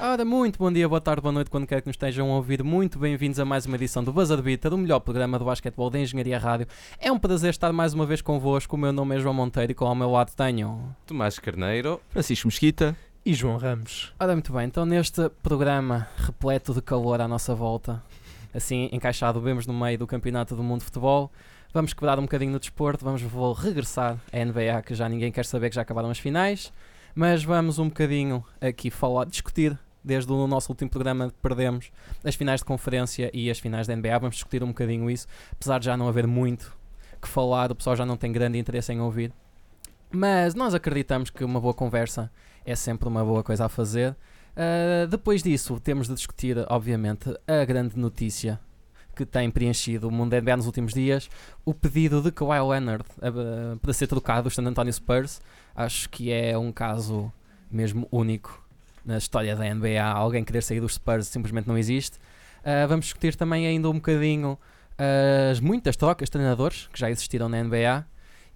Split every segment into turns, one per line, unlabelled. Ora, muito bom dia, boa tarde, boa noite, quando quer que nos estejam a ouvir. Muito bem-vindos a mais uma edição do Buzzer Beater, o melhor programa do basquetebol da Engenharia Rádio. É um prazer estar mais uma vez convosco. O meu nome é João Monteiro e com ao meu lado tenho.
Tomás Carneiro.
Francisco Mesquita.
E João Ramos.
Ora, muito bem, então neste programa repleto de calor à nossa volta, assim encaixado, vemos no meio do Campeonato do Mundo de Futebol, vamos quebrar um bocadinho no desporto, vamos vou regressar à NBA, que já ninguém quer saber que já acabaram as finais, mas vamos um bocadinho aqui falar, discutir, desde o nosso último programa que perdemos, as finais de conferência e as finais da NBA, vamos discutir um bocadinho isso, apesar de já não haver muito que falar, o pessoal já não tem grande interesse em ouvir. Mas nós acreditamos que uma boa conversa é sempre uma boa coisa a fazer. Ah, depois disso, temos de discutir, obviamente, a grande notícia que tem preenchido o mundo da NBA nos últimos dias: o pedido de Kawhi Leonard ah, para ser trocado do San Antonio Spurs. Acho que é um caso mesmo único na história da NBA. Alguém querer sair dos Spurs simplesmente não existe. Ah, vamos discutir também ainda um bocadinho ah, as muitas trocas de treinadores que já existiram na NBA.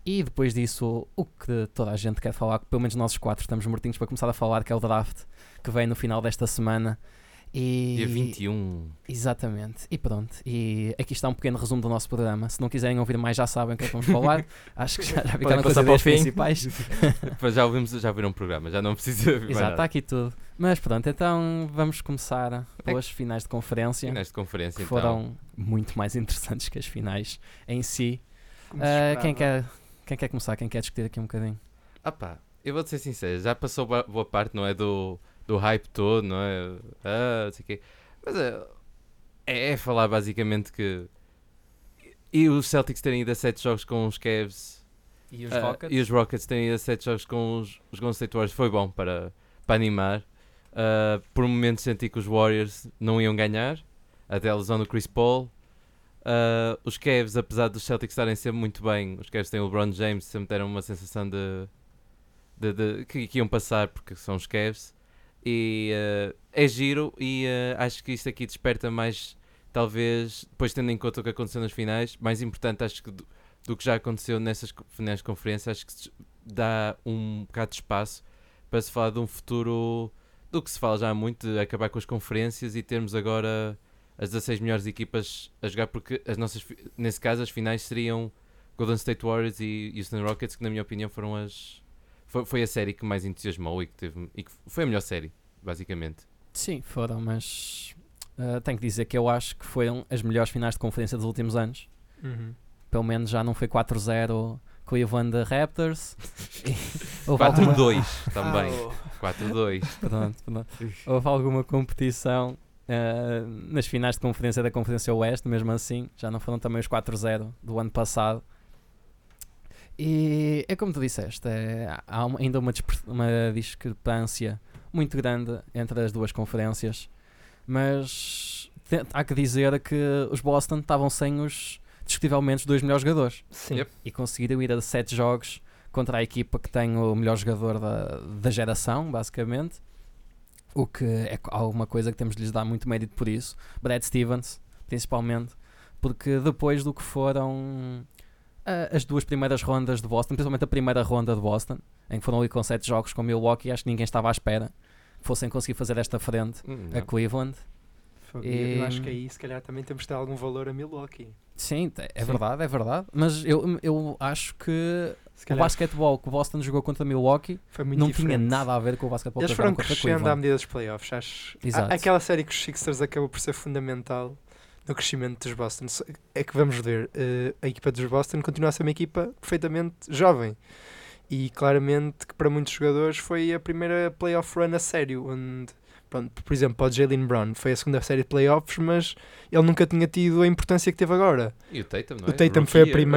E depois disso, o que toda a gente quer falar, que pelo menos nós quatro estamos mortinhos para começar a falar, que é o draft, que vem no final desta semana. E... um.
Dia 21.
Exatamente. E pronto. E aqui está um pequeno resumo do nosso programa. Se não quiserem ouvir mais, já sabem o que é que vamos falar. Acho que já, já ficaram com as
passar para o
ideias
fim.
principais.
Pois já ouvimos, já viram o programa, já não precisa ver
Exato,
mais
está
nada.
aqui tudo. Mas pronto, então vamos começar
É
pelas finais de conferência,
Finais de conferência,
que
então.
foram muito mais interessantes que as finais em si. Ah, quem, quer, quem quer começar? Quem quer discutir aqui um bocadinho?
Ah pá, eu vou-te ser sincero, já passou ba- boa parte, não é, do, do hype todo, não é? Ah, não sei o quê. Mas é, é falar basicamente que... E os Celtics terem ido a 7 jogos com os Cavs...
E
Ah, E os Rockets têm ido a 7 jogos com os, os Golden State Warriors. Foi bom para, para animar. Ah, por um momento senti que os Warriors não iam ganhar. Até a lesão do Chris Paul. Ah, os Cavs, apesar dos Celtics estarem sempre muito bem, os Cavs têm o LeBron James, sempre deram uma sensação de, de- de- que, que iam passar porque são os Cavs. E ah, é giro e ah, acho que isto aqui desperta mais, talvez, depois tendo em conta o que aconteceu nas finais, mais importante acho que do- do que já aconteceu nessas co- finais de conferência, acho que se dá um bocado de espaço para se falar de um futuro do que se fala já há muito, de acabar com as conferências e termos agora as 16 melhores equipas a jogar, porque as nossas, fi- nesse caso as finais seriam Golden State Warriors e Houston Rockets, que na minha opinião foram as. Foi, foi a série que mais entusiasmou e que, teve, e que foi a melhor série, basicamente.
Sim, foram, mas ah, tenho que dizer que eu acho que foram as melhores finais de conferência dos últimos anos. Pelo menos já não foi 4-0 Cleveland Raptors. E houve alguma-
4-2 também.
Ah, oh.
4-2.
Pronto, pronto. Houve alguma competição ah, nas finais de conferência da Conferência Oeste, mesmo assim, já não foram também os 4-0 do ano passado. E é como tu disseste, é, há uma- ainda uma, dispar- uma discrepância muito grande entre as duas conferências, mas te- há que dizer que os Boston estavam sem os discutivelmente os dois melhores jogadores
Sim.
Yep.
e conseguiram ir a 7 jogos contra a equipa que tem o melhor jogador da, da geração, basicamente. O que é co- alguma coisa que temos de lhes dar muito mérito por isso. Brad Stevens, principalmente, porque depois do que foram ah, as duas primeiras rondas de Boston, principalmente a primeira ronda de Boston, em que foram ali com 7 jogos com Milwaukee, acho que ninguém estava à espera que fossem conseguir fazer esta frente
É
Hum,
a Cleveland.
Fogo, eu- Eu
Em-
acho que aí se calhar também temos de dar algum valor a Milwaukee.
Sim, te- é
Sim.
verdade, é verdade. Mas eu, eu acho que
Se
o
calhar
basquetebol que o Boston jogou contra Milwaukee
foi muito
não
diferente.
tinha nada a ver com o basquetebol
Eles
que jogaram
foram
contra
crescendo à
Cleveland.
medida dos playoffs, acho. A-
Exato.
Aquela série que os Sixers acabou por ser fundamental no crescimento dos Boston. Só- É que vamos ver, eh, a equipa dos Boston continua a ser uma equipa perfeitamente jovem. E claramente que para muitos jogadores foi a primeira playoff run a sério, onde Pronto, por exemplo, o Jalen Brown foi a segunda série de playoffs, mas ele nunca tinha tido a importância que teve agora.
E o Tatum, não é?
O Tatum foi a
Rookie, era-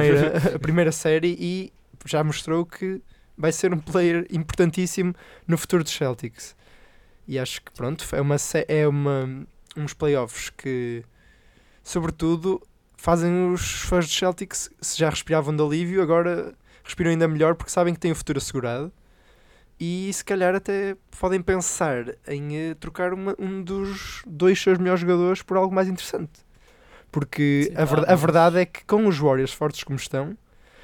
primeira, a primeira série e já mostrou que vai ser um player importantíssimo no futuro dos Celtics. E acho que pronto, é, uma, sé- é uma, uns playoffs que, sobretudo, fazem os fãs dos Celtics, se já respiravam de alívio, agora respiram ainda melhor porque sabem que têm o futuro assegurado. E se calhar até podem pensar em eh, trocar uma- um dos dois seus melhores jogadores por algo mais interessante. Porque
Sim,
a, ver-
claro,
a
mas-
verdade é que com os Warriors fortes como estão,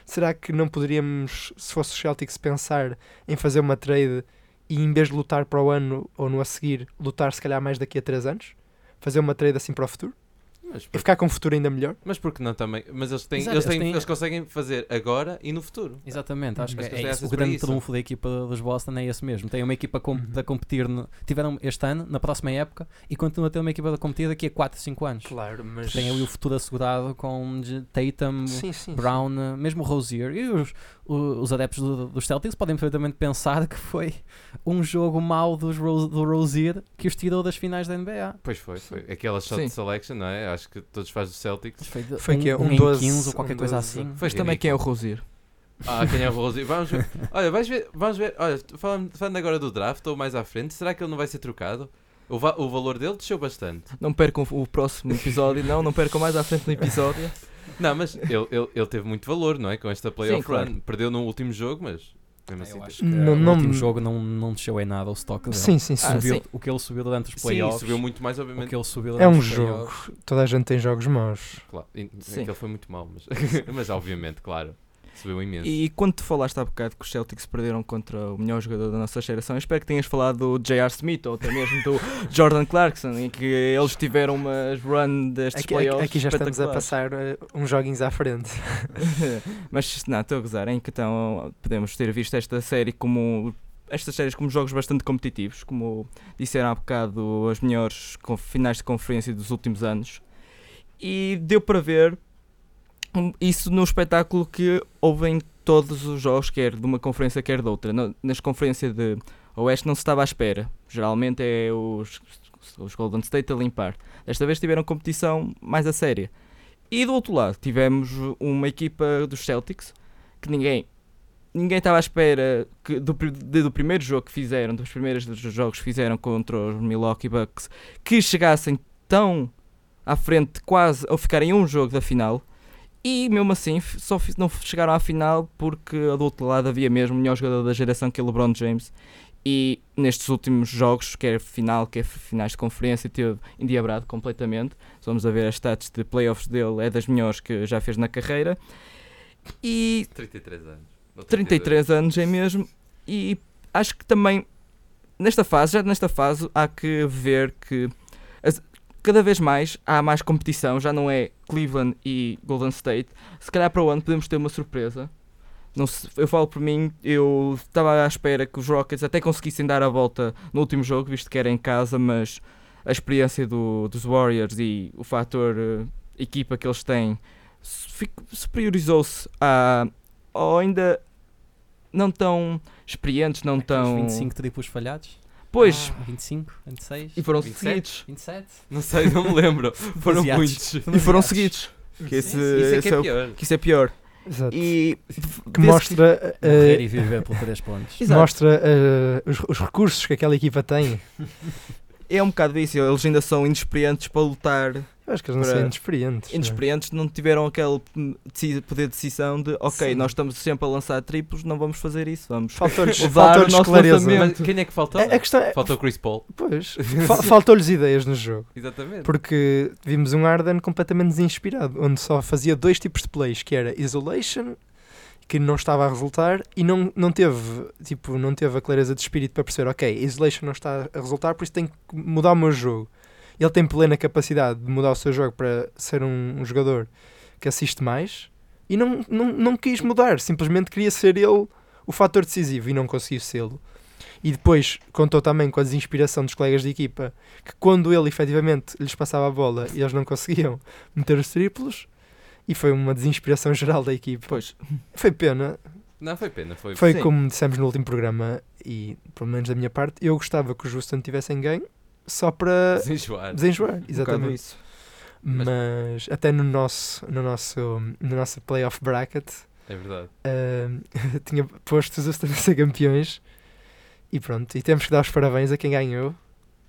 será que não poderíamos, se fosse os Celtics, pensar em fazer uma trade e em vez de lutar para o ano ou no a seguir, lutar se calhar mais daqui a 3 anos? Fazer uma trade assim para o futuro?
Mas,
E
por-
ficar com um futuro ainda melhor?
mas porque não também? Mas eles, têm,
Exato,
eles,
eles
têm-
têm-
eles conseguem fazer agora e no futuro.
Exatamente, acho que
Mas
é,
que eles têm
isso. O
acesso para
grande
isso.
trunfo da equipa dos Boston é esse mesmo. Tem uma equipa com-
Uhum.
a competir, no- tiveram este ano, na próxima época, e continua a ter uma equipa a competir daqui a 4, 5 anos.
Claro, mas.
Tem ali o futuro assegurado com J- Tatum,
Sim, sim.
Brown, mesmo Rozier. E os, o- os adeptos do- dos Celtics podem perfeitamente pensar que foi um jogo mau dos Ro- do Rozier que os tirou das finais da NBA.
Pois foi, foi. Aquela shot
Sim.
selection, não é? Acho que todos faz do Celtics.
Foi, de-
Foi
um,
que é
um
um
em
12,
15 ou qualquer
um
coisa
12.
assim.
Foi
Mas também quem é o
ridículo.
Rosier?
Ah, quem é o Rose? Vamos ver. Olha, vais ver, vamos ver. Olha, falando, falando agora do draft ou mais à frente, será que ele não vai ser trocado? O, va- o valor dele desceu bastante.
Não percam o próximo episódio, não, não percam mais à frente no episódio.
Não, mas ele, ele, ele teve muito valor, não é? Com esta playoff
Sim, claro. Ah,
run. Perdeu no último jogo, mas mesmo assim.
Eu
teve-
acho que
Não-
o
não-
último jogo não, não desceu em nada o estoque dele.
Sim, sim, sim.
Ah,
Subiu-
sim. um
O que ele subiu durante os
Sim,
playoffs.
subiu muito mais,
o
obviamente.
que ele subiu
é
durante
um
os
jogo.
playoffs.
Toda a gente tem jogos maus.
Claro, e-
Sim.
aquele foi muito mal, mas, mas obviamente, claro. Subiu imenso.
E quando tu falaste há bocado que os Celtics perderam contra o melhor jogador da nossa geração, eu espero que tenhas falado do J.R. Smith ou até mesmo do Jordan Clarkson, em que eles tiveram uma run destes
Aqui,
playoffs.
aqui já estamos a
espetaculares.
passar eh, uns joguinhos à frente.
Mas não, estou a gozar, em que então podemos ter visto esta série como estas séries como jogos bastante competitivos, como disseram há bocado as melhores con- finais de conferência dos últimos anos. E deu para ver hum, isso no espetáculo que houve em todos os jogos, quer de uma conferência, quer de outra. No- Nas conferências de Oeste não se estava à espera. Geralmente é os, os Golden State a limpar. Desta vez tiveram competição mais a séria. E do outro lado, tivemos uma equipa dos Celtics que ninguém ninguém estava à espera que, do, pri- de- do primeiro jogo que fizeram, dos primeiros dos jogos que fizeram contra os Milwaukee Bucks, que chegassem tão à frente, quase a ficarem um jogo da final. E mesmo assim, f- só fi- não chegaram à final porque do outro lado havia mesmo o melhor jogador da geração que é o LeBron James. E nestes últimos jogos, quer final, quer finais de conferência, teve endiabrado completamente. Se vamos a ver as stats de playoffs dele, é das melhores que já fez na carreira. E
33 anos. Ou
33 anos é mesmo. E acho que também nesta fase, já nesta fase, há que ver que as- cada vez mais há mais competição, já não é Cleveland e Golden State. Se calhar para o ano podemos ter uma surpresa. Não se- eu falo por mim, eu estava à espera que os Rockets até conseguissem dar a volta no último jogo, visto que era em casa, mas a experiência do- dos Warriors e o fator eh, equipa que eles têm su- fico- superiorizou-se a ou ainda não tão experientes, não
Aqueles
Então, tão
25 triplos falhados. Ah,
Pois,
Ah,
25, 26,
e foram
27?
seguidos.
27.
Não sei, não me lembro. Foram
Demasiados.
muitos.
E foram
Demasiados.
seguidos. Que esse,
Isso é que
esse é
é
o-
pior.
que isso é pior.
Exato.
E
que mostra,
Morrer
eh,
e viver por 3 pontos.
Exato.
mostra eh, os, os recursos que aquela equipa tem.
é um bocado isso. Eles ainda são inexperientes para lutar.
Eu acho que eles não
Para-
são inexperientes.
Inexperientes, não tiveram aquele hum, deci- poder de decisão de ok,
Sim.
nós estamos sempre a lançar triplos, não vamos fazer isso, vamos.
Faltou-lhes
Levar o
faltou-lhes
nosso
clareza.
lançamento.
Mas quem é que faltou?
A, a questão é,
Faltou o Chris Paul.
pois, fa- faltou-lhes ideias no jogo.
Exatamente.
Porque vimos um Arden completamente desinspirado, onde só fazia dois tipos de plays, que era isolation, que não estava a resultar, e não, não teve, tipo, não teve a clareza de espírito para perceber, ok, isolation não está a resultar, por isso tenho que mudar o meu jogo. Ele tem plena capacidade de mudar o seu jogo para ser um, um jogador que assiste mais, e não, não, não quis mudar, simplesmente queria ser ele o fator decisivo, e não conseguiu sê E depois contou também com a desinspiração dos colegas de equipa que quando ele efetivamente lhes passava a bola e eles não conseguiam meter os triplos, e foi uma desinspiração geral da equipe.
Pois,
Foi pena,
Não, foi pena. Foi,
foi
Sim.
como dissemos no último programa, e pelo menos da minha parte, eu gostava que os Houston tivessem ganho, só para
Desenjoar.
desenjoar.
Um bocado
Exatamente.
isso.
Mas, até no nosso, no nosso, no nosso playoff bracket,
É verdade.
ah, tinha posto os Houston a ser campeões. E pronto, e temos que dar os parabéns a quem ganhou.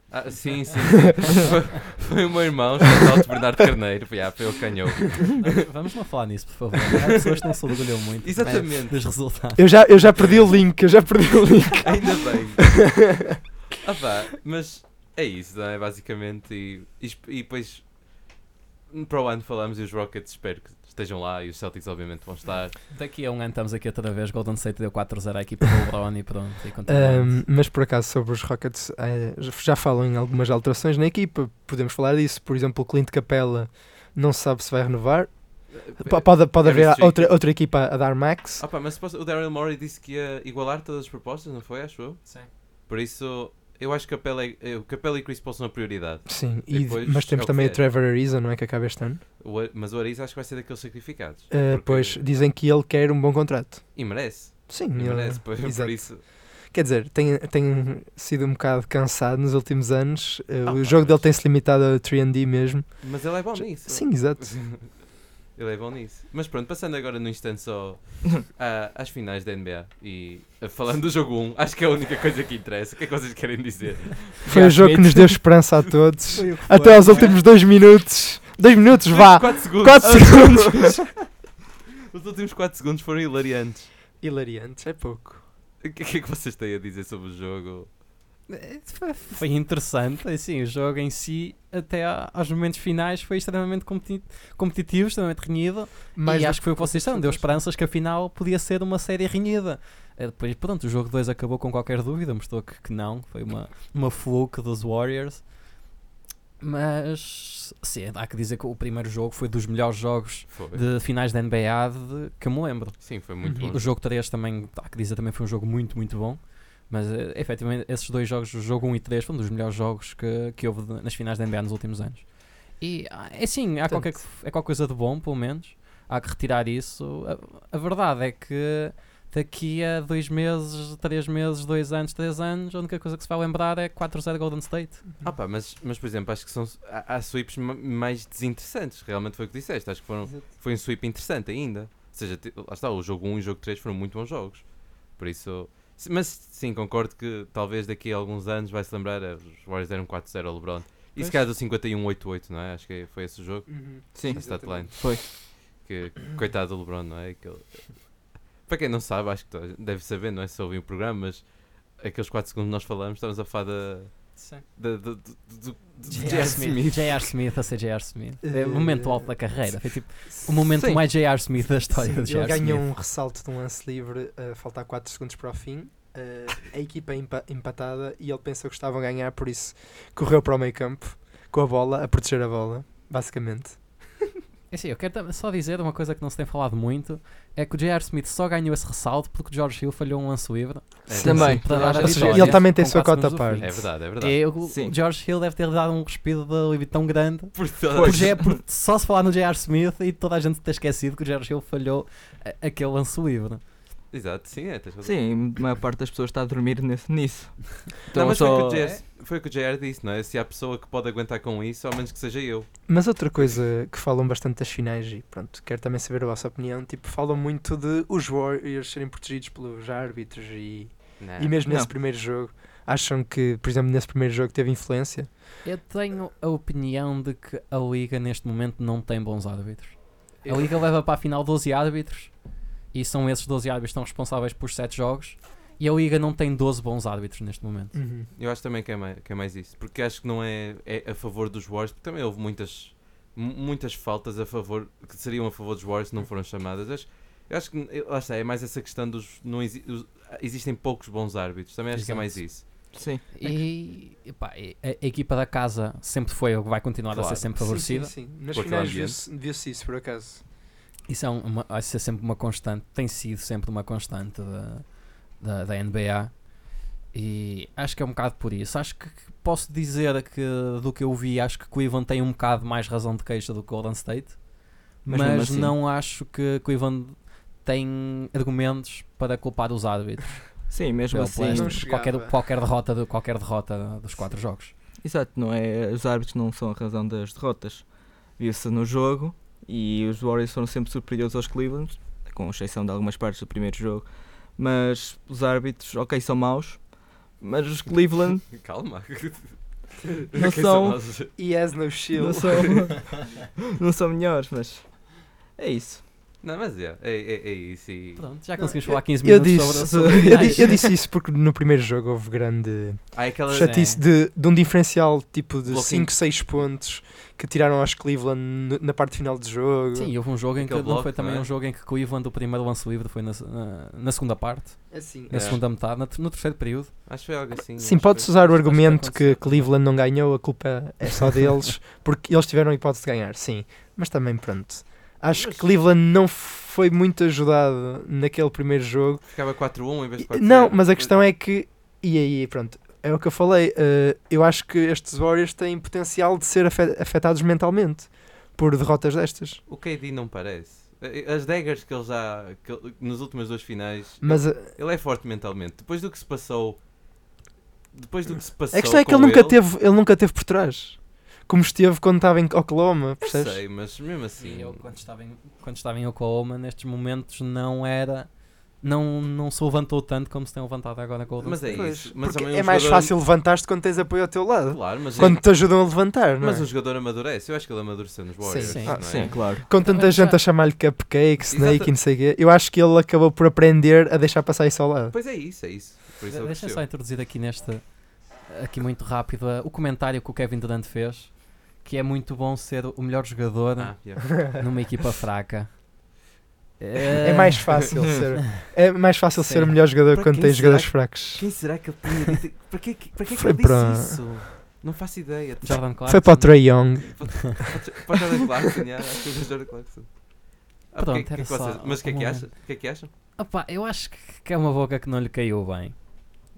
Ah, sim, sim. sim. foi, foi o meu irmão, Alto Bernardo Carneiro. Foi, ah, foi ele que ganhou.
Vamos não falar nisso, por favor. Há pessoas que não se orgulham muito
Exatamente.
dos resultados.
Eu já, eu já perdi o link, eu já perdi o link.
Ainda bem. ah, pá, mas é isso, não é? Basicamente. E, e, esp- e depois para o ano falamos e os Rockets espero que estejam lá e os Celtics obviamente vão estar.
Daqui a um ano estamos aqui outra vez. Golden State deu 4-0 à equipa do LeBron e pronto. E continuamos.
Ahm, mas por acaso sobre os Rockets eh, já falam em algumas alterações na equipa, podemos falar disso. Por exemplo, o Clint Capella não se sabe se vai renovar. P- Pode, pode
Aaron
haver
Strickland.
outra, outra equipa a dar max.
É, Ah, pá, mas supos- o Daryl Morey disse que ia igualar todas as propostas, não foi? Acho eu.
Sim.
Por isso, eu acho que Capela, o Capela e Chris Paul são a prioridade.
Sim, e de-
Depois
mas
é o
temos
que
também o
é.
Trevor Ariza, não é que acaba este ano?
O Ar- mas o Ariz acho que vai ser daqueles sacrificados.
Ah,
porque-
Pois dizem que ele quer um bom contrato.
E merece.
Sim,
E
ele-
merece. Por, por
exato.
isso.
Quer dizer, tem, tem sido um bocado cansado nos últimos anos. Uh,
Ah,
o
pá,
jogo dele
mas-
tem-se limitado a 3D mesmo.
Mas ele é bom nisso.
Sim, exato.
Ele é bom nisso. Mas pronto, passando agora no instante só à- às finais da NBA e uh, falando do jogo 1, acho que é a única coisa que interessa. O que é que vocês querem dizer?
Foi o jogo que nos deu esperança a todos. Até aos
não é?
últimos dois minutos. Dois minutos, vá!
4 segundos.
Quatro segundos!
Os últimos 4 segundos foram hilariantes.
Hilariantes, é pouco.
O que, o que é que vocês têm a dizer sobre o jogo?
Foi interessante, assim, o jogo em si, até a- aos momentos finais, foi extremamente competi- competitivo, extremamente renhido.
Mas
e acho que foi o que vocês disseram, deu esperanças que afinal podia ser uma série renhida. Eh, Depois, pronto, o jogo 2 acabou com qualquer dúvida, mostrou que, que não, foi uma, uma fluke dos Warriors. Mas, sim, há que dizer que o primeiro jogo foi dos melhores jogos
Foi.
de Uhum. finais da NBA de- que eu me lembro.
Sim, foi muito
E
Uhum.
bom.
O jogo 3 também, há que dizer, também foi um jogo muito, muito bom. Mas eh, efetivamente, esses dois jogos, o jogo 1 e 3, foram um dos melhores jogos que, que houve de- nas finais da NBA nos últimos anos. E ah, é sim, há qualquer, é qualquer coisa de bom, pelo menos. Há que retirar isso. A, a verdade é que daqui a dois meses, três meses, dois anos, três anos, a única coisa que se vai lembrar é 4-0 Golden State.
Ah, pá, mas, mas por exemplo, acho que são, há, há sweeps ma- mais desinteressantes. Realmente foi o que disseste. Acho que foram, foi um sweep interessante ainda. Ou seja, te- lá está, o jogo 1 e o jogo 3 foram muito bons jogos. Por isso. se- Mas sim, concordo que talvez daqui a alguns anos vai-se lembrar. eh, Os Warriors deram 4-0 ao LeBron. E se
Pois.
calhar do 51-8-8, não é? Acho que foi esse o jogo.
uhum.
Sim,
a statline.
foi.
Que, coitado do LeBron, não é? Aquele- Para quem não sabe, acho que toda a gente deve saber, não é? Se ouvir o programa, mas aqueles 4 segundos que nós falamos, estamos a falar da. da- do- do- do- do J.R. Smith.
J.R. Smith a ser J.R. Smith. É
Eh,
o momento alto da carreira. Foi tipo o momento
Sim.
mais J.R. Smith da história
Sim,
do J.R.
ele
Smith.
ganha um ressalto de um lance livre, a faltar 4 segundos para o fim. eh, a equipa é empa- empatada e ele pensou que estavam a ganhar, por isso correu para o meio campo com a bola, a proteger a bola, basicamente.
É Assim, eu quero tam- só dizer uma coisa que não se tem falado muito: é que o J.R. Smith só ganhou esse ressalto porque o George Hill falhou um lance livre.
É,
Também.
Para dar a
Ou seja,
vitória,
ele
também tem
com
sua
quatro
cota
segundos do
É
fim.
verdade, é verdade.
É, o,
Sim.
o George Hill deve ter dado um respiro de alívio tão grande
Por
por, J- por só se falar no J.R. Smith e toda a gente ter esquecido que o George Hill falhou a- aquele lance livre.
Exato, sim, é. Tens razão.
Sim, a maior parte das pessoas está a dormir nesse- nisso.
Não,
Então,
mas
só...
foi, o que o JR, foi o que o JR disse, não é? Se há pessoa que pode aguentar com isso, ao menos que seja eu.
Mas outra coisa que falam bastante das finais, e pronto, quero também saber a vossa opinião, tipo, falam muito de os Warriors serem protegidos pelos árbitros e, e mesmo
Não.
nesse primeiro jogo. Acham que, por exemplo, nesse primeiro jogo teve influência?
Eu tenho a opinião de que a Liga neste momento não tem bons árbitros. A Liga leva para a final 12 árbitros e são esses 12 árbitros que estão responsáveis por 7 jogos. E a Liga não tem 12 bons árbitros neste momento.
Hum.
Eu acho também que é, mais, que é mais isso. Porque acho que não é, é a favor dos Warriors, porque também houve muitas, mu- muitas faltas a favor, que seriam a favor dos Warriors se não foram chamadas. Acho, eu acho que, eu- lá está, é mais essa questão dos. Não exi- os- existem poucos bons árbitros, também acho que é mais
Exato.
isso.
Sim.
E epá, e a, a equipa da casa sempre foi ou vai continuar a
Claro.
ser sempre favorecida.
Sim, sim, sim. Nas
Porque o
finais
ambiente.
viu-se viu-se isso, por acaso.
Isso é uma, vai ser sempre uma constante, tem sido sempre uma constante da, da, da NBA. E acho que é um bocado por isso. Acho que que posso dizer que do que eu vi, acho que Cleveland tem um bocado mais razão de queixa do que Golden State, mas,
Mas mesmo assim-
não acho que Cleveland tem argumentos para culpar os árbitros
Sim, mesmo
pelo
assim.
players,
Não
por qualquer,
chegava.
qualquer derrota de qualquer derrota dos quatro jogos.
Exato, não é, os árbitros não são a razão das derrotas. Viu-se no jogo e os Warriors foram sempre superiores aos Cleveland, com exceção de algumas partes do primeiro jogo. Mas os árbitros, ok, são maus, mas os Cleveland
Calma.
não são,
E has no
não
shield.
são, não são melhores, mas é isso.
Não, mas é, é, é, é isso. E...
Pronto, já conseguimos falar 15
Eu
minutos sobre,
disse,
sobre
eu,
finais.
di- eu disse isso porque no primeiro jogo houve grande
Há aquela.
chatice de, de um diferencial tipo de
Bloquinho.
5, 6 pontos que tiraram aos Cleveland no- na parte final do jogo.
Sim, houve um jogo em que
Aquele
não foi
bloco,
também
não é?
um jogo em que Cleveland, o primeiro lance livre foi na, na- na segunda parte,
assim.
na
É.
segunda metade, na ter- no terceiro período.
Acho que foi algo assim.
Sim,
acho
pode-se
que
usar o
acho que
argumento que
aconteceu.
Cleveland não ganhou, a culpa é só deles, porque eles tiveram a hipótese de ganhar, sim. Mas também, pronto. Acho
Mas-
que Cleveland não foi muito ajudado naquele primeiro jogo.
Ficava 4-1 em vez de 4-0.
Não, mas a questão é que. E aí, pronto. É o que eu falei. eh, eu acho que estes Warriors têm potencial de ser afe- afetados mentalmente por derrotas destas.
O KD não parece. As daggers que ele já. Que ele- nos últimas duas finais.
Mas eh,
Ele é forte mentalmente. Depois do que se passou. Depois do que se passou.
a questão é que
com
ele nunca, Teve, ele nunca teve por trás. Como esteve quando estava em Oklahoma,
Eu
percebes?
sei, mas mesmo assim.
E eu, quando estava, em, quando estava em Oklahoma, nestes momentos não era. Não, não se levantou tanto como se tem levantado agora com o Golden
Mas é
State.
Pois,
isso. Mas
porque
também
é
um
mais
jogador-
fácil levantar-te quando tens apoio ao teu lado.
Claro, mas.
Quando te ajudam a levantar, não
Mas
é?
um jogador amadurece. Eu acho que ele amadureceu nos Warriors.
sim.
não
Ah,
é?
sim, claro.
Com tanta
Também já-
gente a chamar-lhe cupcake, snake
Exato.
e não sei o quê, eu acho que ele acabou por aprender a deixar passar isso ao lado.
Pois é isso, é isso. Por isso
De-
ele
Deixa
cresceu.
só introduzir aqui nesta aqui muito rápido eh, o comentário que o Kevin Durant fez, que é muito bom ser o melhor jogador
Ah, yeah.
numa equipa fraca.
É mais fácil ser, é mais fácil ser o
Sim.
melhor jogador
Para
quando
quem
tens
será
jogadores
que-
fracos.
Quem será que ele tinha dito? Para que, para que, é que
Foi
ele disse
para-
isso? Não faço ideia.
Eh, Jordan Clarkson.
Foi para o Trey Young.
Para Jordan Clarkson, yeah, acho que é foi Jordan Clarkson. Ah,
Pronto,
que- que
era
vocês-
só
Mas o que é
um
que
momento.
acham? O que é que acham?
Opa, eu acho que que é uma boca que não lhe caiu bem.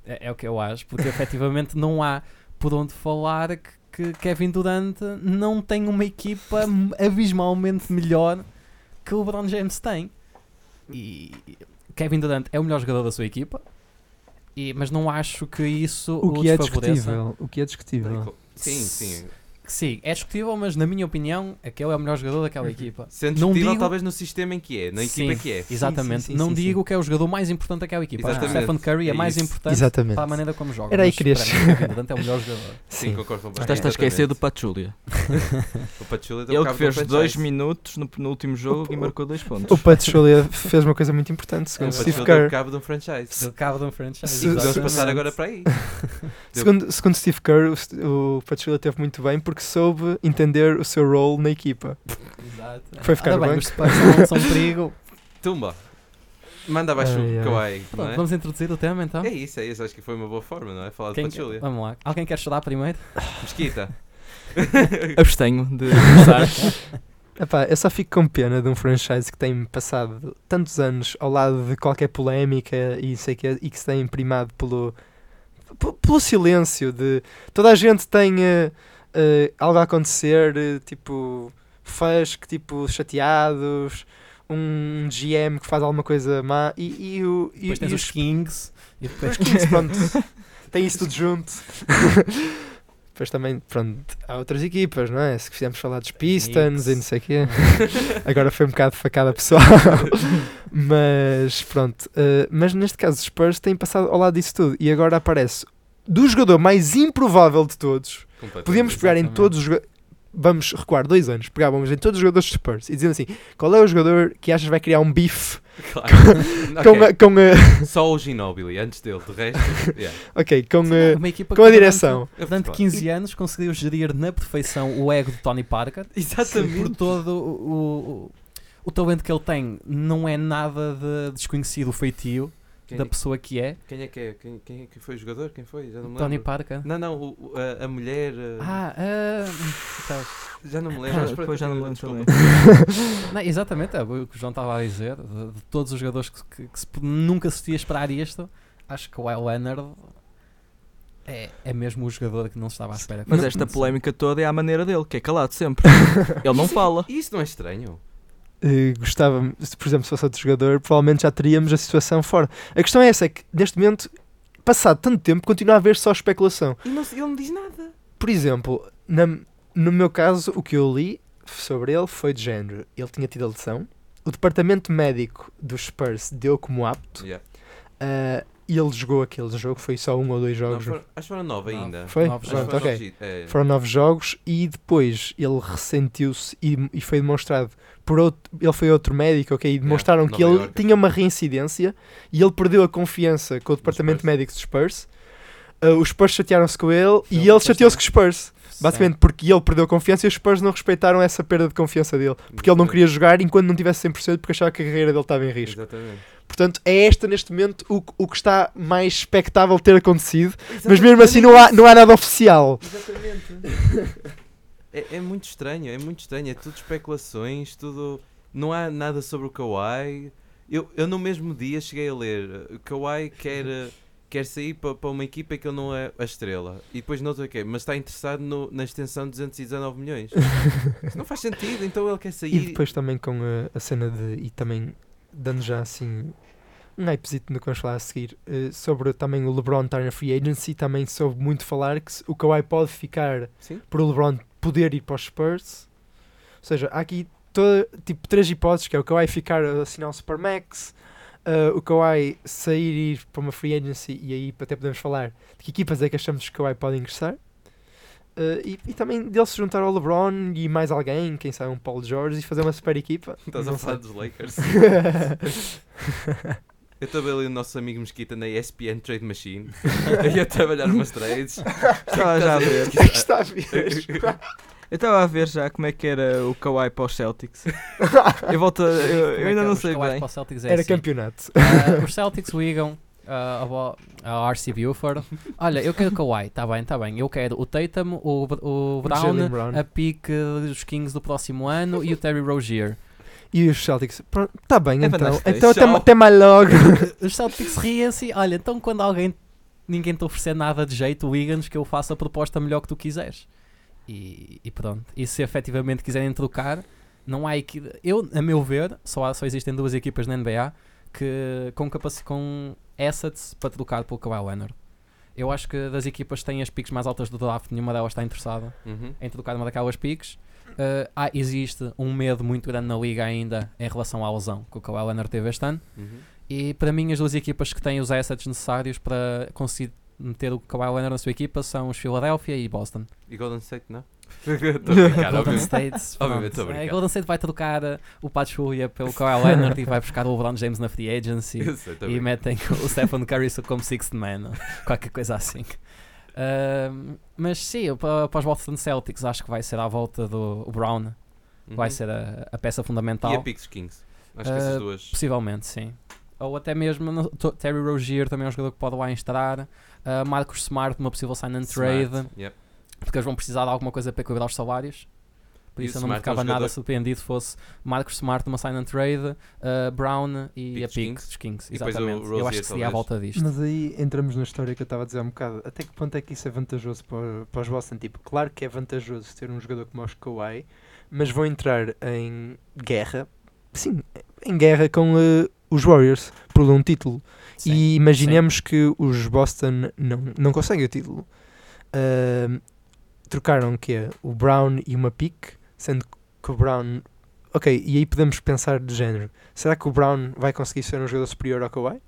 É, é o que eu acho, porque efetivamente não há por onde falar que, que Kevin Durant não tem uma equipa m- abismalmente melhor que o LeBron James tem. E Kevin Durant é o melhor jogador da sua equipa, e- mas não acho que isso
O que é
desfavoreça.
discutível. O que é discutível.
Sim, sim.
Sim, é discutível, mas na minha opinião, aquele é o melhor jogador daquela equipa.
Sendo
Não
discutível,
digo-
talvez no sistema em que é, na
Sim.
equipa que é.
Exatamente.
Uhum. sim, sim,
não
sim,
digo que é o jogador mais importante daquela equipa. Acho que o
Exatamente,
Stephen Curry é,
é
mais
isso.
importante
Exatamente.
para a maneira como joga.
É. Era aí
mas
que queria
para mim,
chegar.
Kevin Durant é o melhor jogador.
Sim,
Sim.
concordo completamente.
Estás a esquecer do Patchúlia.
Exatamente. O um Pachulia
Ele que fez dois minutos no penúltimo jogo e marcou dois
O
pontos.
Pat Schuller fez uma coisa muito importante, segundo
É O
Steve
Pachulia deu
Kerr.
cabo de um franchise.
Do cabo de um franchise.
Se-
Podemos
Exatamente.
passar agora para aí. deu-
Segundo, segundo Steve Kerr, o St- o, Pat Schuller teve muito bem porque soube entender o seu role na equipa.
Exato.
Foi ficar
Ora
no
bem,
banco.
os Spurs não são um perigo.
Tumba. Manda abaixo
Ai,
o
ai.
Kawhi, não
Pronto,
é?
vamos introduzir o tema então.
É isso, é isso. Acho que foi uma boa forma, não é? Falar de
Quem-
Pachulia.
Vamos lá. Alguém quer chorar primeiro?
Mesquita.
Abstenho de começar.
Epá, eu só fico com pena de um franchise que tem passado tantos anos ao lado de qualquer polémica e, sei que, e que se tem primado pelo, p- pelo silêncio de toda a gente tem eh, eh, algo a acontecer, eh, tipo fãs que tipo chateados, um GM que faz alguma coisa má e, e, o, e,
Depois tens
e
os Kings. E depois...
os Kings, pronto, tem isso tudo junto. Depois também, pronto, há outras equipas, não é? Se quisermos falar dos Pistons
Knicks.
e não sei o quê. Agora foi um bocado facada pessoal. mas pronto. eh, mas neste caso, os Spurs têm passado ao lado disso tudo. E agora aparece do jogador mais improvável de todos.
Completamente.
Podíamos pegar em
Exatamente.
todos os jogadores. Vamos recuar dois anos. Pegávamos em todos os jogadores dos Spurs e dizendo assim: qual é o jogador que achas vai criar um bife
Claro.
com, a,
Ok,
com, a-
Só o Ginobili, antes dele, de resto. yeah.
ok, com, a-
Uma equipa
com a
que durante-
direção?
Durante 15 anos conseguiu gerir na perfeição o ego de Tony Parker.
Exatamente.
por todo o, o, o talento que ele tem, não é nada de desconhecido o feitio
Quem,
da pessoa que é.
quem é que é? Quem, quem é que foi o jogador? Quem foi? Já não me
Tony
lembro.
Parker.
Não, não, o- o- a, a mulher. uh,
Ah, ah, sabes.
já não me lembro. mas pronto,
Depois já não me lembro
desculpa.
também.
Não, exatamente, é o que o João estava a dizer. De, de todos os jogadores que, que- que se p- nunca se ia esperar isto, acho que o Kawhi Leonard é, é mesmo o jogador que não se estava à espera. que
Mas
fosse
esta
acontecer.
polémica toda é à maneira dele, que é calado sempre. Ele não fala.
E isso não é estranho?
eh, gostava, se por exemplo, se fosse outro jogador, provavelmente já teríamos a situação fora. A questão é essa, é que neste momento, passado tanto tempo, continua a haver só especulação.
E não se- ele não diz nada.
por exemplo, na- no meu caso, o que eu li sobre ele foi de género. Ele tinha tido a lesão. O departamento médico dos Spurs deu como apto.
Yeah.
ah, e ele jogou aquele jogo. Foi só um ou dois
Não,
jogos.
foram- acho que foram nove
Nove.
ainda.
foi?
Nove
Acho que
Pronto,
foram
ok.
nove gi- é.
Foram nove jogos e depois ele ressentiu-se e, e foi demonstrado por outro. Ele foi outro médico, ok? E demonstraram
Nova
que ele
Iorque.
tinha uma reincidência e ele perdeu a confiança com o departamento
Spurs.
médico dos Spurs. Ah, os Spurs chatearam-se com ele
Ele
e ele
depois
chateou-se com os Spurs. Basicamente porque ele perdeu a confiança e os Spurs não respeitaram essa perda de confiança dele. Porque ele não queria jogar enquanto não tivesse 100% porque achava que a carreira dele estava em risco.
Exatamente.
Portanto, é esta neste momento o, que- o que está mais expectável ter acontecido. Mas mesmo assim não há, não há nada oficial.
Exatamente. é, é muito estranho, é muito estranho. É tudo especulações, tudo. Não há nada sobre o Kawhi. Eu, eu no mesmo dia cheguei a ler. eh, O Kawhi quer, eh, quer sair para uma equipa que ele não é a estrela. E depois não sei o quê, mas está interessado no- na extensão de 219 milhões. Isso não faz sentido, então ele quer sair.
E depois também com a, a cena de. E também dando já assim. Um hypezito no que vamos falar a seguir. eh, sobre também o LeBron estar na free agency. Também soube muito falar que se- o Kawhi pode ficar
Sim.
por o LeBron poder ir para os Spurs. Ou seja, há aqui toda, tipo três hipóteses: que é o Kawhi ficar a assinar um Supermax, eh, o Kawhi sair e ir para uma free agency. E aí até podemos falar de que equipas é que achamos que o Kawhi pode ingressar. Eh, e, e também dele se juntar ao LeBron e mais alguém, quem sabe um Paul George, e fazer uma super equipa.
Estás a
Não
falar
sei.
dos Lakers. Eu estava ali o nosso amigo Mesquita na ESPN Trade Machine. Eu ia trabalhar umas trades.
Estava já a ver.
Aqui está Tá a ver.
Eu estava a ver já como é que era o Kawhi para os Celtics. Eu volto a, eu,
é
eu ainda não sei bem.
Era campeonato.
assim. Ah, os Celtics ligam ah, a bo- a RC Buford. Olha, eu quero o Kawhi, tá bem, tá bem. Eu quero o Tatum, o, Br- o Brown,
Jalen Brown.
a pique dos Kings do próximo ano e o Terry Rozier.
E os Celtics, pronto, está bem,
É
então.
fantástico.
Então até,
Tchau.
até mais logo.
Os Celtics riem-se. Olha, então quando alguém ninguém te oferecer nada de jeito, liga-nos que eu faço a proposta melhor que tu quiseres. E, e pronto. E se efetivamente quiserem trocar, não há equipe. Eu, a meu ver, só, há- só existem duas equipas na NBA que com, capaci com assets para trocar pelo Kawhi Leonard. Eu acho que das equipas que têm as piques mais altas do draft, nenhuma delas está interessada
Uhum.
em trocar uma daquelas piques. Eh, há- existe um medo muito grande na liga ainda em relação à lesão que o Kawhi Leonard teve este ano.
Uhum.
E para mim, as duas equipas que têm os assets necessários para conseguir meter o Kawhi Leonard na sua equipa são os Philadelphia e Boston.
E Golden State, não? Estou a brincar,
Golden
obviamente.
State,
Obviamente,
pronto.
obrigado.
Eh, Golden State vai trocar eh, o Pat Shulia pelo Kawhi Leonard e vai buscar o LeBron James na free agency
Eu sei, estou a
e
brincar.
metem o Stephen Curry só como sixth man, ou qualquer coisa assim. Ahm, mas sim, eu pa- para os Boston Celtics acho que vai ser à volta do o Brown,
Uhum.
vai ser a, a peça fundamental.
E a Pix Kings. Acho que
Ah,
essas duas.
Possivelmente, sim. Ou até mesmo no- to- Terry Rozier também é um jogador que pode lá entrar. Ah, Marcos Smart, uma possível sign and
Smart,
trade,
yep.
porque eles vão precisar de alguma coisa para equilibrar os salários. Por
E
isso
o
eu não me
Smart é um
ficava
jogador-
nada surpreendido fosse Marcos Smart, uma sign and trade, ah, Brown e
Pick
a
dos
pick
Kings.
dos Kings.
E depois o
Exatamente. Eu acho
Rozier,
que seria
talvez.
à volta disto.
Mas aí entramos na história que eu estava a dizer há um bocado. Até que ponto é que isso é vantajoso para, para os Boston? Tipo, claro que é vantajoso ter um jogador como o Kawhi, mas vão entrar em guerra, sim, em guerra com eh, os Warriors por um título.
Sim.
E imaginemos que os Boston não, não conseguem o título. Ahm, trocaram que é o Brown e uma pick, sendo que o Brown. Ok, e aí podemos pensar de género. Será que o Brown vai conseguir ser um jogador superior ao Kawhi?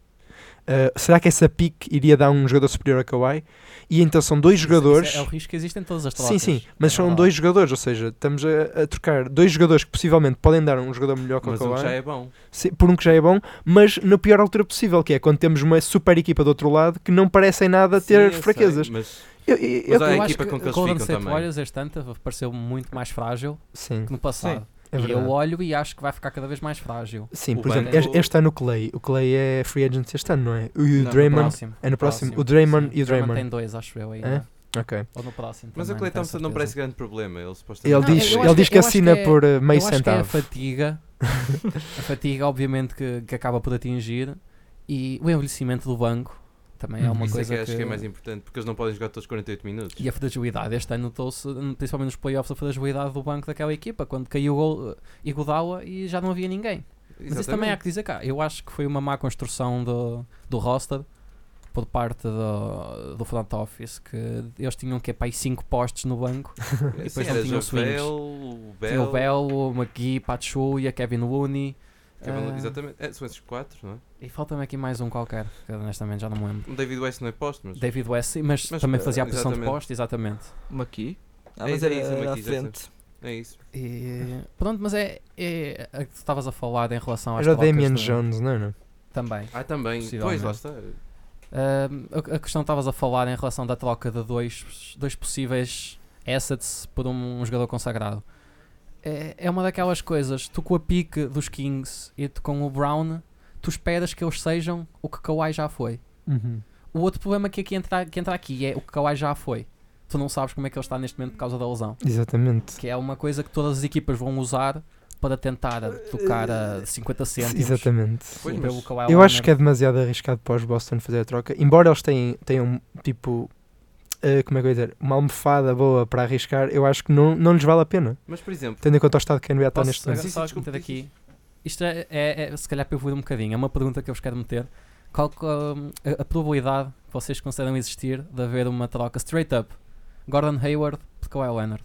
Ah, será que essa pick iria dar um jogador superior ao Kawhi? E então são dois
Isso- isso
jogadores.
é, o risco que existe em todas as trocas.
Sim, sim, mas
É
são
verdade.
dois jogadores, ou seja, estamos a, a trocar dois jogadores que possivelmente podem dar um jogador melhor que o
Mas um
Kawhi.
que já é bom.
Sim, por um que já é bom, mas na pior altura possível, que é quando temos uma super equipa do outro lado que não parecem nada
Sim, eu
ter
sei,
fraquezas.
mas
Eu, eu-
Mas
eu-
há
Eu
a
acho
equipa com que
que o
eles
Golden
ficam
State
também.
Warriors este ano pareceu muito mais frágil
Sim,
que no passado.
é
e eu
verdade.
olho e acho que vai ficar cada vez mais frágil.
Sim,
o
por exemplo,
banco-
este- este ano o Clay. O Clay é free agent este ano, não é? E
Não,
O
no
Draymond.
Próximo.
É no próximo.
Próximo,
O Draymond
sim.
e o Draymond.
tem dois, acho eu aí.
É? Ok.
Ou no próximo.
mas o
também,
Clay
tenho
Thompson não parece
certeza.
grande problema. Ele supostamente.
Ele
Não,
diz,
eu
ele
acho
diz
que-
que,
eu acho
assina
que é-
por eh, meio
eu acho que é a
centavo.
fatiga. a fatiga, obviamente, que, que acaba por atingir. E o envelhecimento do banco também é
Hum,
uma
Isso é
coisa
que acho que é mais
que...
importante porque eles não podem jogar todos 48 minutos.
E a fragilidade. Este ano notou-se, hum, principalmente nos playoffs, a fragilidade do banco daquela equipa. Quando caiu o gol, eh, Iguodala e já não havia é ninguém. Mas isso também há que dizer cá. Eu acho que foi uma má construção do, do roster. por parte do, do front office que eles tinham que é para aí 5 postos no banco.
E
depois não tinham swings.
o
Tinha
Bell.
o Bell, o McGee, Pachulia, Kevin Looney.
Kevin-
Ah.
Exatamente. É, são esses quatro, não é?
E falta-me aqui mais um qualquer, que honestamente já não me lembro.
O David West não é posto, mas.
David West, sim, mas,
Mas,
também
eh,
fazia a posição de
exatamente.
posto, exatamente.
Maqui. Ah,
É
mas
isso,
era
é isso,
era à
Maqui, já sei.
frente.
É isso.
E, pronto, mas é, é a que tu estavas a falar em relação às
Era o
trocas
Damian
de-
Jones, não era?
Também.
Ah, também.
Possivelmente.
Pois, lá está.
Ahm, a, a questão que estavas a falar em relação da troca de dois, dois possíveis assets por um, jogador consagrado. É, é uma daquelas coisas, tu com a pique dos Kings e tu com o Brown, tu esperas que eles sejam o que Kawhi já foi. O outro problema que, aqui entra, que entra aqui é o que Kawhi já foi. Tu não sabes como é que ele está neste momento por causa da lesão.
Exatamente.
Que é uma coisa que todas as equipas vão usar para tentar tocar a 50 cêntimos.
Exatamente.
Pois,
E
mas
pelo Kawhi
Eu acho
Leonard.
que é demasiado arriscado para os Boston fazer a troca. Embora eles tenham, tenham tipo, eh, como é que eu ia dizer, uma almofada boa para arriscar, eu acho que não, não lhes vale a pena.
Mas, por exemplo,
Tendo em conta o estado que a NBA está
Posso
neste
agora
momento.
Sim, sim,
só
desculpa,
meter
diz, diz.
aqui? Isto é, é- é- se calhar para eu um bocadinho. É uma pergunta que eu vos quero meter. Qual que, hum, a, a probabilidade que vocês consideram existir de haver uma troca straight up? Gordon Hayward por Kawhi Leonard.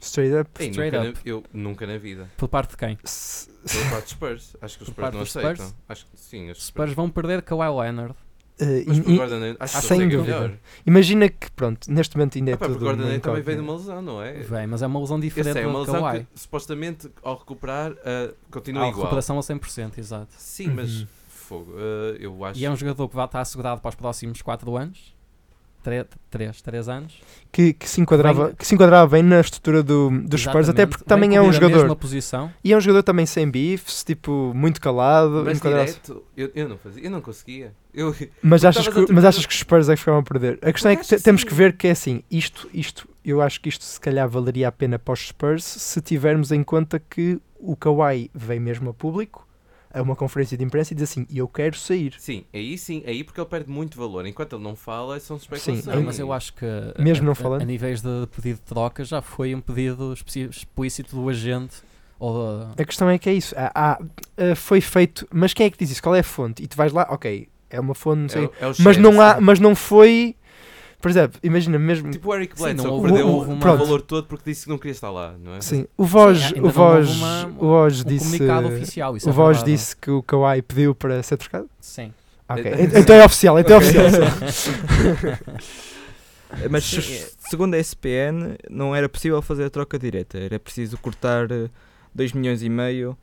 Straight up.
ei,
Straight
nunca na-
up.
eu nunca na vida.
Por parte de quem?
S-
Pelo parte dos Spurs. Acho que os
Por
Spurs
parte
não
dos Spurs?
aceitam. Acho que sim. Os
Os Spurs vão perder Kawhi Leonard.
eh,
Mas
in-
por
in-
Gordon, acho que
sem
eles é
dúvida.
melhor.
imagina que, pronto, neste momento ainda é
Ah, pá,
tudo.
porque o Gordon
uma
Hayward também veio de
incógnita.
uma lesão, não é?
Vem, mas é uma lesão
Eu
diferente
sei, é uma
do
lesão
Kawhi.
que supostamente ao recuperar ah, continua
Há
igual.
recuperação a 100%, exato.
Sim, mas
Uhum.
fogo. ah, eu acho.
E é um jogador que vai estar assegurado para os próximos 4 anos. 3, 3 anos.
Que, que se enquadrava, que se enquadrava bem na estrutura do, dos Spurs, até
Exatamente.
porque
Vem
também é um
cobrir a
jogador.
mesma posição.
E é um jogador também sem bifes, tipo, muito calado.
Mas
enquadrava-se-
direto, eu, eu não fazia, eu não conseguia. Eu,
Mas
Tu
achas,
estavas
que,
a ter-
mas achas que os Spurs é que ficavam a perder? A questão
Eu
é que
acho que
te- temos
sim.
que ver que é assim, isto, isto, eu acho que isto se calhar valeria a pena para os Spurs se tivermos em conta que o Kawhi vem mesmo a público, a uma conferência de imprensa e diz assim, eu quero sair.
sim, aí sim, aí porque ele perde muito valor. Enquanto ele não fala, é um são especulações.
Sim,
Não, mas eu acho que a-
Mesmo não
a-
falando?
a, níveis de pedido de troca já foi um pedido especi- explícito do agente ou da-
A questão é que é isso, Ah, ah, ah, foi feito, mas quem é que diz isso? Qual é a fonte? E tu vais lá, ok, é uma fonte, não sei,
É o- é o
mas,
chefe,
não há,
sabe?
mas não foi, por exemplo, imagina mesmo,
Tipo o Eric
Sim, não
Bledsoe
houve-
perdeu
houve
o
uma-
valor todo porque disse que não queria estar lá, não é?
sim, assim, o Voz,
ainda
o
não
Voz,
houve uma-
o Voz
um
disse...
comunicado oficial. Isso
O
é
Voz
verdade.
disse que o Kawhi pediu para ser trocado?
Sim.
Ah, ok.
Eh,
Então é oficial, então é
Ok.
oficial.
Mas segundo a SPN, não era possível fazer a troca direta. Era preciso cortar 2 milhões e meio.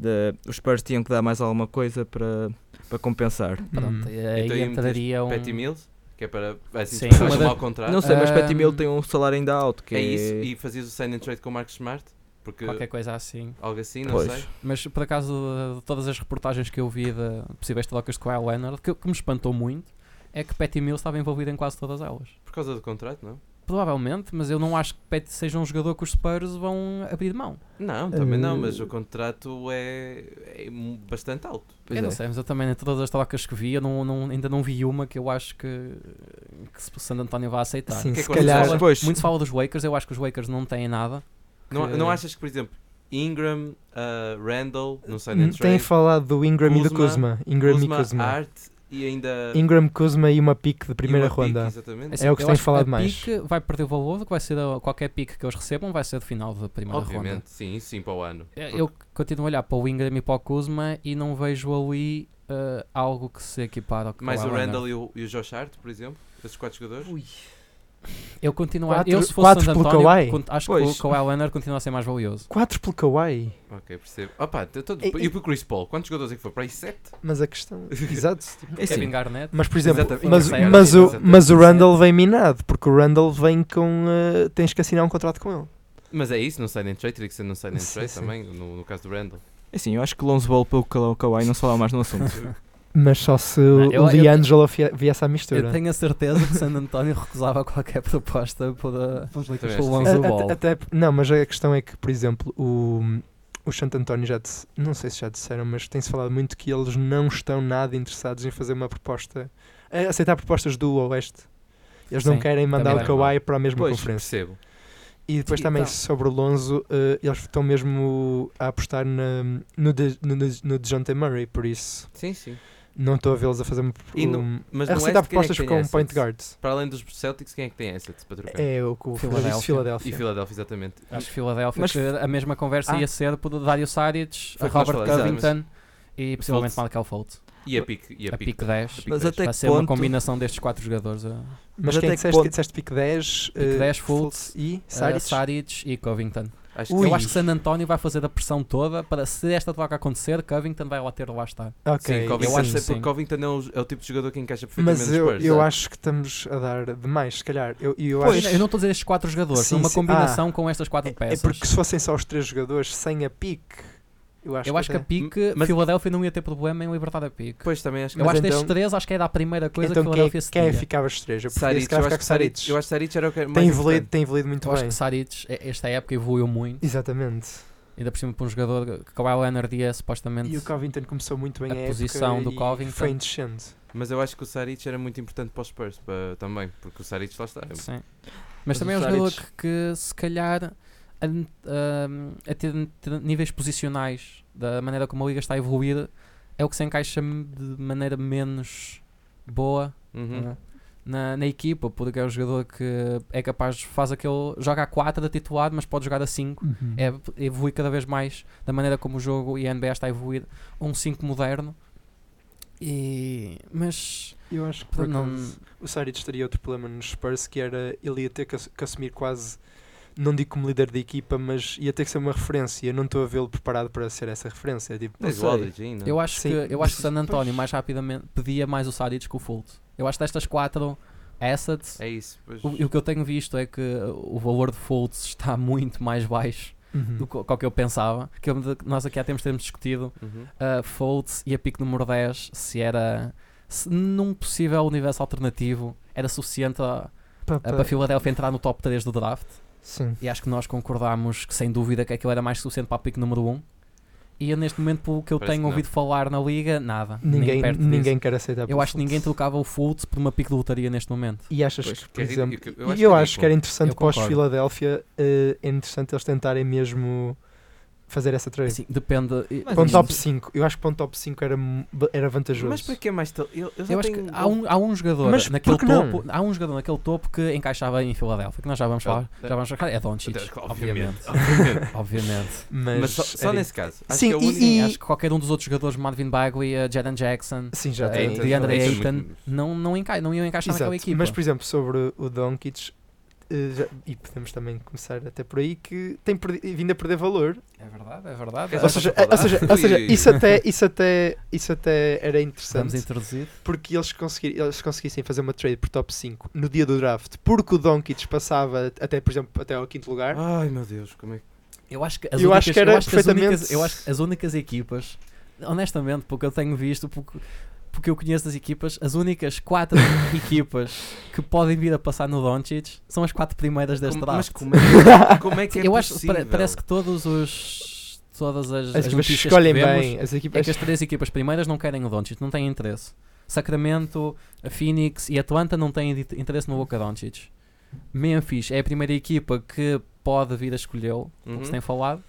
de- os Spurs tinham que dar mais alguma coisa para, para compensar.
Hum.
Pronto, aí
Então, e meteste
entraria um...
Patty Mills, que é para assim,
Sim.
sim, faz
Uma
mal
das-
ao contrato.
Não sei, mas Patty
Ahm,
Mill tem um salário ainda alto. Que
é isso. E fazias o sign and trade com o Marcos Smart, porque
Qualquer coisa assim.
algo assim, não
Pois.
sei.
Mas por acaso, de- de todas as reportagens que eu vi de possíveis trocas de Kyle Leonard, que, que me espantou muito, é que Patty Mills estava envolvido em quase todas elas.
Por causa do contrato, não?
Provavelmente, mas eu não acho que Patty seja um jogador que os Spurs vão abrir mão.
Não, também não,
Eh,
mas o contrato é, é mu- bastante alto.
Pois
eu não
é.
sei, mas eu também, em todas as trocas que vi, eu não, não- ainda não vi uma que eu acho que, que se o San António vai aceitar.
Sim,
que é
se
que
calhar.
vocês
Pois,
Muito se fala dos Wakers, eu acho que os Wakers não têm nada.
Não,
que-
não achas que, por exemplo, Ingram, ah, Randall, não sei,
Hum,
nem
Tem falado do Ingram e do
Kuzma,
Kuzma. Ingram e Kuzma.
Art e ainda.
Ingram, Kuzma e uma pique de
e
primeira
uma pick,
ronda.
exatamente.
Assim,
É o que
eu
se tem
acho
falado
a
mais.
pique vai perder o valor, que vai ser a- qualquer pique que eles recebam vai ser de final da primeira
Obviamente,
ronda.
sim, sim, para o ano.
É, Eu- Eu continuo a olhar para o Ingram e para o Kuzma e não vejo ali eh, algo que se equipara ao que
Mais o
Kawhi Leonard.
Randall e o, e o Josh Hart, por exemplo, esses quatro jogadores.
Eu continuo a...
Quatro-
Eu, se fosse
quatro
San
pelo
António,
Kawhi?
cont- acho
Pois.
que o Kawhi Leonard continua a ser mais valioso.
4 pelo Kawhi.
Ok, percebo. Opa, t- todo-
E-
e o Chris Paul? Quantos jogadores é que foi? Para aí sete?
Mas a questão. Exato.
é assim,
Kevin Garnett...
Mas, por exemplo,
Exatamente.
mas,
Exatamente.
mas, o,
Exatamente.
mas o Randall vem minado, porque o Randall vem com. eh, tens que assinar um contrato com ele.
Mas é isso, não sign and trade, teria que ser não sign and
Sim,
trade
sim.
também, no, no caso do Randall.
é assim, eu acho que Lonzo Ball pelo Kala- Kawhi não se fala mais no assunto.
Mas só se
Não, eu-
o
eu-
D'Angelo fia- viesse à mistura.
Eu tenho a certeza que San António recusava qualquer proposta por, uh,
Lakers.
pelo
A-
Lonzo Ball.
até, até- não, mas a questão é que, por exemplo, o, o Santo António já disse, não sei se já disseram, mas tem-se falado muito que eles não estão nada interessados em fazer uma proposta, a aceitar propostas do Oeste. Eles não
Sim,
querem mandar o
também.
Kawhi para a mesma
Pois,
conferência.
Percebo.
E depois
sim,
também
então.
sobre o Lonzo, eh, eles estão mesmo a apostar na, no, de, no, no, no DeJounte Murray, por isso
Sim, sim.
Não estou a vê-los a fazer um,
E no-
um-
Mas
a
no
aceitar
West, quem é que
propostas
tem
para um
assets?
point guard.
Para além dos Celtics, quem é que tem assets para trocar?
É o que o
Philadelphia.
Philadelphia. Philadelphia.
E Philadelphia, exatamente.
Acho que Filadélfia,
Mas-
que a mesma conversa
Ah.
ia ser por Dario Saric,
Foi o que nós
Robert
falamos,
Covington e possivelmente
Fultz.
Michael Fultz.
E a pick, e
A
a pick,
pick 10.
pick
Mas
dez.
até
Vai
que
ser uma
ponto...
combinação destes quatro jogadores. eh,
Mas,
Mas até
quem é que
que
disseste,
ponto-
disseste pick 10?
Pick
eh,
10, Fultz,
e
eh,
Saric?
Saric e Covington.
Acho
Ui.
Eu acho que San António vai fazer a pressão toda para se esta troca acontecer, Covington vai lá ter de lá estar.
Ok,
Sim, Covington,
eu acho que
sim, porque
sim.
Covington é o, é o tipo de jogador que encaixa perfeitamente
Mas
nos
eu,
Spurs.
eu acho que estamos a dar demais, se calhar. Eu, e eu
é. Pois,
acho...
eu não estou a dizer estes quatro jogadores,
Sim,
uma
sim.
combinação com estas quatro
é, é
peças.
porque se fossem só os três jogadores sem a pique, eu acho é.
eu acho que a
até-
pique,
Mas-
Filadélfia não ia ter problema em libertar a pique.
Pois também acho que
Eu
Mas
acho que destes
então-
três, acho que era a primeira coisa
então
que
quem, é-
Filadélfia se
quem é
tinha.
que ficava os três? Eu preferia se
Saric, eu
calhar
acho
ficar
que
com
Saric,
Saric.
eu acho que Saric era o que era mais
Tem evoluído,
importante.
tem evoluído muito
Eu acho
bem.
que Saric, eh, esta época, evoluiu muito.
Exatamente.
Ainda por cima para um jogador que Kawhi Leonard ia supostamente...
E o Covington começou muito bem
a
época
posição do
e
Covington.
Foi em descendo.
Mas eu acho que o Saric era muito importante para os Spurs pa- também, porque o Saric lá está.
Sim.
Mas
Mas também é um
o
jogador
Saric-
que, que, se calhar an- ahm, a, ter, ter níveis posicionais da maneira como a liga está a evoluir é o que se encaixa m- de maneira menos boa
Uhum.
Ah,
né, na, na equipa, porque é um jogador que é capaz, de faz aquele, joga a 4 da titular, mas pode jogar a 5
Uhum.
é, evolui cada vez mais da maneira como o jogo e a NBA está a evoluir a um 5 moderno e mas
Eu acho que por
não,
acaso, o Saric teria outro problema nos Spurs, que era ele ia ter que, ass- que assumir quase, não digo como líder de equipa, mas ia ter que ser uma referência. Eu não estou a vê-lo preparado para ser essa referência. É Tipo, não
Tens o
sei.
Aldridge ainda.
Eu acho,
Sim,
que, eu acho que San
pois.
António mais rapidamente pedia mais o Saric que o Fultz. Eu acho que destas quatro assets,
É isso. pois.
o, o que eu tenho visto é que o valor de Fultz está muito mais baixo
Uhum.
do que, qual que eu pensava. Que eu- nós aqui há tempos temos discutido
Uhum.
a Fultz e a pick número 10 se era, se num possível universo alternativo, era suficiente a,
Pa-
a,
pa-
para a Philadelphia entrar no top 3 do draft.
Sim.
E acho que nós concordámos que sem dúvida que aquilo era mais que suficiente para a pick número 1. E eu, neste momento, pelo que eu
Parece que
tenho
não.
ouvido falar na liga, nada. nem
Ninguém,
perto disso.
ninguém quer aceitar.
Eu
pelo
acho que ninguém
Fultz.
trocava o Fultz por uma pique de lotaria neste momento.
E achas
Pois,
que,
que
por
é ri-
exemplo,
eu- eu
eu
acho
acho,
que é
que era
ridículo.
interessante
Eu
para os
concordo.
Filadélfia, eh, é interessante eles tentarem mesmo fazer essa trade.
Assim, depende. e-
Mas
Para um
isso-
top 5, eu acho que para um top 5 era, mu- era vantajoso.
Mas para que é mais... tal- Eu, eu já
Eu acho que
tenho-
há um, há um jogador
Mas
naquele
por que não?
topo, há um jogador naquele topo que encaixava em Filadélfia, que nós já vamos falar,
É.
já vamos falar, é Doncic,
Até- claro,
obviamente,
obviamente.
obviamente.
Mas,
Mas só, só
era-
nesse caso. Acho
Sim,
que é o
e-
único-
Sim, acho que qualquer um dos outros jogadores, Marvin Bagley, eh, Jaden Jackson,
Sim, já
eh,
tem-
tem.
Ayton,
DeAndre
Ayton,
Ayton,
muito-
não, não, enca não iam encaixar
Exato.
naquela equipa.
Mas, por exemplo, sobre o Doncic, eh, já- e podemos também começar até por aí, que tem perdi- vindo a perder valor.
É verdade, é verdade.
Ou
Ou seja, ou seja, ou seja, isso, até, isso, até, isso até era
Estamos
interessante,
introduzido.
porque eles, conseguir, eles conseguissem fazer uma trade por top 5 no dia do draft, porque o Doncic passava até, por exemplo, até ao quinto lugar.
Ai meu Deus, como é que...
Eu acho que as
Eu
únicas,
acho que era
eu acho que as
perfeitamente-
únicas- eu acho que as únicas equipas, honestamente, porque eu tenho visto, porque, porque eu conheço das equipas, as únicas quatro equipas que podem vir a passar no Doncic são as quatro primeiras deste
como- mas
draft.
como é que, como é, que é
eu acho
possível?
pare- parece que todos os todas as,
As equipas
notícias
escolhem
que vemos
bem, as
é
equipas
que as três equipas primeiras não querem o Doncic, não têm interesse. Sacramento, a Phoenix e Atlanta não têm de- interesse no Luka Doncic. Memphis é a primeira equipa que pode vir a escolhê-lo como se
Uhum.
tem falado,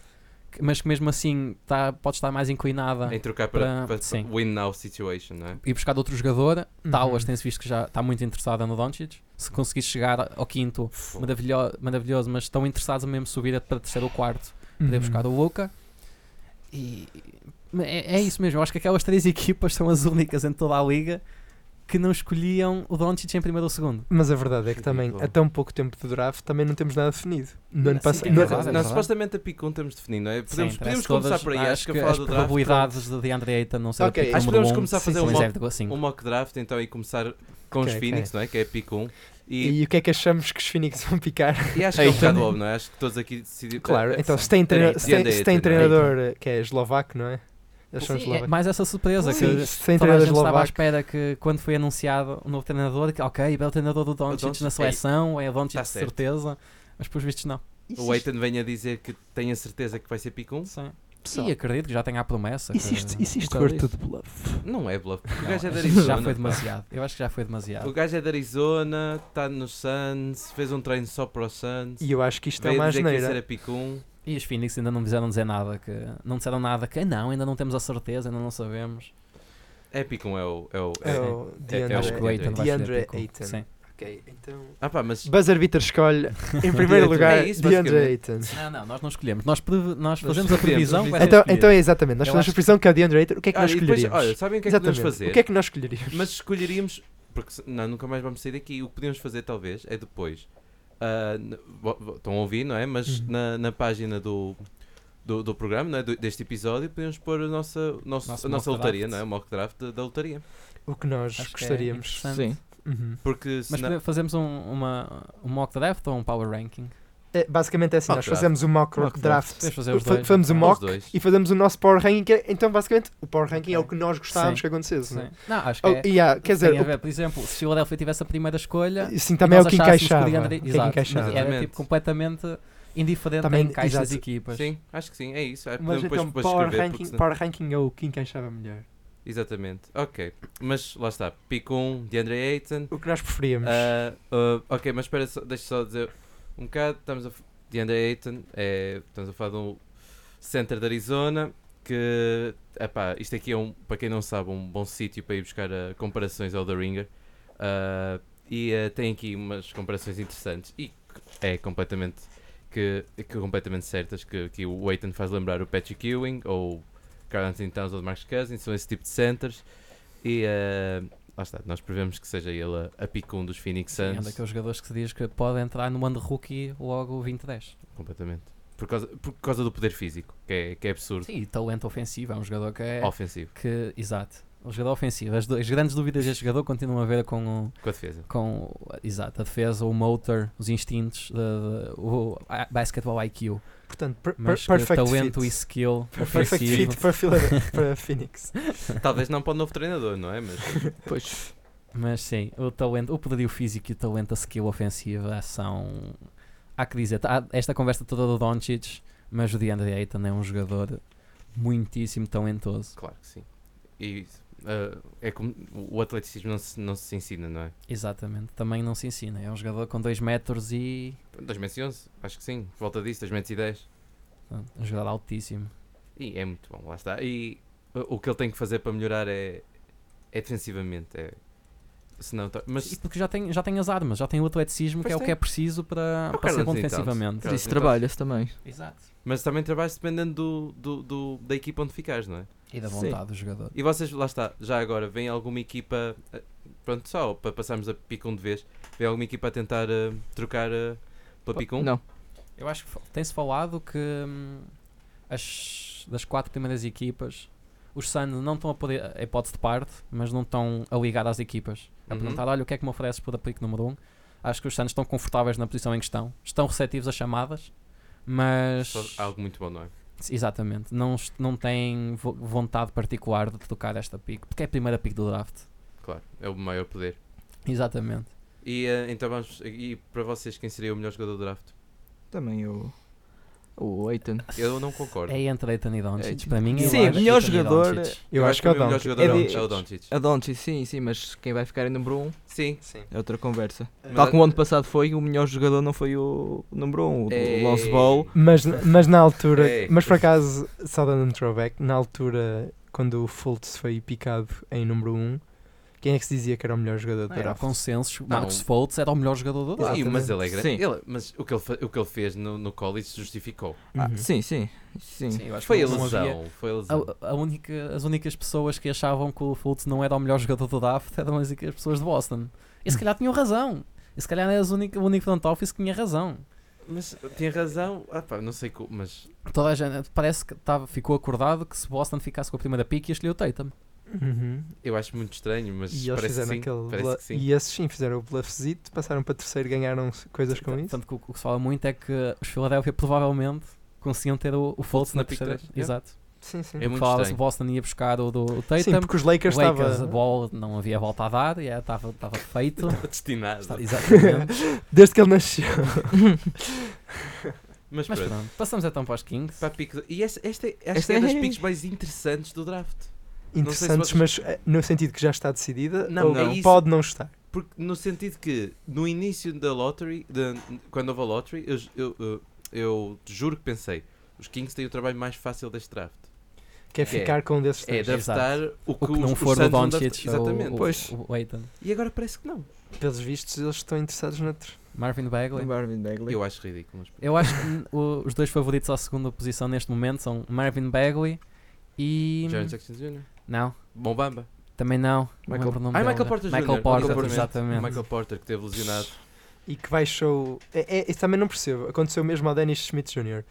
que- mas que mesmo assim tá, pode estar mais inclinada
Em trocar para,
Para-
para
sim.
win now situation, não é?
e buscar outro jogador.
Uhum.
Dallas tem-se visto que já está muito interessada no Doncic. Se conseguir chegar ao quinto, maravilho- maravilhoso, mas estão interessados a mesmo subir para terceiro ou quarto, poder
Uhum.
buscar o Luca. E mas é, é isso mesmo. Eu acho que aquelas três equipas são as únicas em toda a liga que não escolhiam o Doncic em primeiro ou segundo.
Mas a verdade é que também,
Ridículo.
a tão pouco tempo do draft, também não temos nada definido. No ano
Sim,
passado.
é
no-
verdade, é
Nós
verdade.
supostamente a pick 1 temos definido, não é? Podemos, podemos
Sim, parece
começar
todas-
por aí, acho que a
que
falar
as
do draft.
probabilidades de DeAndre Ayton não ser
Ok,
a pick
Acho que
número
podemos
um,
começar a
sim,
fazer
sim.
um
mas
mock,
0,5.
um mock draft então e começar com os
Ok,
Phoenix, não é? Que é a pick 1. E,
E o que é que achamos que os Phoenix vão picar?
e acho que é um
Aí
bocado
também.
óbvio, não é? Acho que todos aqui decidiram.
Claro, então se
sim.
tem, treina-
Direito.
se tem, se tem
Direito,
treinador eh, que é eslovaco, não é? Eles são
Sim, é
eslovacos.
mais essa surpresa que
Sim, se tem
Toda a
treinador
gente estava à
eslovaco.
espera que quando foi anunciado o novo treinador, que ok, belo treinador do Doncic
Doncic,
na
é-
seleção, é Doncic
tá
de
certo.
certeza, mas pelos vistos não.
O Aiton vem a dizer que tem a certeza que vai ser pick 1.
Sim.
Pessoal,
E acredito que já tenha a promessa.
E se isto,
que-
e se isto
que
for
ele
tudo bluff?
Não é bluff. O
Não,
gajo é de
acho que
Arizona.
já foi
pá.
demasiado. Eu acho que já foi
O
demasiado.
gajo é de Arizona, está nos Suns, fez um treino só para os Suns.
E eu acho que isto é
Veio
uma
dizer que ia ser
asneira.
a pick 1.
E os Phoenix ainda não quiseram dizer nada, que não disseram nada que "Ah, não, ainda não temos a certeza, ainda não sabemos.
É Picon é o. É o, é-
É o
é- é
DeAndre
Acho que o Aiton vai
DeAndre
ser Pickle.
Ayton.
Sim.
Ok, então.
Ah, pá, mas.
Buzzer Beater escolhe, em primeiro
Ayton.
lugar,
É isso,
DeAndre
basicamente.
Ayton.
Não, não, nós não escolhemos. Nós, pre- nós fazemos a
escolhemos,
previsão. que vai ser
Então,
escolhida.
então é exatamente, nós
Eu
fazemos
acho
a previsão que é o DeAndre Ayton. O que é que
Ah,
nós
e depois,
escolheríamos?
olha, sabem o que é que podemos
exatamente.
fazer?
O que é que nós escolheríamos?
Mas escolheríamos. Porque se- não, nunca mais vamos sair daqui. O que podíamos fazer, talvez, é depois. ah, n- vo- vo- estão a ouvir, não é? Mas
Uhum.
na, na página do, do, do programa, não é? Do- deste episódio, podíamos pôr a nossa, o nosso,
Nosso
a nossa
mock
lotaria,
draft.
não é? O mock draft da, da lotaria.
O que nós
Acho que é
gostaríamos.
interessante.
Sim.
Uhum.
Porque
Mas
se não.
pode- fazemos um, uma, um mock draft ou um power ranking?
É, basicamente é assim,
Mock
nós
draft.
fazemos o mock,
Mock draft.
draft,
Podemos fazer os
fa-
dois.
fazemos o
os
mock
dois.
e fazemos o nosso power ranking. que é- Então, basicamente, o power ranking é o
Ok.
que nós gostávamos
Sim.
que acontecesse.
Sim.
Né?
Não, acho que
Oh,
é.
e há- quer dizer,
tem a ver, por exemplo, se o Adelphi tivesse a primeira escolha,
o- sim, também é o
nós
que
achássemos
encaixava.
o Leandro-
É o que
Exato,
encaixava.
mas Era
Exatamente.
tipo completamente indiferente
Também-
ao encaixe das
exato.
equipas.
Sim, acho que sim, é isso. É,
Mas
podemos depois,
então,
depois
power,
escrever, porque
ranking,
senão-
power ranking é o que encaixava melhor.
Exatamente. Ok. Mas lá está. Pico 1, DeAndre Ayton.
O que nós preferíamos.
Ah, ah, ok, mas espera, só, deixa só dizer um bocado. Estamos a, f- DeAndre Ayton, é, estamos a falar de um center de Arizona. Que, epá, isto aqui é, um, para quem não sabe, um bom sítio para ir buscar ah, comparações ao The Ringer. Ah, e ah, tem aqui umas comparações interessantes e c- é completamente, que, que completamente certas. Que, que o Ayton faz lembrar o Patrick Ewing ou Carl Anthony Towns ou Marcus Cousins, são esse tipo de centers. E ah, lá está, nós prevemos que seja ele a, a pico um dos Phoenix
Sim, é um
Suns.
daqueles jogadores que se diz que pode entrar no ano rookie logo 2010.
Completamente. Por causa, por causa do poder físico, que é, que é absurdo.
Sim, e talento ofensivo, é um jogador que é.
Ofensivo,
Que, exato. Um jogador ofensivo. As, do- as grandes dúvidas deste jogador continuam a ver com, o,
com a defesa.
com o- exato, a defesa, o motor, os instintos, de- de- o a- basketball IQ.
Portanto, per- per-
Mas que
perfect
talento
fit.
e skill
Perfect
ofensivo.
fit para, Fila- para Phoenix.
Talvez não para o novo treinador, não é? Mas
Pois.
Mas sim, o talento, o poderio físico e o talento, a skill ofensiva são. Há que dizer, tá, há esta conversa toda do Doncic, mas o DeAndre Ayton é um jogador muitíssimo talentoso.
claro que sim. E ah, é como o atleticismo não se, não se ensina, não é?
Exatamente, também não se ensina. É um jogador com 2 metros e.
2011, acho que sim. Volta disso, 2010.
pronto, Um jogador altíssimo.
E é muito bom, lá está. E ah, o que ele tem que fazer para melhorar é, é defensivamente. É, senão, to-
E
mas
porque já tem, já tem as armas, já tem o atleticismo, que
Pois
é o
tem.
que é preciso para,
o então.
para ser
Carl
bom
Anthony Towns.
defensivamente.
Carl-
Isso trabalha-se também.
Exato.
Mas também trabalhas dependendo do, do- do- da equipa onde ficares, não é?
E da
Sim.
vontade do jogador.
E vocês, lá está, já agora, vem alguma equipa, eh, pronto, só para passarmos a pico um de vez, vem alguma equipa a tentar eh, trocar eh, para pico um?
Não.
Eu acho que fa- tem-se falado que hum, as, das quatro primeiras equipas, os Suns não estão a poder, a hipótese de parte, mas não estão a ligar às equipas. A
Uhum.
perguntar, olha, o que é que me ofereces por aplique número 1? Um? Acho que os Suns estão confortáveis na posição em que estão, estão receptivos a chamadas, mas.
Só algo muito bom, não é?
Exatamente, não, est- não têm vo- vontade particular de tocar esta pick, porque é a primeira pick do draft.
Claro, é o maior poder.
Exatamente.
E eh, então vamos, e para vocês, quem seria o melhor jogador do draft?
Também o. O Aiton.
Eu não concordo.
É entre Eitan e Doncic,
É,
para mim
sim,
eu
melhor
acho Eitan e
jogador-
Doncic.
Eu, acho que é o
o melhor
Dom.
jogador
É
é,
de-
o Doncic.
A Doncic, sim, sim, mas quem vai ficar em número 1 um
Sim. um
é outra conversa.
mas-
Tal como o ano passado foi, o melhor jogador não foi o número 1, um, o
Ei.
Lonzo Ball.
Mas, mas na altura,
Ei.
mas por acaso, só dando um throwback, na altura, quando o Fultz foi picado em número 1, quem é que se dizia que era o melhor jogador do
Não, Ah, era o
draft?
consenso. Marcus Fultz era o melhor jogador do draft.
Sim, mas ele é grande.
Sim.
Ele- mas o que ele, fa- o que ele fez no, no college justificou.
Ah,
Uhum.
sim, sim, sim.
Sim, eu acho
Foi
que
a
não- não havia-
lesão. Ah, Foi a lesão.
a- a única- as únicas pessoas que achavam que o Fultz não era o melhor jogador do draft eram as únicas pessoas de Boston. E se calhar tinham razão. E se calhar era as única- o único front office que tinha razão.
Mas tinha razão. Ah, pá, não sei como, mas
Toda a gente parece que tava, ficou acordado que se Boston ficasse com a primeira pick ia escolher o Tatum.
Uhum.
Eu acho muito estranho, mas
E eles
parece, que
fizeram
sim,
aquele.
parece
blu-
que sim.
E esses sim fizeram o bluffzito, passaram para terceiro, ganharam s- coisas com isso.
Tanto que o, o que se fala muito é que os Philadelphia provavelmente conseguiam ter o, o Fultz na
na pick
terceira.
três, yeah.
Exato.
Sim, sim.
É muito
Falava-se que
estranho.
Boston ia buscar o do o
Sim,
Tatum.
porque os Lakers
Lakers, a
estava.
bola não havia volta a dar, estava estava feito.
Destinado.
Está- Exatamente.
Desde que ele nasceu.
Mas,
Mas
pronto.
pronto, passamos então para os Kings.
Para a pick- E esta, esta, é- acho
Esta
que é,
é-
das picks mais interessantes do draft. Não sei se
Interessantes, mas eh, no sentido que já está decidida,
Não,
ou
não.
pode não estar.
Porque no sentido que no início da lottery, da- quando houve a lottery, eu, eu, eu- eu juro que pensei, os Kings têm o trabalho mais fácil deste draft.
Que é
Que é-
ficar com um desses
É
dois.
draftar o que,
O que não
os,
for
os
o
Suns vão
Doncic
draftar. Exatamente.
ou
Pois.
o, o Aiton.
E agora parece que não.
Pelos vistos, eles estão interessados na tr-
Marvin
No
Bagley.
Marvin Bagley.
Eu acho ridículo. Mas...
Eu acho que hum, o- os dois favoritos à segunda posição neste momento são Marvin Bagley e.
Jaron Jackson Jr.
Não,
Bom Bamba.
também não. não
Michael-
lembro o nome
Ah,
dele.
Michael Porter Jr.
Michael Porter,
Exatamente.
exatamente.
Michael Porter que teve lesionado.
e que baixou. É, é, isso também não percebo. Aconteceu mesmo ao Dennis Smith Jr.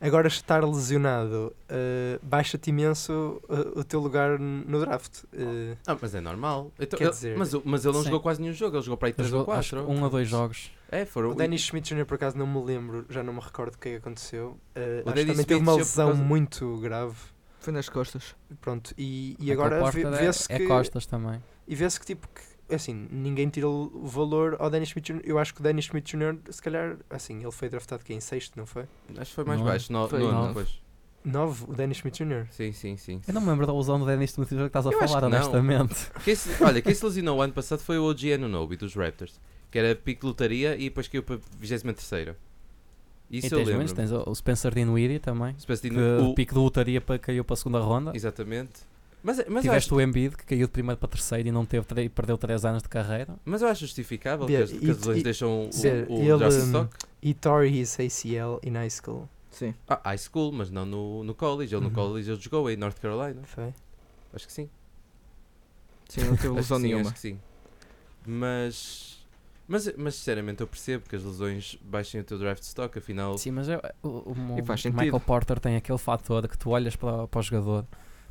Agora estar lesionado eh, baixa-te imenso eh, o teu lugar n- no draft. Eh,
Ah, mas é normal. Então,
Quer
ele-
dizer-
mas, o- mas ele não
Sim.
jogou quase nenhum jogo, ele jogou para aí 3 ou
Jogou, acho
4.
que um ou dois jogos.
É, foram
o Dennis Smith Jr. por acaso não me lembro, já não me recordo o que é que aconteceu. Eh,
O
acho que
Dennis
também
Smith
teve uma
Jr. por
lesão
causa-
muito grave.
Foi nas costas.
Pronto, e, e
Michael
agora vê-
Porter é-
vê-se
é,
que.
Costas também.
E vê-se que tipo que, assim, ninguém tira o valor ao Dennis Smith Jr. Eu acho que o Dennis Smith Jr., se calhar, assim, ele foi draftado aqui em sexto, não foi?
Acho que foi mais
Não. é?
baixo. No,
Foi
no,
nove.
pois.
9, o Dennis Smith Jr.
Sim, sim, sim.
Eu não é? me lembro da lesão do Dennis Smith Jr. que estás a
Eu acho
falar,
que não.
honestamente.
Quem se- olha, quem se lesionou o ano passado foi o OG Anunobi dos Raptors, que era pico de lotaria e depois caiu para 23. Isso
e
eu
tens muitos,
lembro.
tens o o Spencer Dinwiddie também.
Espécie de-
Que o pico do lutaria para, caiu para a segunda ronda.
Exatamente. Mas, mas, eu
Tiveste
acho,
o Embiid que caiu de primeiro para terceiro e não teve tre- perdeu 3 anos de carreira.
mas eu acho justificável
Bia,
que as, que as
e-
lesões
e-
deixam o,
Bia,
o
ele,
draft
hum,
stock.
E tore his ACL in high school.
Sim.
Ah, high school, mas não no, no college. Ele no
Uhum.
college ele jogou em North Carolina.
Foi?
Acho que sim.
Sim, não teve
Acho
lesão
que sim,
nenhuma.
acho que sim. Mas, mas, mas sinceramente eu percebo que as lesões baixem o teu draft stock, afinal.
Sim, mas eu- o, o-
E
o
faz sentido.
Michael Porter tem aquele fator que tu olhas para, para o jogador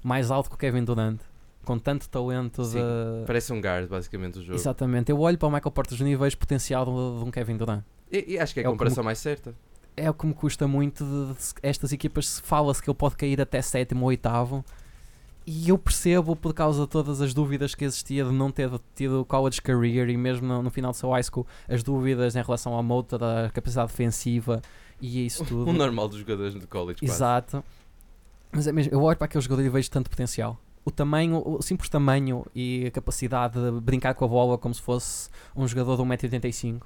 mais alto que o Kevin Durant, com tanto talento
Sim,
de.
Parece um guard, basicamente, o jogo.
Exatamente, eu olho para o Michael Porter Jr. e vejo potencial de, de um Kevin Durant.
E, e acho que é
É
a
o
comparação mais certa.
É o que me custa muito de, de se- estas equipas. se Fala-se que ele pode cair até sétimo ou oitavo. E eu percebo por causa de todas as dúvidas que existia de não ter tido college career e mesmo no, no final do seu high school, as dúvidas em relação à motor, da capacidade defensiva e isso tudo.
O normal dos jogadores de college, Um quase.
Uhum. Exato. Mas é mesmo, eu olho para aquele jogador e vejo tanto potencial. O tamanho, o simples tamanho e a capacidade de brincar com a bola como se fosse um jogador de 1,85m.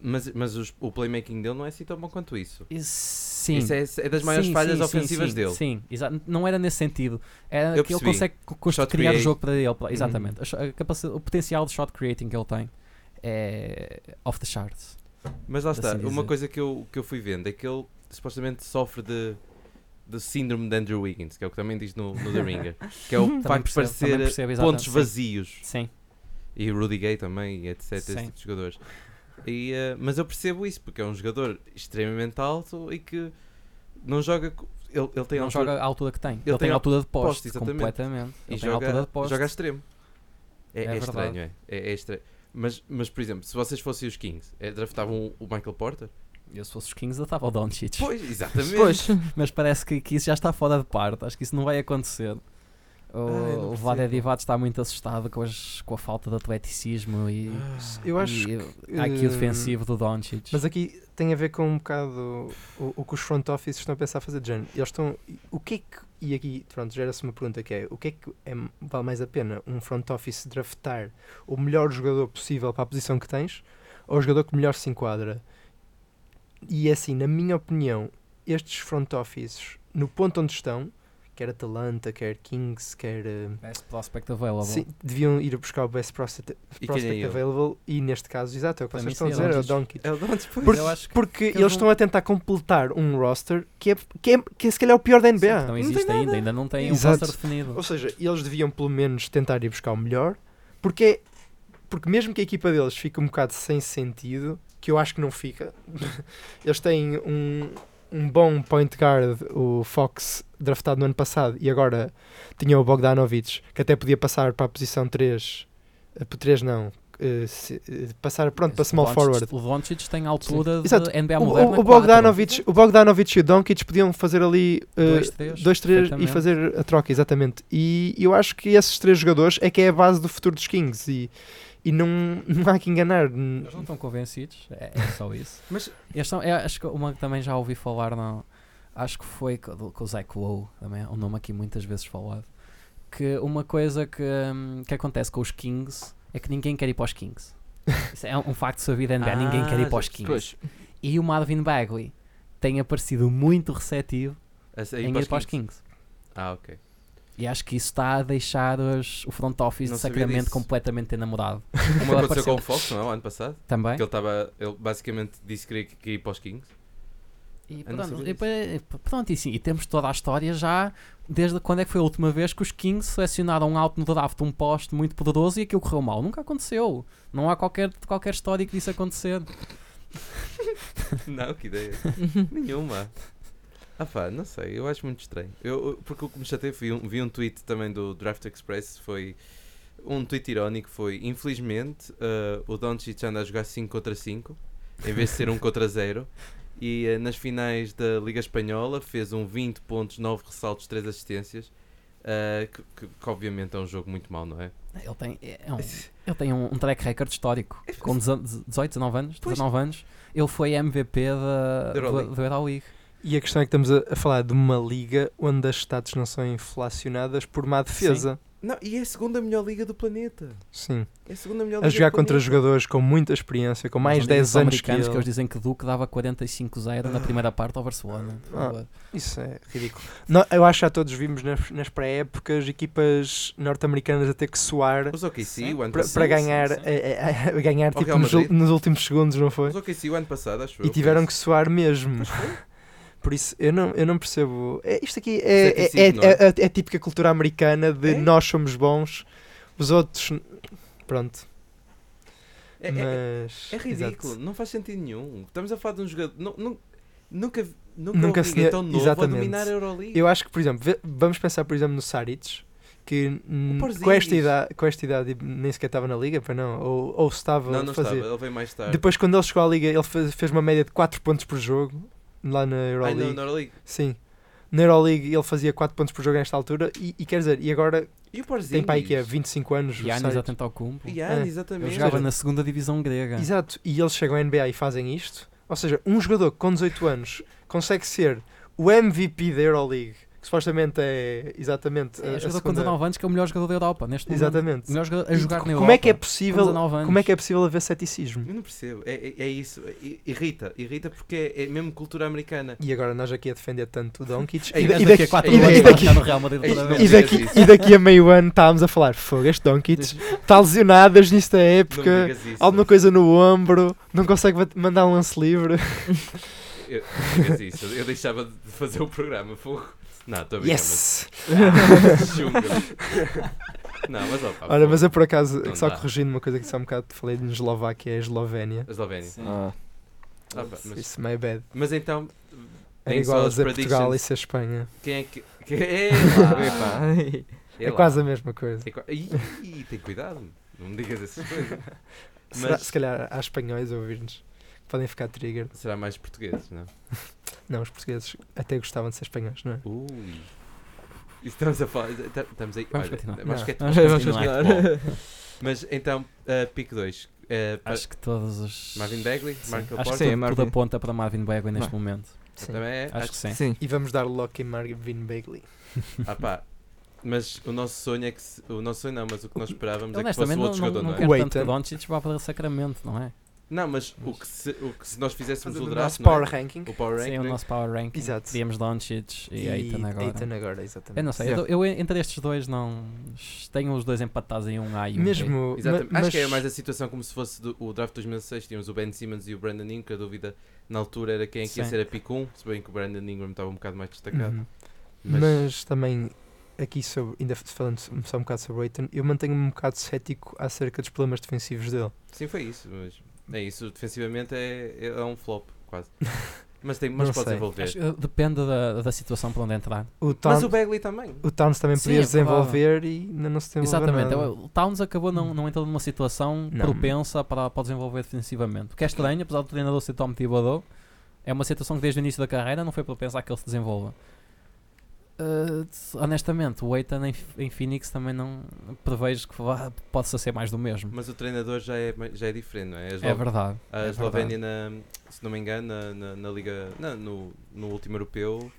Mas, mas os- o playmaking dele não é assim tão bom quanto isso.
Sim.
Isso é, é das maiores
Sim,
falhas
sim, sim,
ofensivas
sim,
dele.
Sim, exato. Não era nesse sentido. Era
Eu
que ele
percebi.
consegue co- constru-
Shot
criar o
create. Uhum.
jogo para ele. Exatamente. A cho- a capaci- o potencial de shot creating que ele tem é off the charts.
Mas lá está,
assim
uma
dizer.
coisa que eu, que eu fui vendo é que ele supostamente sofre de, de síndrome de Andrew Wiggins, que é o que também diz no, no The Ringer, que é o facto de
percebo,
parecer
também percebo,
pontos
exatamente, sim.
vazios.
Sim.
E Rudy Gay também, e etc. Esse
Sim.
tipo de jogadores. E, eh, mas eu percebo isso, porque é um jogador extremamente alto e que não joga. co- Ele, ele tem
não
altura-
joga à altura que tem. Ele,
tem
tem
a-
altura de poste,
poste, exatamente.
completamente.
e
ele tem altura
joga,
de poste.
joga a extremo. É,
É
é
verdade.
estranho, é. É, é estranho. Mas, mas, por exemplo, se vocês fossem os Kings, eh, draftavam o Michael Porter?
Eu se fosse os Kings, eu estava ao Doncic.
Pois, exatamente.
Pois.
Mas parece que, que isso já está fora de parte. Acho que isso não vai acontecer.
Ai, não
O, o
percebo.
Vader Divac está muito assustado com, as- com a falta de atleticismo e,
Eu acho
e
que,
aqui
eh,
o
hum,
defensivo do Doncic.
Mas aqui tem a ver com um bocado o, o que os front offices estão a pensar fazer, Jane. Eles estão. O que é que. E aqui, pronto, gera-se uma pergunta que é: o que é que é- vale mais a pena um front office draftar o melhor jogador possível para a posição que tens ou o jogador que melhor se enquadra? E assim, na minha opinião, estes front offices, no ponto onde estão, quer Atalanta, quer Kings, quer. eh,
Best prospect available.
Sim, deviam ir buscar o best prospect,
E quem é
prospect
ele?
available e neste caso, exato, é o que
Para
vocês
mim
estão a
seria
dizer, é o
Doncic.
Donkey.
É o Doncic, pois.
Porque,
eu acho que
porque
eles
eles,
não-
estão a tentar completar um roster que é, que é, que é se calhar o pior da
Sim, que
NBA.
não existe ainda, ainda não tem um
Exato.
roster definido.
Ou seja, eles deviam pelo menos tentar ir buscar o melhor, porque, é- porque mesmo que a equipa deles fique um bocado sem sentido, que eu acho que não fica, eles têm um, um bom point guard, o Fox, draftado no ano passado, e agora tinha o Bogdanovich, que até podia passar para a posição 3, eh, por 3 não, eh, se- eh, passar pronto, para
Esse
small
Doncic-
forward.
O Doncic tem a altura de
Exato.
NBA
O-
moderna.
o, o, Bogdanovich, o Bogdanovich e o Doncic podiam fazer ali
2,
2-3 e fazer a troca, exatamente. E eu acho que esses três jogadores é que é a base do futuro dos Kings e, e não, não há que enganar.
Eles não estão convencidos, é, é só isso.
Mas-
Eles são- é, acho que uma que também já ouvi falar, não, acho que foi co- do- com o Zach Lowe, também é um nome aqui muitas vezes falado, que uma coisa que, hum, que acontece com os Kings é que ninguém quer ir para os Kings. Isso é um, um facto sabido
Ah,
Ah,
da NBA, ninguém quer ir para os Kings.
Pois.
E o Marvin Bagley tem aparecido muito receptivo
A sair
em
para os
ir para os
Kings.
Kings.
Ah, ok.
E acho que isso está a deixar os- o front office
Não
de
sabia
Sacramento
disso.
completamente enamorado.
Como
Ele
aconteceu
apareceu-
com o Fox, não é? O ano passado?
Também.
Que ele estava. Ele basicamente disse que queria que ia para os Kings.
E
Eu não
pronto,
sabia
e, pa- pronto, e sim, e temos toda a história já desde quando é que foi a última vez que os Kings selecionaram um alto no draft, um poste muito poderoso e aquilo correu mal. Nunca aconteceu. Não há qualquer, qualquer história que disso acontecer.
Não, que ideia. Nenhuma. Ah pá, não sei, eu acho muito estranho. Eu, eu- porque o que me chatei vi um, vi um tweet também do Draft Express, foi um tweet irónico, foi infelizmente eh, o Doncic anda a jogar 5 contra 5, em vez de ser 1 contra 0, e eh, nas finais da Liga Espanhola fez um 20 pontos, 9 ressaltos, 3 assistências, eh, que, que- que obviamente é um jogo muito mau, não é?
Ele tem, é um, ele tem um, um track record histórico. Com 18, 19 anos,
Pois.
19 anos, ele foi MVP da,
Da Euroleague.
do, do Euroleague.
E a questão é que estamos a, a falar de uma liga onde as status não são inflacionadas por má defesa.
Não, e é a segunda melhor liga do planeta.
Sim.
É a segunda melhor
A
liga
jogar
do planeta.
contra jogadores com muita experiência, com
Mas
mais
não digam
10
só
anos que
americanos que,
ele.
eles dizem que Duke dava 45-0 na primeira parte ao Barcelona. por
Ah.
favor.
Isso é ridículo. Não, eu acho que já todos vimos nas, nas pré-épocas equipas norte-americanas a ter que suar
Os OKC,
Sim,
o ano
para,
passado-
para
Sim, sim,
ganhar, eh,
sim.
a- a- a- a ganhar
Ao
tipo,
Real
nos,
é Madrid.
ul- nos últimos segundos, não foi?
Mas o OKC o ano passado, acho
E
eu.
tiveram que
isso.
suar mesmo. Por isso, eu não, eu não percebo. É, isto aqui é, é,
Ceticismo,
é,
não é?
é- é a típica cultura americana de
É?
nós somos bons, os outros. n- Pronto.
É, é,
mas.
é ridículo,
exato.
não faz sentido nenhum. Estamos a falar de um jogador. nu- nu- nunca nunca,
Nunca
nunca
se
se
tinha-
tão novo
exatamente.
a dominar a Euroleague.
Eu acho que, por exemplo, ve- vamos pensar, por exemplo, no Saric, que hum,
Porzingis.
com esta, idade, com esta idade nem sequer estava na liga, para não, ou, ou se estava
não,
a
não
fazer.
estava, ele veio mais tarde.
Depois, quando ele chegou à liga, ele fez, fez uma média de 4 pontos por jogo lá na
Ai,
Euroleague.
não, na Euroleague.
Sim. Na Euroleague ele fazia 4 pontos por jogo nesta altura e, e quer dizer, e agora
E o Porzingis?
tem para aí que é 25 anos. o
Giannis
Saric.
a tentar o cumpo.
Giannis,
É.
exatamente.
Eu jogava na segunda divisão grega.
Exato, e eles chegam à NBA e fazem isto. Ou seja, um jogador com 18 anos consegue ser o MVP da Euroleague, que supostamente é exatamente
É,
a, a
jogador com
segunda-
19 anos que é o melhor jogador da Europa neste momento.
Exatamente.
O melhor jogador a
E
jogar na Europa.
como é que é
com
possível
19 anos.
como é que é possível haver ceticismo?
Eu não percebo, é, é, é isso. I- Irrita, irrita porque é, é mesmo cultura americana.
E agora nós aqui a defender tanto o Doncic
Ei,
e, da-
mas
daqui
e daqui,
a 4
e
anos
daqui-
vai jogar no Real Madrid
Ei,
outra
não
vez.
e
digas
daqui-
isso.
e daqui a meio ano estávamos a falar, fogo, este Doncic está lesionado desde esta
Não
época.
me digas isso.
alguma coisa no ombro, não consegue bat- mandar um lance livre.
Eu, não me digas isso. Eu deixava de fazer o programa, fogo. Não, estou a brincar, mas chunga. Não, mas opa.
Ora, mas eu por acaso,
Não
só
dá.
corrigindo uma coisa que só um bocado falei de Eslováquia, é a Eslovénia.
A Eslovénia.
Ah,
Ah, pá, mas,
Isso, my bad.
mas então,
Era
Tem
igual
só
a
as
dizer Portugal
predictions.
e ser Espanha.
quem é que. quem é lá?
epá.
é quase a mesma coisa.
É qua- Ih, ih, tem cuidado, não me digas essas coisas.
Será-
Mas-
se calhar há espanhóis a ouvir-nos. que Podem ficar trigger.
Será mais portugueses, não?
Não, os portugueses até gostavam de ser espanhóis, não é?
Ui. Estamos a falar. ta- Estamos aí.
Vamos
olha,
continuar.
Mas,
Não.
que é-
Vamos continuar.
mas então, pico 2.
Acho que todos os.
Eh, Marvin Bagley,
Sim.
Marco
Acho que
Porta.
tudo-
Sim,
tudo,
Marvin.
aponta para Marvin Bagley neste
Mar-
momento.
Sim.
também é.
Acho que sim.
Sim.
E vamos dar Loki Marvin Bagley.
Ah, pá. Mas o nosso sonho é que. se- O nosso sonho não, mas o que nós esperávamos é que fosse
Honestamente,
o
não,
outro
não,
jogador,
não
não é?
quero
Wait,
tanto que
eh?
o Doncic vá para Sacramento, não é?
Não, mas o que se, o que se nós fizéssemos o
O
draft.
nosso
não é?
power ranking.
O Power
Sim, o
Ranking.
nosso power ranking.
Exato.
Tínhamos Doncic e Aiton agora.
Aiton agora, exatamente.
Eu não sei, eu, eu entre estes dois não. Tenho os dois empatados em um A e um B.
Mesmo.
Exatamente.
ma-
Acho que era
mas-
mais a situação como se fosse do, o draft de 2006. Tínhamos o Ben Simmons e o Brandon Ingram. que A dúvida na altura era quem é que ia
Sim.
ser a pick 1. Se bem que o Brandon Ingram estava um bocado mais destacado.
Uhum.
Mas,
Mas... também, aqui sobre, ainda falando só um bocado sobre o Aiton, eu mantenho-me um bocado cético acerca dos problemas defensivos dele.
sim, foi isso. Mas é isso. Defensivamente é, é um flop, quase. Mas, tem, mas
Não
pode
sei.
desenvolver.
Acho que eh, depende da, da situação para onde entrar.
O Towns,
Mas
o,
o Bagley também.
Towns também
Sim,
podia
é
desenvolver e ainda não se desenvolveu
Exatamente. é
nada.
O Towns acabou
Hum.
não, não entrando numa situação
Não.
propensa para, para desenvolver defensivamente. O que é estranho, apesar do treinador ser Tom Thibodeau, é uma situação que desde o início da carreira não foi propensa a que ele se desenvolva. Uh, se- honestamente, o Eitan em, em Phoenix também não prevejo que vá, possa ser mais do mesmo.
Mas o treinador já é, já é diferente, não é? A
É
Eslo-
verdade.
a
é
Eslovénia, na- se não me engano, na, na, na Liga. na- no, no último europeu.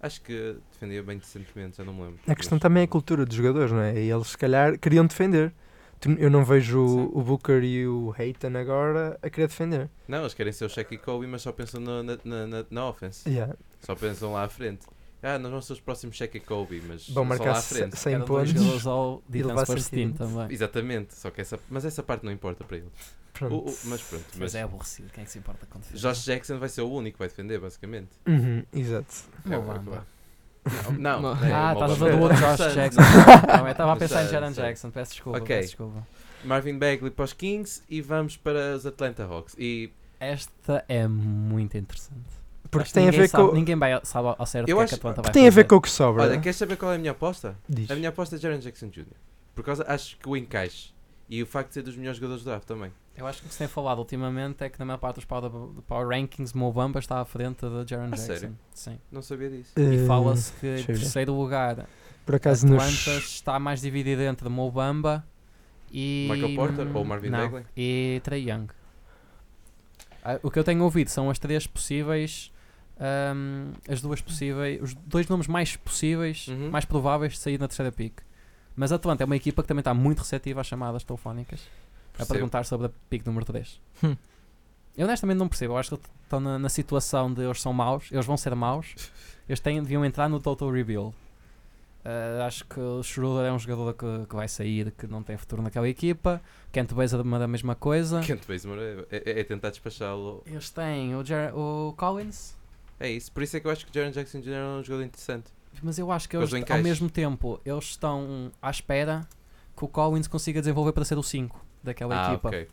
Acho que defendia bem decentemente, já não me lembro.
A questão
Mas-
também é a cultura dos jogadores, não é? E eles, se calhar, queriam defender. Tu- Eu não vejo
Sim.
o, o Booker e o Hayton agora a querer defender.
Não, eles querem ser o Shaq e Kobe, mas só pensam na, na, na, na- na offense.
Yeah.
Só pensam lá à frente. Ah, nós vamos ser os próximos Shaq e Kobe, mas só
Vão
lá
marcar
à
se-
frente.
100
Era dois
pontos.
jogadores ao
e levar
Defense First
sem
Team
sentido.
também.
Exatamente, só que essa, mas essa parte não importa para ele.
Pronto.
O- o- mas pronto, mas
Mas é aborrecido, quem é que se importa com defesa?
Josh Jackson vai ser o único que vai defender, basicamente.
Uhum, exato.
É o-
Mobamba.
Não, não. é
Ah,
o
estás a
Mobamba.
ver do outro Josh
Sei,
Jackson. Não, eu estava a
Não é, sei,
pensar em
não
Jaron
sei.
Jackson, peço desculpa,
Ok.
peço desculpa.
Marvin Bagley para os Kings e vamos para os Atlanta Hawks. E
Esta é muito interessante.
Porque
Acho que
tem a
ninguém
ver
sabe-
com.
Ninguém vai ao- sabe ao certo
Eu
o que é
acho-
que a Atlanta vai
Porque tem a ver
fazer.
com o que sobra.
olha, queres saber qual é a minha aposta?
Diz.
A minha aposta é Jaron Jackson Jr. Por causa, acho que o encaixe e o facto de ser dos melhores jogadores do draft também.
Eu acho que o que se tem falado ultimamente é que na maior parte dos power, do power rankings, Mobamba está à frente de Jaron
A
Jackson.
sério?
Sim.
Não sabia disso.
E
Eh,
fala-se que em
deixa eu ver.
terceiro lugar
Por acaso
Atlanta
nos.
está mais dividido entre Mobamba e.
Michael Porter ou Marvin
Não,
Bagley?
E Trey Young. Ah, O que eu tenho ouvido são as três possíveis. ahm, as duas possíveis. Os dois nomes mais possíveis,
Uhum.
mais prováveis de sair na terceira pick. Mas a Atlanta é uma equipa que também está muito receptiva às chamadas telefónicas a
Percebo.
perguntar sobre a pick número 3.
Hum.
Eu honestamente não percebo. Eu acho que eles estão na, na situação de eles são maus, eles vão ser maus, eles têm, deviam entrar no Total Rebuild. Ah, acho que o Schroeder é um jogador que, que vai sair, que não tem futuro naquela equipa. Kent Baser é a mesma coisa.
Kent Bazemore é, é- é tentar despachá-lo.
Eles têm o, Jer- o Collins,
É isso. Por isso é que eu acho que o Jaron Jackson Jr. é um jogador interessante.
mas eu acho que
Mas
eles,
o
ao
encaixe.
mesmo tempo, eles estão à espera que o Collins consiga desenvolver para ser o 5 daquela
ah,
É equipa.
ok.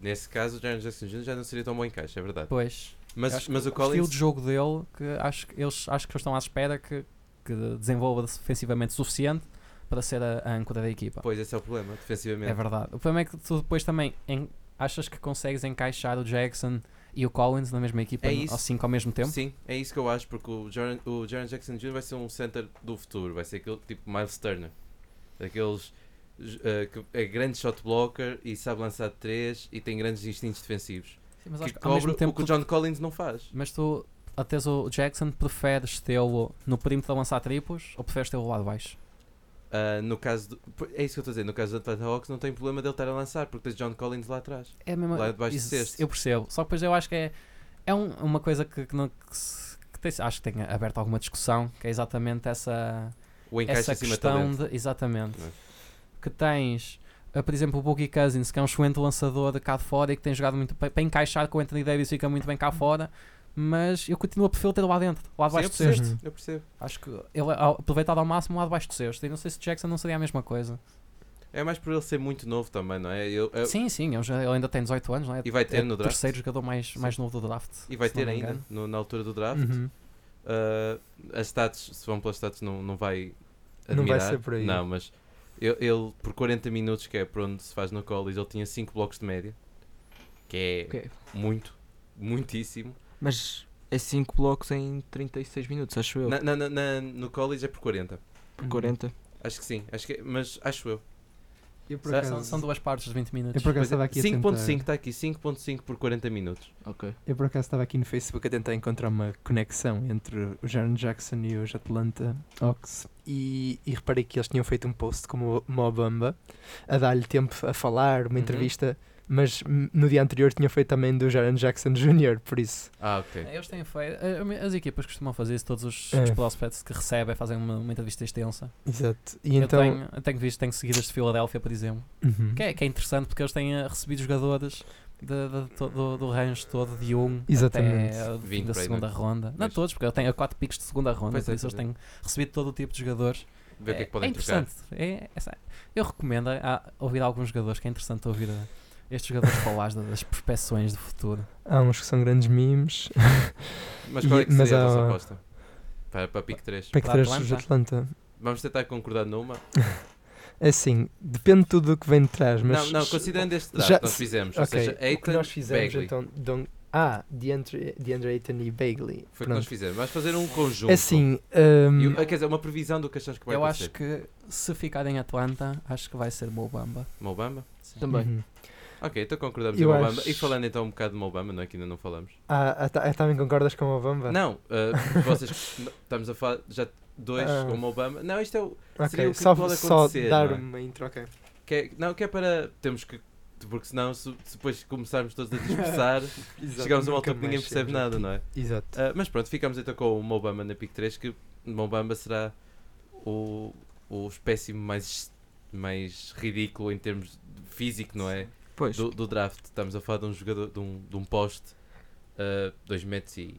Nesse caso, o Jaron Jackson Jr. já não seria tão bom encaixe, é verdade.
Pois. Eu
Mas,
acho
mas o
o estilo
Collins.
de jogo dele que acho que eles acho que eles estão à espera que, que desenvolva defensivamente o suficiente para ser a, a âncora da equipa.
Pois, esse é o problema, defensivamente.
É verdade. O problema é que tu depois também en- achas que consegues encaixar o Jackson e o Collins na mesma equipa
É
no-
isso.
ao 5 ao mesmo tempo?
Sim, é isso que eu acho, porque o Jaron, o Jaron Jackson Jr. vai ser um center do futuro, vai ser aquele tipo Miles Turner. Daqueles j- eh, que é grande shot blocker e sabe lançar de 3 e tem grandes instintos defensivos.
Sim, mas
Que
acho que ao mesmo
cobre o
tempo
que o
tu-
John Collins não faz.
mas tu até o Jackson preferes tê-lo no perímetro a lançar triplos ou preferes tê-lo lá de baixo?
Ah, no caso do- por- é isso que eu estou a dizer, no caso do Atlanta Hawks não tem problema dele estar a lançar, porque tens John Collins lá atrás.
É a mesma
Lá debaixo do
isso-
cesto.
Eu percebo. Só que depois eu acho que é, é um- uma coisa que, que não- que se- que tem- acho que tem aberto alguma discussão, que é exatamente essa,
O encaixe
essa
acima de
questão
talento.
de. Exatamente.
Não é?
Que tens, eh, por exemplo, o Boogie Cousins, que é um excelente lançador de cá de fora e que tem jogado muito bem. Para encaixar com o Anthony Davis, fica muito bem cá fora. Mas eu continuo a perfil ter lá dentro, lá
Uhum. Sim, eu
debaixo do cesto.
percebo,
cesto.
eu percebo.
Acho que ele é ao- aproveitado ao máximo lá debaixo do cesto. E não sei se Jackson não seria a mesma coisa.
É mais por ele ser muito novo também, não é? Eu- eu-
Sim, sim, ele, já- ele ainda tem 18 anos, não é?
E vai ter
é
no
o
draft.
terceiro jogador mais,
Sim.
mais novo do draft.
E vai
se não
ter
me
ainda,
engano.
no- na altura do draft.
Uhum.
Uh, as stats, se vão pelas stats, não, não vai admirar.
Não vai ser por aí.
Não, mas eu- ele, por 40 minutos, que é por onde se faz no college, ele tinha 5 blocos de média, que é
Ok.
muito, muitíssimo.
Mas é 5 blocos em 36 minutos, acho eu.
Na- na- na- na- no college é por 40.
Por 40.
Acho que sim, acho que, é- mas acho eu.
Eu por
Sa-
São,
acaso.
são duas partes de 20 minutos.
Eu por acaso
Mas é
estava aqui a tentar-
5.5 está aqui, 5.5 por 40 minutos.
Eu por acaso estava aqui no Facebook a tentar encontrar uma conexão entre o Jaron Jackson e os Atlanta Hawks e, e reparei que eles tinham feito um post como o Mobamba a dar-lhe tempo a falar, uma
Uhum.
entrevista, mas hum, no dia anterior tinham feito também do Jaron Jackson Jr., por isso.
Ah, ok.
É, Eles têm feito. eh, As equipas costumam fazer isso, todos os,
É.
os prospects que recebem fazem uma, uma entrevista extensa.
Exato. E
eu,
então.
tenho, eu tenho visto, tenho seguidas de Filadélfia, por exemplo.
Uhum.
Que é, que é interessante porque eles têm eh, recebido jogadores de- de- to- do, do range todo de 1 um
Exatamente.
até o fim
20
da
para aí,
segunda
não é?
ronda. Não
Pois.
todos, porque eu tenho 4 picos de segunda ronda,
Pois
por
é,
isso
pois
eles
é.
têm recebido todo o tipo de jogadores.
Ver o que é que podem trocar.
interessante. É- é sa- eu recomendo a- ouvir alguns jogadores, que é interessante ouvir a- estes jogadores falar da- das prospeções do futuro.
Há uns que são grandes memes.
Mas qual é que
E- mas
seria a vossa
há-
aposta? Para, para pick 3.
Para é que
Para
três
Atlanta?
os Atlanta?
Vamos tentar concordar numa.
Assim, depende de tudo o que vem de trás, mas.
não, não, considerando este draft
já-
que nós fizemos, ou
Ok,
seja,
o que nós
Ayton,
fizemos
Bagley.
então. Don... Ah, DeAndre, DeAndre Ayton e Bagley.
Foi o que
Pronto.
nós fizemos. Vamos fazer um conjunto.
É assim,
E
hum,
o- ah, quer dizer, uma previsão do que achamos é que vai
Eu acho
acontecer.
que se ficar em Atlanta, acho que vai ser Mobamba.
Mobamba?
Também.
uhum.
Ok, então concordamos
Eu
em Mobamba.
acho-
E falando então um bocado de Mobamba, não é que ainda não falamos.
Ah, ah, tá- ah, também concordas com o Obama?
Não, ah, vocês n- estamos a falar já dois
Ah.
com o Mobamba. Não, isto é o.
Ok,
seria o que
só,
pode
só
acontecer,
dar um-
não é?
uma intro, ok.
Que é, não, que é para. Temos que. Porque senão, se, se depois começarmos todos a dispersar, chegamos a uma
Nunca
altura que ninguém
mais
percebe
chega.
nada, não é?
Exato.
Ah, mas pronto, ficamos então com o Mobamba na pick 3, que Mobamba será o, o espécime mais, mais ridículo em termos de físico, não é?
Pois.
Do, do draft. Estamos a falar de um jogador, de um, de um poste, 2 metros e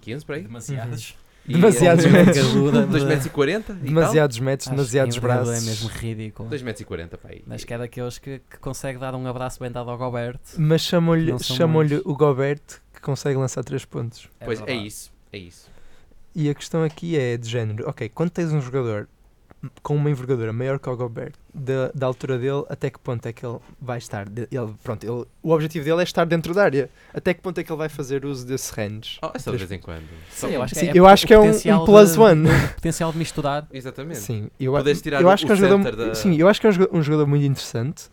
15 para aí?
Demasiados.
E-
Demasiados
e-
metros.
Ajuda-
2 metros e 40?
Demasiados metros,
Acho
demasiados
que o Ronaldo
braços.
É mesmo ridículo.
2 metros e 40 para aí.
Mas que é daqueles que, que consegue dar um abraço bem dado ao Goberto.
Mas chamam-lhe
Não são
chamam
muitos.
o Goberto que consegue lançar 3 pontos.
Pois é,
verdade.
isso. É isso.
E a questão aqui é de género. Ok, quando tens um jogador com uma envergadura maior que o Goberto, da, da altura dele, até que ponto é que ele vai estar? de- Ele, pronto, ele, o objetivo dele é estar dentro da área. Até que ponto é que ele vai fazer uso desse range?
Oh, é só de
Três-
vez em quando.
Sim, eu acho que
Sim,
é,
eu
o
acho que é um,
potencial
um plus
de-
one.
o Potencial de misturar.
Exatamente.
Sim, eu,
Podes
a-
tirar
eu
o-
acho que
o
é um jogador,
center da-
sim, eu acho que é um joga- um jogador muito interessante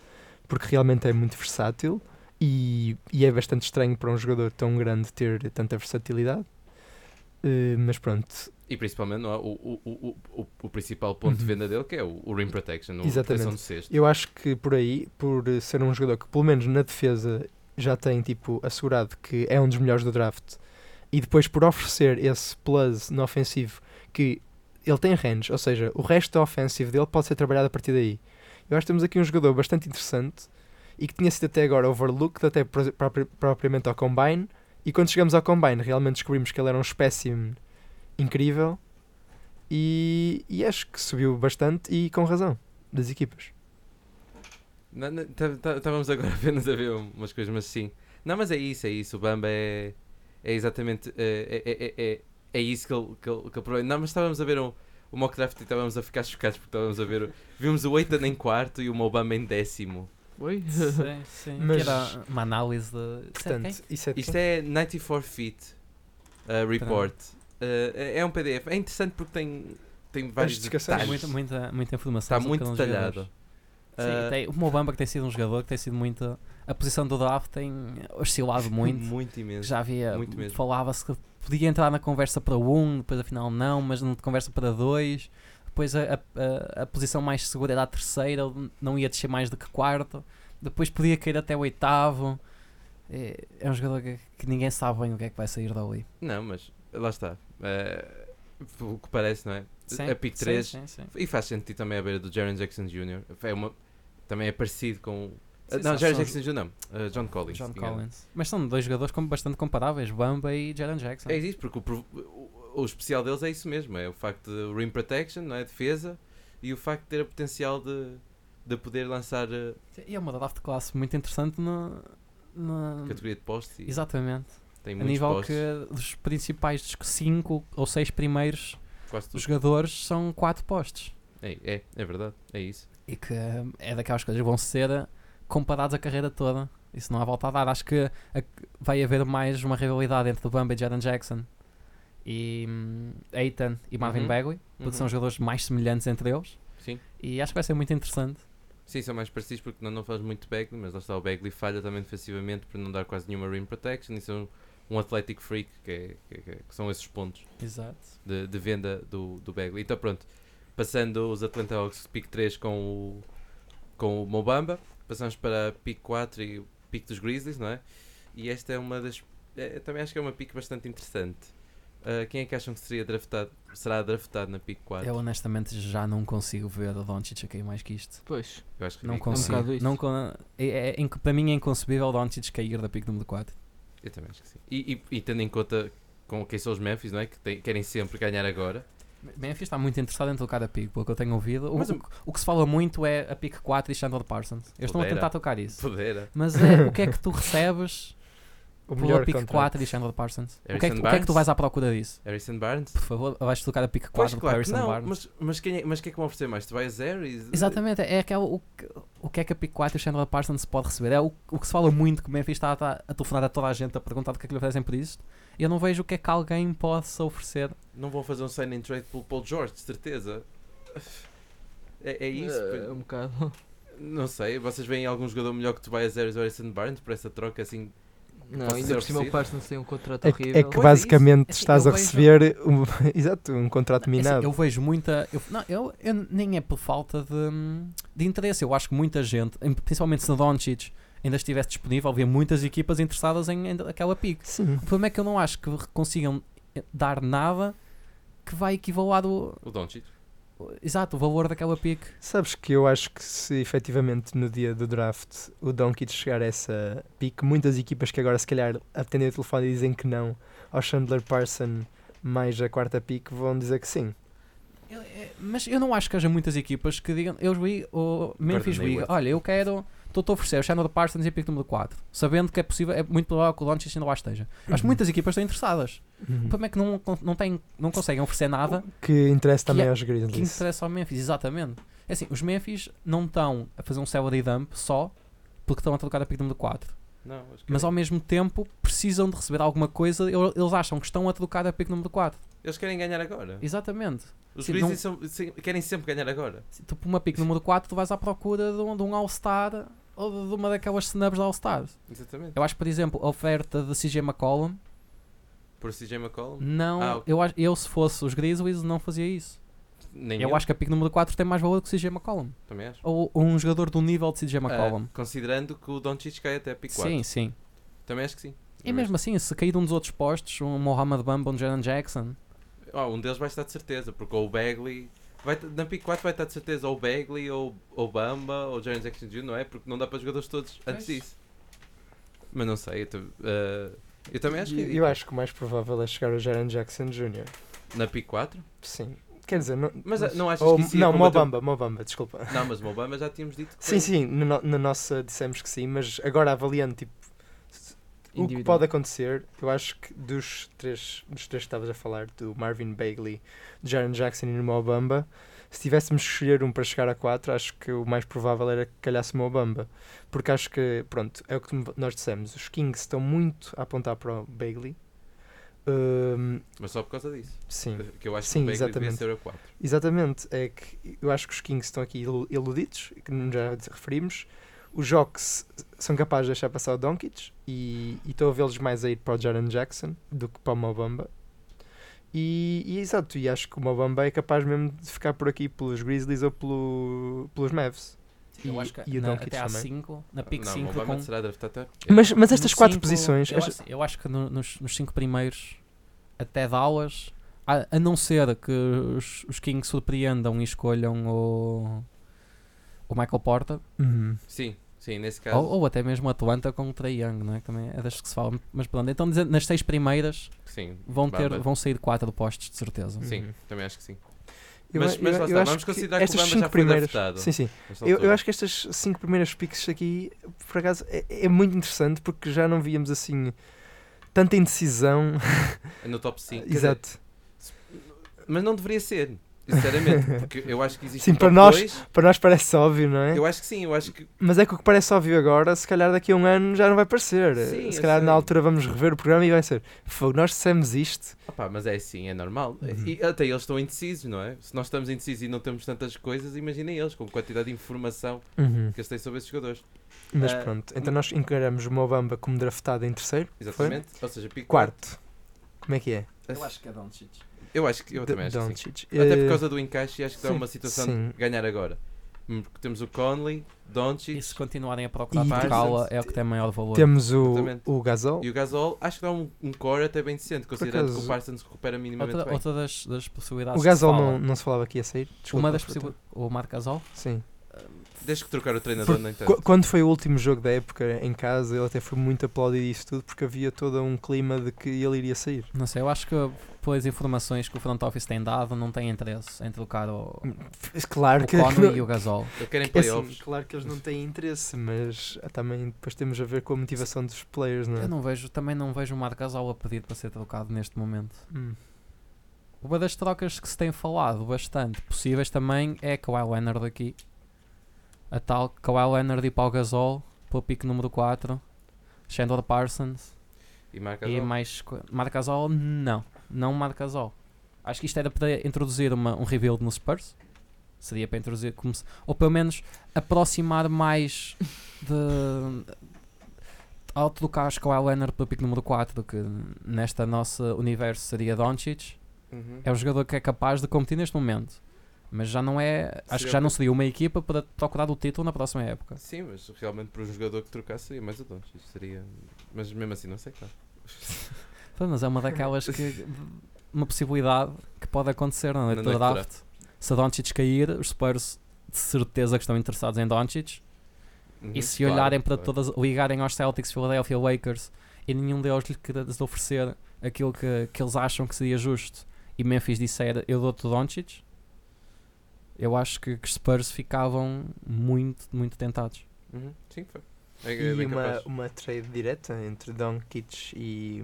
porque realmente é muito versátil e, e é bastante estranho para um jogador tão grande ter tanta versatilidade. Eh, mas pronto,
E principalmente não é? o, o, o, o, o principal ponto de
Uhum.
venda dele que é o, o rim protection, o
Exatamente.
proteção do cesto.
eu acho que por aí, por eh, ser um jogador que pelo menos na defesa já tem tipo assegurado que é um dos melhores do draft e depois por oferecer esse plus no ofensivo que ele tem range, ou seja, o resto ofensivo dele pode ser trabalhado a partir daí. Eu acho que temos aqui um jogador bastante interessante e que tinha sido até agora overlooked até pro- propri- propriamente ao Combine e quando chegamos ao Combine realmente descobrimos que ele era um espécime incrível e, e acho que subiu bastante e com razão das equipas.
Não, não, tá- tá- Estávamos agora apenas a ver umas coisas, mas sim. Não, mas é isso, é isso. O Bamba é, é exatamente. É, é, é, é, é isso que ele, que, ele, que ele provém. Não, mas estávamos a ver um, o mock draft e estávamos a ficar chocados porque estávamos a ver. o- Vimos o Eitan em quarto e o Mobamba em décimo.
Oi?
Sim, sim.
Mas-
Que era uma análise de.
Portanto, isso é de
Isto
quem?
é 94 Feet uh, Report. Uh, é é um PDF. É interessante porque tem, tem vários
explicações.
detalhes.
muita, muita, muita informação.
Está
sobre
Tá muito
aqueles
detalhado.
jogadores. Sim,
Uh,
tem, o Mobamba que tem sido um jogador que tem sido muito. A posição do draft tem oscilado muito.
imenso.
Já havia.
Muito mesmo.
Falava-se que podia entrar na conversa para um, depois afinal não, mas na conversa para dois. Depois a, a- a- a posição mais segura era a terceira, ele não ia descer mais do que quarto. Depois podia cair até o oitavo. É, é um jogador que, que ninguém sabe bem o que é que vai sair dali.
Não, mas lá está. Eh, o que parece, não é? a pick 3.
Sim, sim, sim.
E faz sentido também a beira do Jaron Jackson Jr. É uma, também é parecido com.
Sim,
não,
são-
Jaron
são-
Jackson Jr. não. Eh, John Collins.
John
engano.
Collins. Mas são dois jogadores com- bastante comparáveis, Bamba e Jaron Jackson.
É isso, porque o, pro- o- o especial deles é isso mesmo: é o facto de rim protection, não é? Defesa e o facto de ter o potencial de, de poder lançar eh,
E é uma draft classe muito interessante no, no-
categoria de postes. E
Exatamente.
tem
Hum. A
muitos
nível
postes,
que dos principais dos cinco ou seis primeiros
quase tudo.
jogadores são quatro postes.
É, é, é verdade, é isso.
E que hum, é daquelas coisas que vão ser uh, comparados a carreira toda. Isso não há volta a dar. Acho que a- vai haver mais uma rivalidade entre o Bamba e Jaron Jackson e hum, Eitan e Marvin
Uhum.
Bagley, porque são
Uhum.
os jogadores mais semelhantes entre eles.
Sim.
E acho que vai ser muito interessante.
Sim, são mais parecidos porque não, não faz muito Bagley, mas lá está o Bagley falha também defensivamente por não dar quase nenhuma rim protection e são um athletic freak, que, é- que- que- que são esses pontos
Exato.
de, de venda do, do Bagley. Então pronto, passando os Atlanta Hawks pick 3 com o, com o Mobamba, passamos para pick 4 e o pick dos Grizzlies, não é? E esta é uma das... é- também acho que é uma pick bastante interessante. Ah, quem é que acham que seria draftado, será draftado na pick 4?
Eu honestamente já não consigo ver o Doncic a cair mais que isto.
Pois.
Eu acho que
Não
é-
consigo.
bocado isso.
não con- é, é- é inc- para mim é inconcebível o Doncic cair da pick número 4.
Eu também acho que sim. E, e- e tendo em conta com quem são os Memphis, não é? Que tem- querem sempre ganhar agora.
Memphis está muito interessado em tocar a pick, pelo que eu tenho ouvido. O,
Mas
o, o que se fala muito é a pick 4 e Chandler Parsons. Eles estão a
Pudera.
tentar tocar isso.
Pudera.
Mas é, o que é que tu recebes
é
O
pela
melhor
pick
contrato.
4 e Chandler Parsons? O que, é que,
Harrison
o que é que tu
Barnes?
vais à procura disso?
Harrison Barnes?
Por favor, vais tocar a pick 4
Pois,
do
claro que
Harrison
não.
Barnes?
Mas, mas, quem é, mas quem é que vão oferecer mais? Tu vais zero e...
Exatamente, é aquela, o, que, o que é que a pick 4 e o Chandler Parsons se pode receber. É o, o que se fala muito que o Memphis está, está a telefonar a toda a gente a perguntar o que é que lhe oferecem por isto. E eu não vejo o que é que alguém possa oferecer.
Não vão fazer um sign and trade pelo Paul George, de certeza. É, é isso.
Eh, um bocado.
Não sei. Vocês veem algum jogador melhor que tu vais zero e o Harrison Barnes por essa troca assim?
Não,
Posso
ainda por
ser
cima
oferecido?
o Parsons tem um contrato
É, que-
horrível.
é que
Pois é
basicamente
isso.
estás
Eu
a
vejo-
receber um, exato, um contrato
É assim,
minado.
eu vejo muita. Eu, não, eu, eu nem é por falta de, de interesse. Eu acho que muita gente, em- principalmente se o Doncic ainda estivesse disponível, havia muitas equipas interessadas em, em aquela pick.
Sim.
O problema é que eu não acho que consigam dar eh, nada que que vai equivalar o.
O Doncic.
Exato, o valor daquela pick.
Sabes que eu acho que se efetivamente no dia do draft o Donkey chegar a essa pique, muitas equipas que agora se calhar atendem o telefone e dizem que não ao Chandler Parson mais a quarta pique vão dizer que sim.
Eu- eh, Mas eu não acho que haja muitas equipas que digam, eu vi o Memphis
Gordon
League,
Hayward.
olha, eu quero, estou-te a oferecer o Chandler Parsons e a pick número 4, sabendo que é possível, é muito provável que o Doncic ainda lá esteja. Acho que muitas equipas estão interessadas.
Uhum.
O problema é que não, não, têm, não conseguem oferecer nada
Que interessa
Que
também
é-
aos
que
Grizzlies.
interessa ao Memphis, exatamente. É assim, os Memphis não estão a fazer um salary dump só porque estão a trocar a pick número 4.
Não, acho que
Mas ao mesmo tempo precisam de receber alguma coisa, eu- eles acham que estão a trocar a pick número 4.
Eles querem ganhar agora.
Exatamente.
Os
Sim,
Grizzlies são- sim, querem sempre ganhar agora.
Se tu por uma pick número 4, tu vais à procura de um, de um All-Star ou de uma daquelas snubs de All-Star.
Exatamente.
Eu acho, por exemplo, a oferta de CJ McCollum,
Por CJ McCollum,
não.
Ah, ok.
eu, acho- eu, se fosse os Grizzlies, não fazia isso.
nem
Eu,
eu,
acho que a pick número 4 tem mais valor que o CJ McCollum.
Também acho.
Ou um jogador do nível de
É
CJ McCollum.
Ah, considerando que o Doncic cai até a pick 4.
sim, sim.
Também acho que sim.
É
E mesmo assim, se cair de um dos outros postos, um Mohamed Bamba, um Jaron Jackson,
Ah, um deles vai estar de certeza, porque ou o Bagley. Vai, t- na pick 4 vai estar de certeza ou o Bagley, ou ou o Bamba, ou o Jaron Jackson Jr., não é? Porque não dá para jogadores todos antes
Pois.
disso. Mas não sei, eu, t- ah, eu também acho que.
E- eu acho que o mais provável é chegar ao Jaron Jackson Jr.
Na pick 4?
Sim. Quer dizer, não.
Mas ah, não achas
Ou,
que isso ia
não,
combater-
Mobamba, Mobamba, desculpa.
Não, mas o Mobamba já tínhamos dito que
Sim,
foi
sim, na, no- na nossa dissemos que sim, mas agora avaliando tipo, se- o que
individual.
pode acontecer, eu acho que dos três, dos três que estavas a falar, do Marvin Bagley, do Jaron Jackson e do Mobamba, se tivéssemos que escolher um para chegar a quatro, acho que o mais provável era que calhasse o Mobamba, porque acho que, pronto, é o que tu- nós dissemos, os Kings estão muito a apontar para o Bagley. Hum,
Mas só por causa disso.
sim.
Que eu acho
Sim,
que o Bagley devia
exatamente.
ser a 4.
Exatamente, é que eu acho que os Kings estão aqui ilu- iludidos, que não já referimos. Os Jocks são capazes de deixar passar o Doncic e e estou a vê-los mais a ir para o Jaron Jackson do que para o Mobamba. E, e exato, e acho que o Mobamba é capaz mesmo de ficar por aqui pelos Grizzlies ou pelo, pelos Mavs.
eu
E-
acho que
e o
na,
Doncic
até à
também.
5, na pick
não,
5
o Mobamba
com...
será draftado até.
É, Mas, mas estas
no
quatro
cinco,
posições.
Eu acho, eu acho que no- nos, nos cinco primeiros, até Dallas, a, a não ser que os, os Kings surpreendam e escolham o, o Michael Porter,
Uhum.
Sim, sim, nesse caso.
ou, ou até mesmo Atlanta com o Trae Young, não é? Que também é das que se fala. Mas pronto, então dizendo, nas seis primeiras
Sim,
vão, ter,
Bamba.
vão sair quatro postos, de certeza.
sim,
Uhum.
também acho que sim.
Eu-
mas-
eu-
mas lá
eu
está,
acho
vamos
que
considerar que o
estas
Bamba já foi
cinco primeiras-
draftado.
Sim, sim.
Nesta
Eu, eu
altura.
acho que estas cinco primeiras picks aqui, por acaso, é, é muito interessante porque já não víamos assim tanta indecisão.
É No top 5.
Exato.
mas não deveria ser, sinceramente. porque eu acho que existe.
Sim,
um
para
top
nós-
dois.
Para nós parece óbvio, não é?
Eu acho que sim, eu acho que.
Mas é que o que parece óbvio agora, se calhar daqui a um ano já não vai parecer.
Sim,
se
eu
calhar
sei.
na altura vamos rever o programa e vai ser Fogo, nós dissemos isto.
Opá, mas é assim, é normal.
Uhum.
E até eles estão indecisos, não é? Se nós estamos indecisos e não temos tantas coisas, imaginem eles com a quantidade de informação que eles têm sobre esses jogadores.
Uhum. Mas
Ah,
pronto, então nós encaramos o Mobamba como draftado em terceiro.
Exatamente. Ou seja, pico.
Quarto. Como é que é?
Eu
acho que é Doncic.
Eu acho que eu também
D-
acho que sim.
Doncic.
Até por
Eh,
causa do encaixe, acho que dá
sim,
uma situação
sim.
de ganhar agora. Hum, Porque temos o Conley,
E
Doncic
se continuarem a procurar
E-
trocá-la, é o que tem maior valor.
Temos o,
Exatamente.
o Gasol.
e o Gasol. Acho que dá um, um core até bem decente, considerando que
acaso-
o Parsons recupera minimamente
Outra,
bem.
outra das, das possibilidades.
O
que se
Gasol
fala,
não, não se falava que ia sair. Desculpa,
Uma das
Fruta.
possibilidades. O Marc Gasol?
Sim.
Desde que trocar o treinador, no
Qu-
entanto.
Quando foi o último jogo da época em casa, ele até foi muito aplaudido e isso tudo porque havia todo um clima de que ele iria sair.
Não sei, eu acho que pelas informações que o front office tem dado, não tem interesse em trocar o,
Claro
o Conley e o Gasol.
Eu quero em
é assim,
playoffs.
claro que eles não têm interesse, mas ah, também depois temos a ver com a motivação dos players, não é?
Eu não vejo, também não vejo o Marc Gasol a pedir para ser trocado neste momento.
Hum.
Uma das trocas que se tem falado bastante possíveis também é Kawhi Leonard aqui. A tal Kawhi Leonard e Paul Gasol, para o pico número 4. Chandler Parsons.
E marca
E
Gasol.
mais. co- Marcasol, não. Não Marcasol. Acho que isto era para introduzir uma, um rebuild no Spurs. Seria para introduzir. Como se- ou pelo menos aproximar mais de. Ao trocares com a Leonard para o pick número 4, que nesta nossa universo seria Doncic, é o jogador que é capaz de competir neste momento. Mas já não é. Acho
Seria
que já
o
não
quê?
seria uma equipa para procurar o título na próxima época.
Ah, Sim, mas realmente para um jogador que trocasse seria mais o Doncic. Seria... Mas mesmo assim, não sei, claro.
Pá, Mas é uma daquelas que uma possibilidade que pode acontecer na noite
Na
do
noite do
draft. Se a Doncic cair, os Spurs de certeza que estão interessados em Doncic.
Uhum.
E se olharem para todas, ligarem aos Celtics, Philadelphia, Lakers, e nenhum deles lhe querer oferecer aquilo que, que eles acham que seria justo, e Memphis disser eu dou-te o Doncic, eu acho que que os Spurs ficavam muito, muito tentados.
Uhum. Sim, foi. É, é
E
bem
uma,
capaz.
uma trade direta entre Doncic e,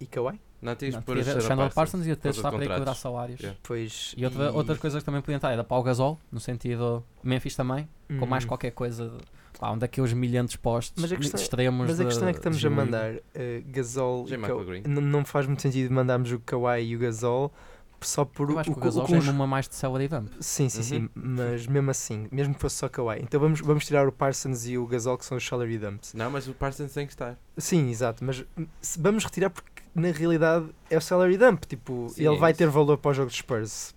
e Kawhi.
Não tinhas
Não,
por
tinha
Chandler
Chandler
Parsons.
Parsons ia
causa
ter de
de
estar para
contratos.
equilibrar salários.
Yeah.
Pois,
E outra, outras coisas que também podiam é entrar era para o Gasol, no sentido Memphis também, com mais
Hum.
qualquer coisa, de- pá, um daqueles milhantes postos,
Mas a questão-
extremos.
Mas a
de-
questão é que estamos
de
a
G-League.
mandar eh, Gasol
J.
e
Michael
Ka-
Green.
N- Não faz muito sentido mandarmos o Kawhi e o Gasol só por
Eu acho que o
co-
Gasol
que
tem
os-
uma mais de salary dump.
Sim, sim,
Uhum.
sim, mas mesmo assim, mesmo que fosse só Kawhi. Então vamos, vamos tirar o Parsons e o Gasol que são os salary dumps.
Não, mas o Parsons tem que estar.
Sim, exato, mas hum, se- vamos retirar porque na realidade é o salary dump, tipo,
Sim,
ele
é
vai
isso.
ter valor para o jogo de Spurs.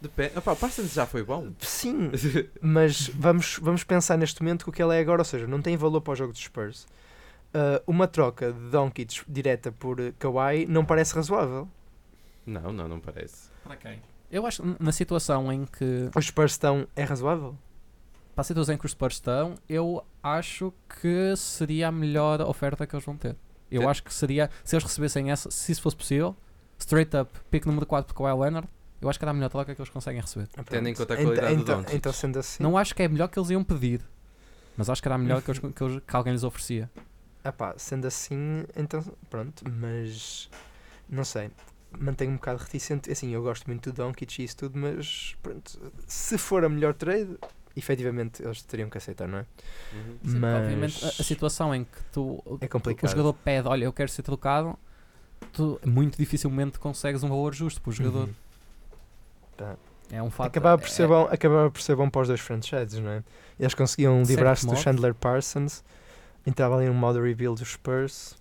Depende. Opa, o Parsons já foi bom.
Sim, mas vamos, vamos pensar neste momento que o que ele é agora, ou seja, não tem valor para o jogo dos Spurs. Ah, uma troca de Doncic direta por eh, Kawhi não parece razoável.
Não, não, não parece.
Eu acho que n- na situação em que.
Os Spurs estão. É razoável?
Para a situação em que os Spurs estão, eu acho que seria a melhor oferta que eles vão ter. Eu
Te-
acho que seria. Se eles recebessem essa, se isso fosse possível, straight up, pick número 4 para Kawhi Leonard, eu acho que era a melhor troca que eles conseguem receber.
Ah,
Tendo em
pronto.
conta a
Ent-
qualidade do
então,
Doncic.
Então, sendo assim.
Não acho que é a melhor que eles iam pedir, mas acho que era a melhor que, eles- que eles- que alguém lhes oferecia.
Ah pá, sendo assim, então pronto, mas não sei, mantenho um bocado reticente. Assim, eu gosto muito do Doncic e isso tudo, mas pronto, se for a melhor trade, efetivamente eles teriam que aceitar, não é?
então,
Uhum.
Sim,
mas
Obviamente, a, a situação em que tu,
é
o
complicado.
jogador pede, olha, eu quero ser trocado, tu muito dificilmente consegues um valor justo para o jogador.
Uhum. Tá.
É um fato.
Acabava por, ser
é-
bom, acabava por ser bom para os dois franchises, não é? Eles conseguiam
certo
livrar-se do
modo.
Chandler Parsons, entrava ali um modo reveal dos Spurs.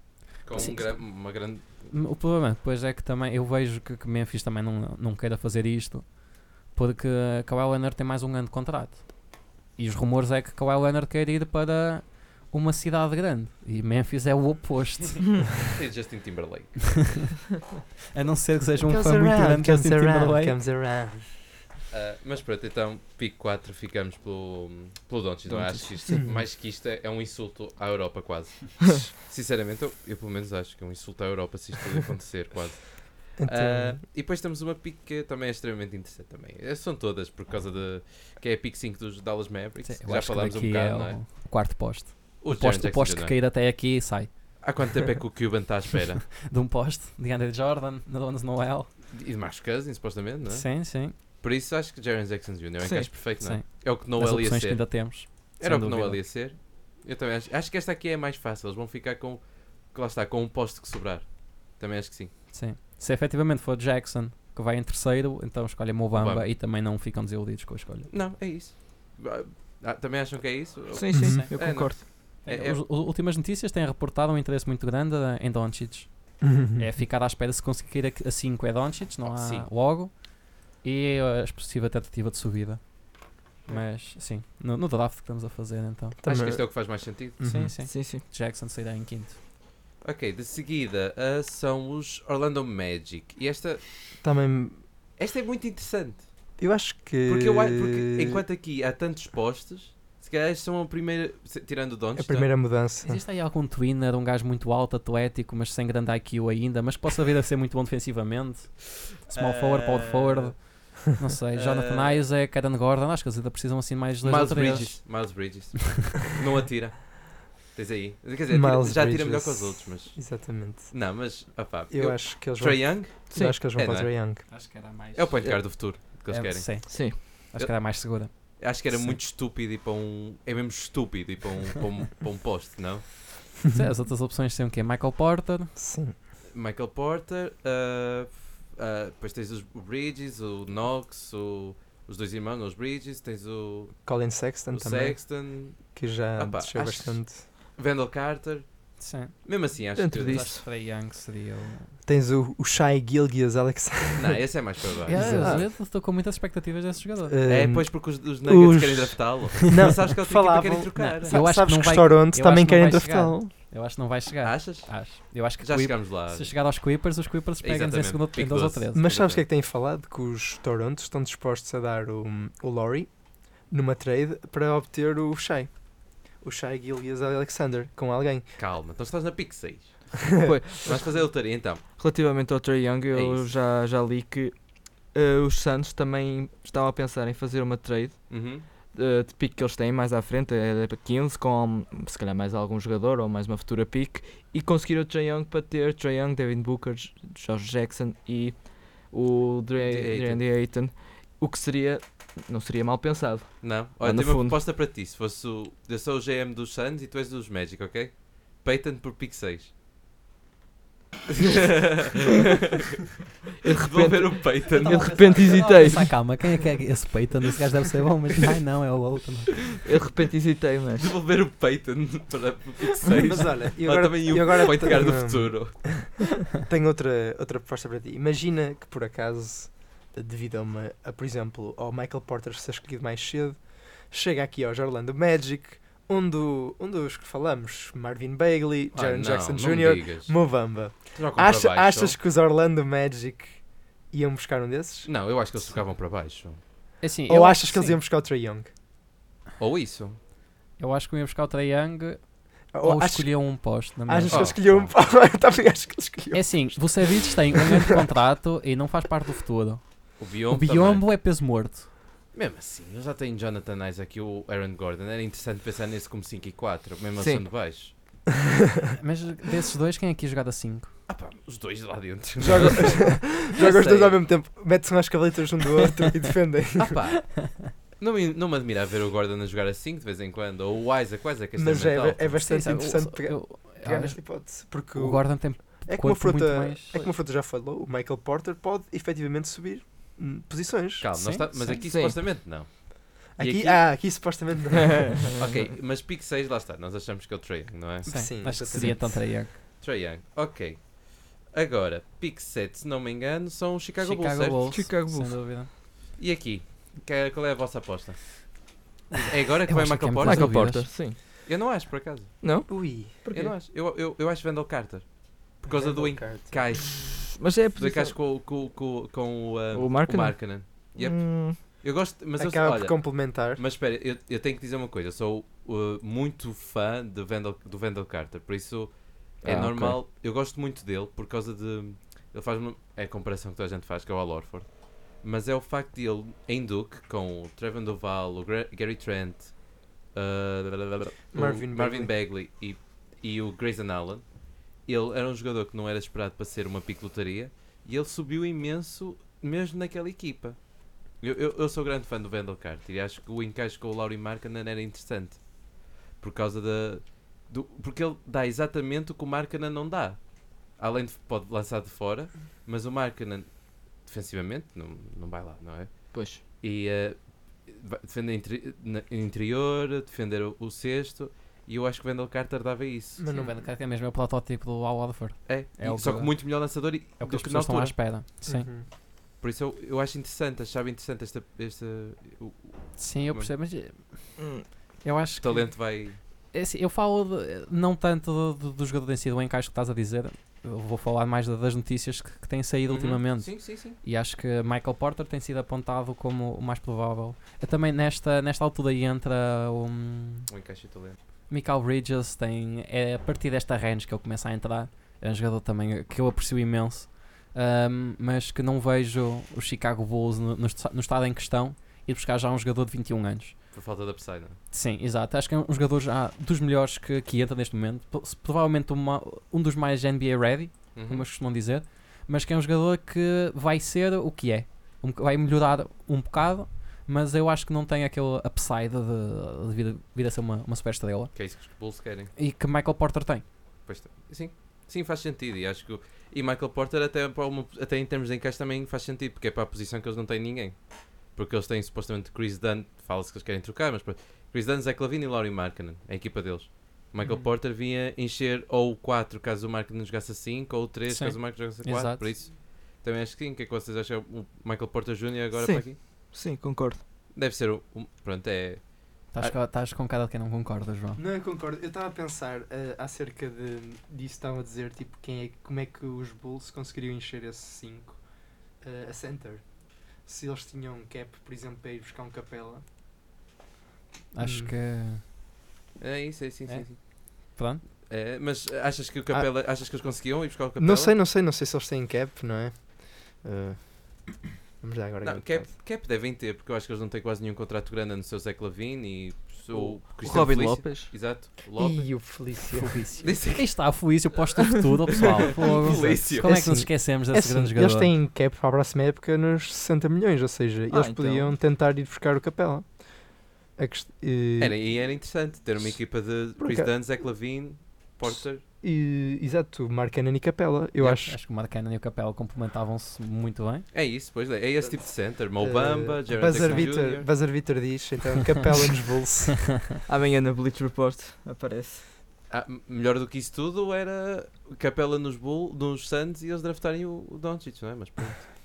Com um
Sim.
gran- uma grande.
O problema depois é que também eu vejo que, que Memphis também não, não queira fazer isto porque Kawhi Leonard tem mais um ano de contrato. E os rumores é que Kawhi Leonard quer ir para uma cidade grande e Memphis é o oposto.
Tem Justin Timberlake.
A não ser que seja um
Comes
fã muito grande
around,
é
de Justin
comes around,
Timberlake.
comes around.
Ah, mas pronto, então, pico 4, ficamos pelo, pelo Doncic. Não é? acho que isto,
Sim.
mais que isto é um insulto à Europa, quase. Sinceramente, eu, eu pelo menos acho que é um insulto à Europa se isto tudo acontecer, quase.
Então,
Ah, e depois temos uma pique que também é extremamente interessante também. Eh, São todas, por causa de. que é a pique 5 dos Dallas Mavericks.
Sim, eu
Já
acho que
falámos um
daqui
bocado,
é
não é?
o quarto posto.
O, é
O posto,
Jaren
o posto
Jackson
que
Jr.
cair até aqui sai.
Há quanto tempo é que o Cuban está à espera?
De um posto, de Andrew Jordan, de Donos Noel.
E de Marcus Cousins, supostamente, não é?
Sim, sim.
Por isso acho que Jaren Jackson Jr. é um
Sim.
encaixe perfeito, não é?
Sim.
É o que
As
Noel ia
opções que
ser.
ainda temos.
Era o
sem
que Noel
dúvida.
ia ser. Eu também acho. Acho que esta aqui é a mais fácil. Eles vão ficar com. que lá está, com um posto que sobrar. Também acho que sim.
Sim. Se efetivamente for Jackson que vai em terceiro, então escolhem Mobamba
Mobamba.
e também não ficam desiludidos com a escolha.
Não, é isso. Ah, também acham que é isso?
Sim, sim,
Sim.
eu
É, não.
concordo.
É- é-
As últimas notícias têm reportado um interesse muito grande eh, em Doncic. É ficar à espera se conseguir a 5 é Doncic, não há
Sim.
logo. E a expressiva tentativa de subida. Mas sim, no, no draft que estamos a fazer então.
Acho
Também-
que isto é o que faz mais sentido.
Uhum.
Sim, sim.
Sim, sim.
Jackson sairá em quinto.
Ok, de seguida ah, são os Orlando Magic. E esta,
Também
esta é muito interessante.
Eu acho que.
Porque, eu, a-
Eh,
porque enquanto aqui há tantos postos, se calhar estes são a primeira. se- Tirando o Donch,
A primeira mudança.
Existe aí algum twinner, um gajo muito alto, atlético, mas sem grande IQ ainda, mas que possa vir a ser muito bom defensivamente? Small forward, power forward, não sei, Jonathan
Eh,
Isaac, Aaron Gordon, acho que eles ainda precisam assim de mais dois
Miles
ou três.
Bridges. Miles Bridges. não atira. Tens aí. Quer dizer, atira-
Miles
já atira melhor
Bridges.
que os outros, mas.
Exatamente.
Não, mas. Opá,
Eu,
eu-
acho que eles vão.
Trae Young
Eu acho que eles vão
É, não
para o Trae Young.
Acho que era mais.
é o point guard do futuro que eles querem.
É, Sim,
Sim.
acho que era mais segura.
Acho que era
Sim.
muito estúpido ir para um. É mesmo estúpido ir para um, para um, para um poste, não?
Sim, as outras opções têm o quê? Michael Porter,
Sim.
Michael Porter, ah, ah, depois tens os o Bridges, o Knox, o- os dois irmãos, os Bridges, tens o,
Colin Sexton
o
também.
Sexton,
Que já
Ah pá,
desceu
acho-
bastante.
Vandal Carter.
sim.
Mesmo assim, acho
Dentro
que.
disso.
Acho que Trey Young seria o.
Tens o, o Shai Gilgias Alexander.
Não, esse é mais para baixo.
Yeah, eu estou com muitas expectativas desse jogador.
É,
Um,
pois porque os, os Nuggets
os-
querem draftá-lo.
Não,
Não, sabes que eles têm equipa que
falavam-
querem trocar.
não,
sa-
eu acho que
sabes
não
que,
vai-
os Toronto
eu
também
acho que
querem
não vai chegar.
draftá-lo.
Eu Eu acho que não vai chegar.
Achas?
Acho. Eu acho que
Já
Clip-
chegámos lá.
se chegar aos Clippers, os Clippers pegam-nos em,
Exatamente.
segundo, em
Pick
12 ou
12.
13.
Mas sabes o que é que têm falado? Que os Toronto estão dispostos a dar o, o Laurie numa trade para obter o Shai. O Shai Gillias Alexander com alguém.
Calma, então estás na pick 6. Vais fazer a lotaria então.
Relativamente ao Trey Young,
É
eu
isso.
já, já li que eh, os Santos também estavam a pensar em fazer uma trade
Uhum.
eh, de pique que eles têm mais à frente, é 15, com se calhar mais algum jogador ou mais uma futura pique, e conseguir o Trae Young para ter Trae Young, David Booker, J- Josh Jackson e o
DeAyton.
Randy Ayton, o que seria, não seria mal pensado.
Não,
Lá
olha,
no
tenho uma
fundo.
proposta para ti. Se fosse o... Eu sou o GM dos Suns e tu és dos Magic, ok? Peyton por pick 6.
Eu de
Devolver
repente,
o Peyton.
Então,
eu de repente hesitei,
Pensar, calma, quem é que é esse peito? Esse gajo deve ser bom, mas ai não, é o outro.
eu de repente hesitei, mas
Devolver o Peyton para o pick 6.
Mas olha, e
Ou
agora,
também
e
o
agora
point guard do
tenho-
futuro.
Tenho outra, outra proposta para ti. Imagina que por acaso, devido a uma, a, por exemplo, ao Michael Porter ser escolhido mais cedo, chega aqui aos Orlando Magic, um, do, um dos que falamos, Marvin Bagley,
Ah,
Jaron
não,
Jackson
não me
Jr.,
digas.
Mobamba.
Trocam para
Acha,
baixo.
achas que os Orlando Magic iam buscar um desses?
Não, eu acho que eles trocavam para baixo.
Assim,
Ou achas que eles
sim,
iam buscar o Trae Young?
Ou isso.
Eu acho que eu ia buscar o Trae Young ou,
Ou achas,
escolhiam um poste. Na minha
achas que
Oh.
eles escolhiam um... Também acho que eles escolhiam
É assim, você Vucevic tem um grande contrato e não faz parte do futuro.
O
O
Biombo. também.
Biombo é peso morto.
Mesmo assim, eu já tenho Jonathan Isaac e o Aaron Gordon. Era interessante pensar nesse como 5 e 4, mesmo
Sim.
assim de baixo.
Mas desses dois, quem é que ia jogar da 5?
Ah pá, os dois lá dentro.
Joga- Joga os dois
sei.
ao mesmo tempo, metem-se umas cavalitas um do outro e defendem.
Ah pá, não me, não me admira ver o Gordon a jogar a 5 de vez em quando. Ou o Isaac, o Isaac é
Mas é,
experimental.
é bastante
Sim, sabe,
interessante
eu-
pegar,
eu-
pegar
ah,
nesta hipótese. Porque
o
o-
Gordon tem
é como a
corpo muito
fruta,
mais-
é como a fruta já falou, o Michael Porter pode efetivamente subir hum, posições.
Calma, nós
Sim,
tá- mas
sim.
aqui
Sim.
supostamente não.
Aqui,
aqui-
Ah, aqui supostamente não.
ok, mas pick 6 lá está. Nós achamos que é o Trae Young, não é?
Sim,
Sim,
acho que
exatamente.
seria então Trae Young.
Trae Young, ok. Agora, pick 7, se não me engano, são os Chicago, Bulls,
Chicago
certo?
Bulls,
Chicago
sem
Bulls.
dúvida.
E aqui? Que- qual é a vossa aposta? É agora que
Eu
vai
acho que é
Michael Porter?
muito-
Michael
ouvidas.
Porter, sim.
Eu não acho, por acaso.
Não?
Ui.
Eu não acho. Eu, eu, eu acho Wendell Carter. Por causa do
Card.
encaixe.
Mas é a
Do encaixe
posição.
com, com, com, com o, ah,
O Markkanen.
Markkanen. Yep.
Hum,
Eu gosto, mas eu
Acaba
olha,
por complementar.
Mas espera, eu, eu tenho que dizer uma coisa. Eu sou uh, muito fã de Wendell, do Wendell Carter, por isso é
Ah, ok.
normal. Eu gosto muito dele por causa de. Ele faz uma. É a comparação que toda a gente faz, que é o Al Orford. Mas é o facto de ele, em Duke, com o Trevor Duval, o Gra- Gary Trent, uh, o
Marvin
Marvin Bagley e, e o Grayson Allen, ele era um jogador que não era esperado para ser uma pilotaria e ele subiu imenso mesmo naquela equipa. Eu, eu, eu sou grande fã do Wendell Carter e acho que o encaixe com o Laurie Markkanen era interessante. Por causa da. do- porque ele dá exatamente o que o Markkanen não dá. Além de pode lançar de fora, mas o Markkanen defensivamente não, não vai lá, não é?
pois.
E eh, va- defender interi- na- interior, defender o, o sexto e eu acho que o Wendell Carter dava isso.
Mas
Sim,
não-
o Wendell Carter é mesmo é o protótipo do Al Horford.
É,
É
e-
o
só
que-
que muito melhor lançador e,
É o que
do
as
que na
pessoas estão à
altura.
espera. Sim.
Uhum.
Por isso eu, eu acho interessante, achava interessante esta, este o,
Sim, eu percebo, mas eh,
Hum,
eu acho
o
que.
talento vai.
É assim, eu falo de- não tanto do, do- do jogador em si, do encaixe que estás a dizer. Eu vou falar mais da- das notícias que, que têm saído
Uhum.
ultimamente.
Sim, sim, sim.
E acho que Michael Porter tem sido apontado como o mais provável. Eh, Também nesta, nesta altura aí entra o hum,
Um encaixe de talento.
Michael Bridges. Tem, é a partir desta range que ele começa a entrar. É um jogador também que eu aprecio imenso. ahm, mas que não vejo o Chicago Bulls no, no esta- no estado em questão ir buscar já um jogador de 21 anos.
Por falta da upside, não é?
Sim, exato. Acho que é um jogador já dos melhores que, que entra neste momento. Po- se- Provavelmente uma- um dos mais NBA ready,
Uhum.
como eles costumam dizer. Mas que é um jogador que vai ser o que é. Um boc- vai melhorar um bocado, mas eu acho que não tem aquele upside de, de vir, vir a ser uma, uma super estrela.
Que é isso que os Bulls querem.
E que Michael Porter tem.
Pois tá. Sim. Sim, faz sentido. E acho que. o- E Michael Porter, até, para uma- até em termos de encaixe, também faz sentido, porque é para a posição que eles não têm ninguém. Porque eles têm supostamente Chris Dunn, fala-se que eles querem trocar, mas pronto. Chris Dunn, Zach Lavine e Laurie Markkanen, a equipa deles. Michael
Uhum.
Porter vinha encher ou o 4 caso o Markkanen jogasse a 5, ou o 3
Sim.
caso o Markkanen jogasse a 4.
Exato.
Por isso, também acho que sim. O que é que vocês acham? O Michael Porter Jr. agora
Sim.
para aqui?
Sim, concordo.
Deve ser o. o- pronto, é.
Estás co- Estás com cara de quem não concorda, João.
Não, eu concordo. Eu estava a pensar eh, acerca de, disso, estava a dizer tipo, quem é, como é que os Bulls conseguiriam encher esse 5 a center. Se eles tinham um cap, por exemplo, para ir buscar um capela.
Acho
Hum.
que.
É isso, é sim,
É?
sim. sim.
Pronto.
É, mas achas que o Capela, achas que eles conseguiam ir buscar o Capela?
Não sei, não sei, não sei se eles têm cap, não é? Eh, vamos lá agora.
Não,
aqui.
cap, cap devem ter, porque eu acho que eles não têm quase nenhum contrato grande no seu Zé Clavin e o
O
Cristiano
Robin
Felício.
Lopes.
Exato, o Lopes.
Ih, o Felício.
Felício.
Disse
Aí está, Felício, posta de tudo, pessoal. Fogo.
Felício.
Como é
É
que
assim,
nos esquecemos
É
desse grande
assim,
jogador?
eles têm cap para a próxima época nos 60 milhões, ou seja,
Ah,
eles
então.
podiam tentar ir buscar o capela. A quest- eh,
Era, e era interessante ter uma equipa de
Por
Chris
acaso-
Dunn, Zé Clavin, Porter.
e- exato, Marcanan e Capela. Eu
Yeah,
acho
que o Marcana e o Capela complementavam-se muito bem.
É isso, pois é. É esse tipo de center. Mobamba,
Eh,
Jared
Buzzer
Jackson
Beater,
Jr.
Buzzer Beater diz, então Capela nos bolsos.
Amanhã na Bleach Report aparece.
Ah, m- melhor do que isso tudo era Capela nos, Bull, nos Suns e eles draftarem o, o Doncic, não é? Mas pronto.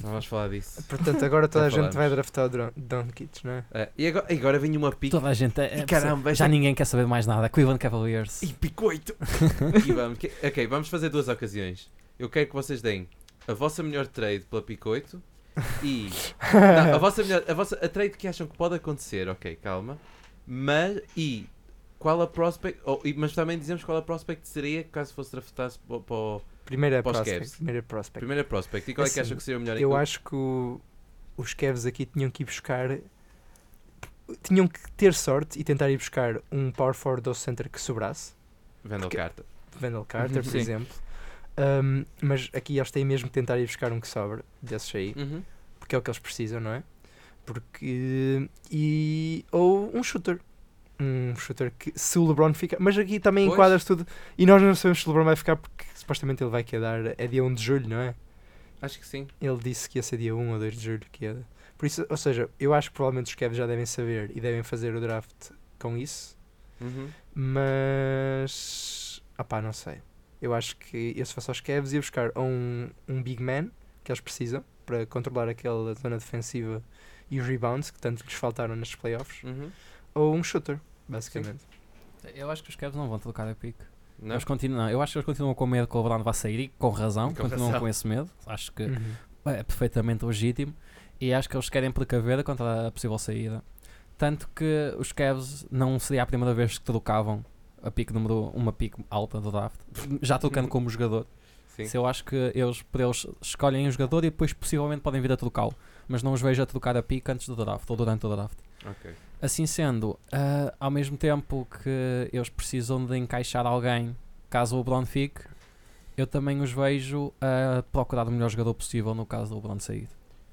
não vamos falar disso.
Portanto, agora toda
Já
a gente
falámos.
vai draftar o Dron- Doncic, não é?
Ah, e agora, e agora vinha uma pique.
Toda a gente. é- é-
caramba,
já
esta-
ninguém quer saber mais nada. Cleveland Cavaliers.
E pico 8. e vamos, que- ok, vamos fazer duas ocasiões. Eu quero que vocês deem a vossa melhor trade pela pico 8 e. Não, a vossa melhor. A, vossa, a trade que acham que pode acontecer, ok, calma. Mas. E. Qual a prospect. oh, e- mas também dizemos qual a prospect seria caso fosse draftar-se para o.
Primeira
Para os
é prospect.
Cavs.
Primeira prospect.
Primeira prospect. E qual é que
Assim,
acham que seria o melhor
Eu acho que o- os Cavs aqui tinham que ir buscar. Tinham que ter sorte e tentar ir buscar um power forward ou center que sobrasse.
Vendel
porque-
Carter.
Wendell Carter, por
Sim.
exemplo. Um, mas aqui eles têm mesmo que tentar ir buscar um que sobra desses aí,
Uhum.
porque é o que eles precisam, não é? Porque. E, ou um shooter. Um shooter que, se o LeBron ficar. Mas aqui também
Pois.
enquadra-se tudo. E nós não sabemos se o LeBron vai ficar, porque supostamente ele vai quedar. É dia 1 de julho, não é?
Acho que sim.
Ele disse que ia ser dia 1 ou 2 de julho que ia. Por isso, ou seja, eu acho que provavelmente os Cavs já devem saber e devem fazer o draft com isso,
Uhum.
mas ah pá, não sei. Eu acho que eu se fosse aos Cavs ia buscar ou um, um big man que eles precisam para controlar aquela zona defensiva e os rebounds que tanto lhes faltaram nestes playoffs,
Uhum.
ou um shooter, basicamente.
Eu acho que os Cavs não vão trocar a pique.
Não?
Eles continuam, não, eu acho que eles continuam com medo que o LeBron vá sair e com razão,
Com
continuam
razão. Hum.
com esse medo. Acho que
Uhum.
é perfeitamente legítimo e acho que eles querem precaver contra a possível saída. Tanto que os Cavs não seria a primeira vez que trocavam a pique número um, uma pique alta do draft, já
Hum.
trocando como jogador.
Sim.
Se eu acho que eles, para eles escolhem um jogador e depois possivelmente podem vir a trocá-lo, mas não os vejo a trocar a pique antes do draft ou durante o draft.
Ok.
Assim sendo, ah, ao mesmo tempo que eles precisam de encaixar alguém, caso o LeBron fique, eu também os vejo a procurar o melhor jogador possível no caso do LeBron sair.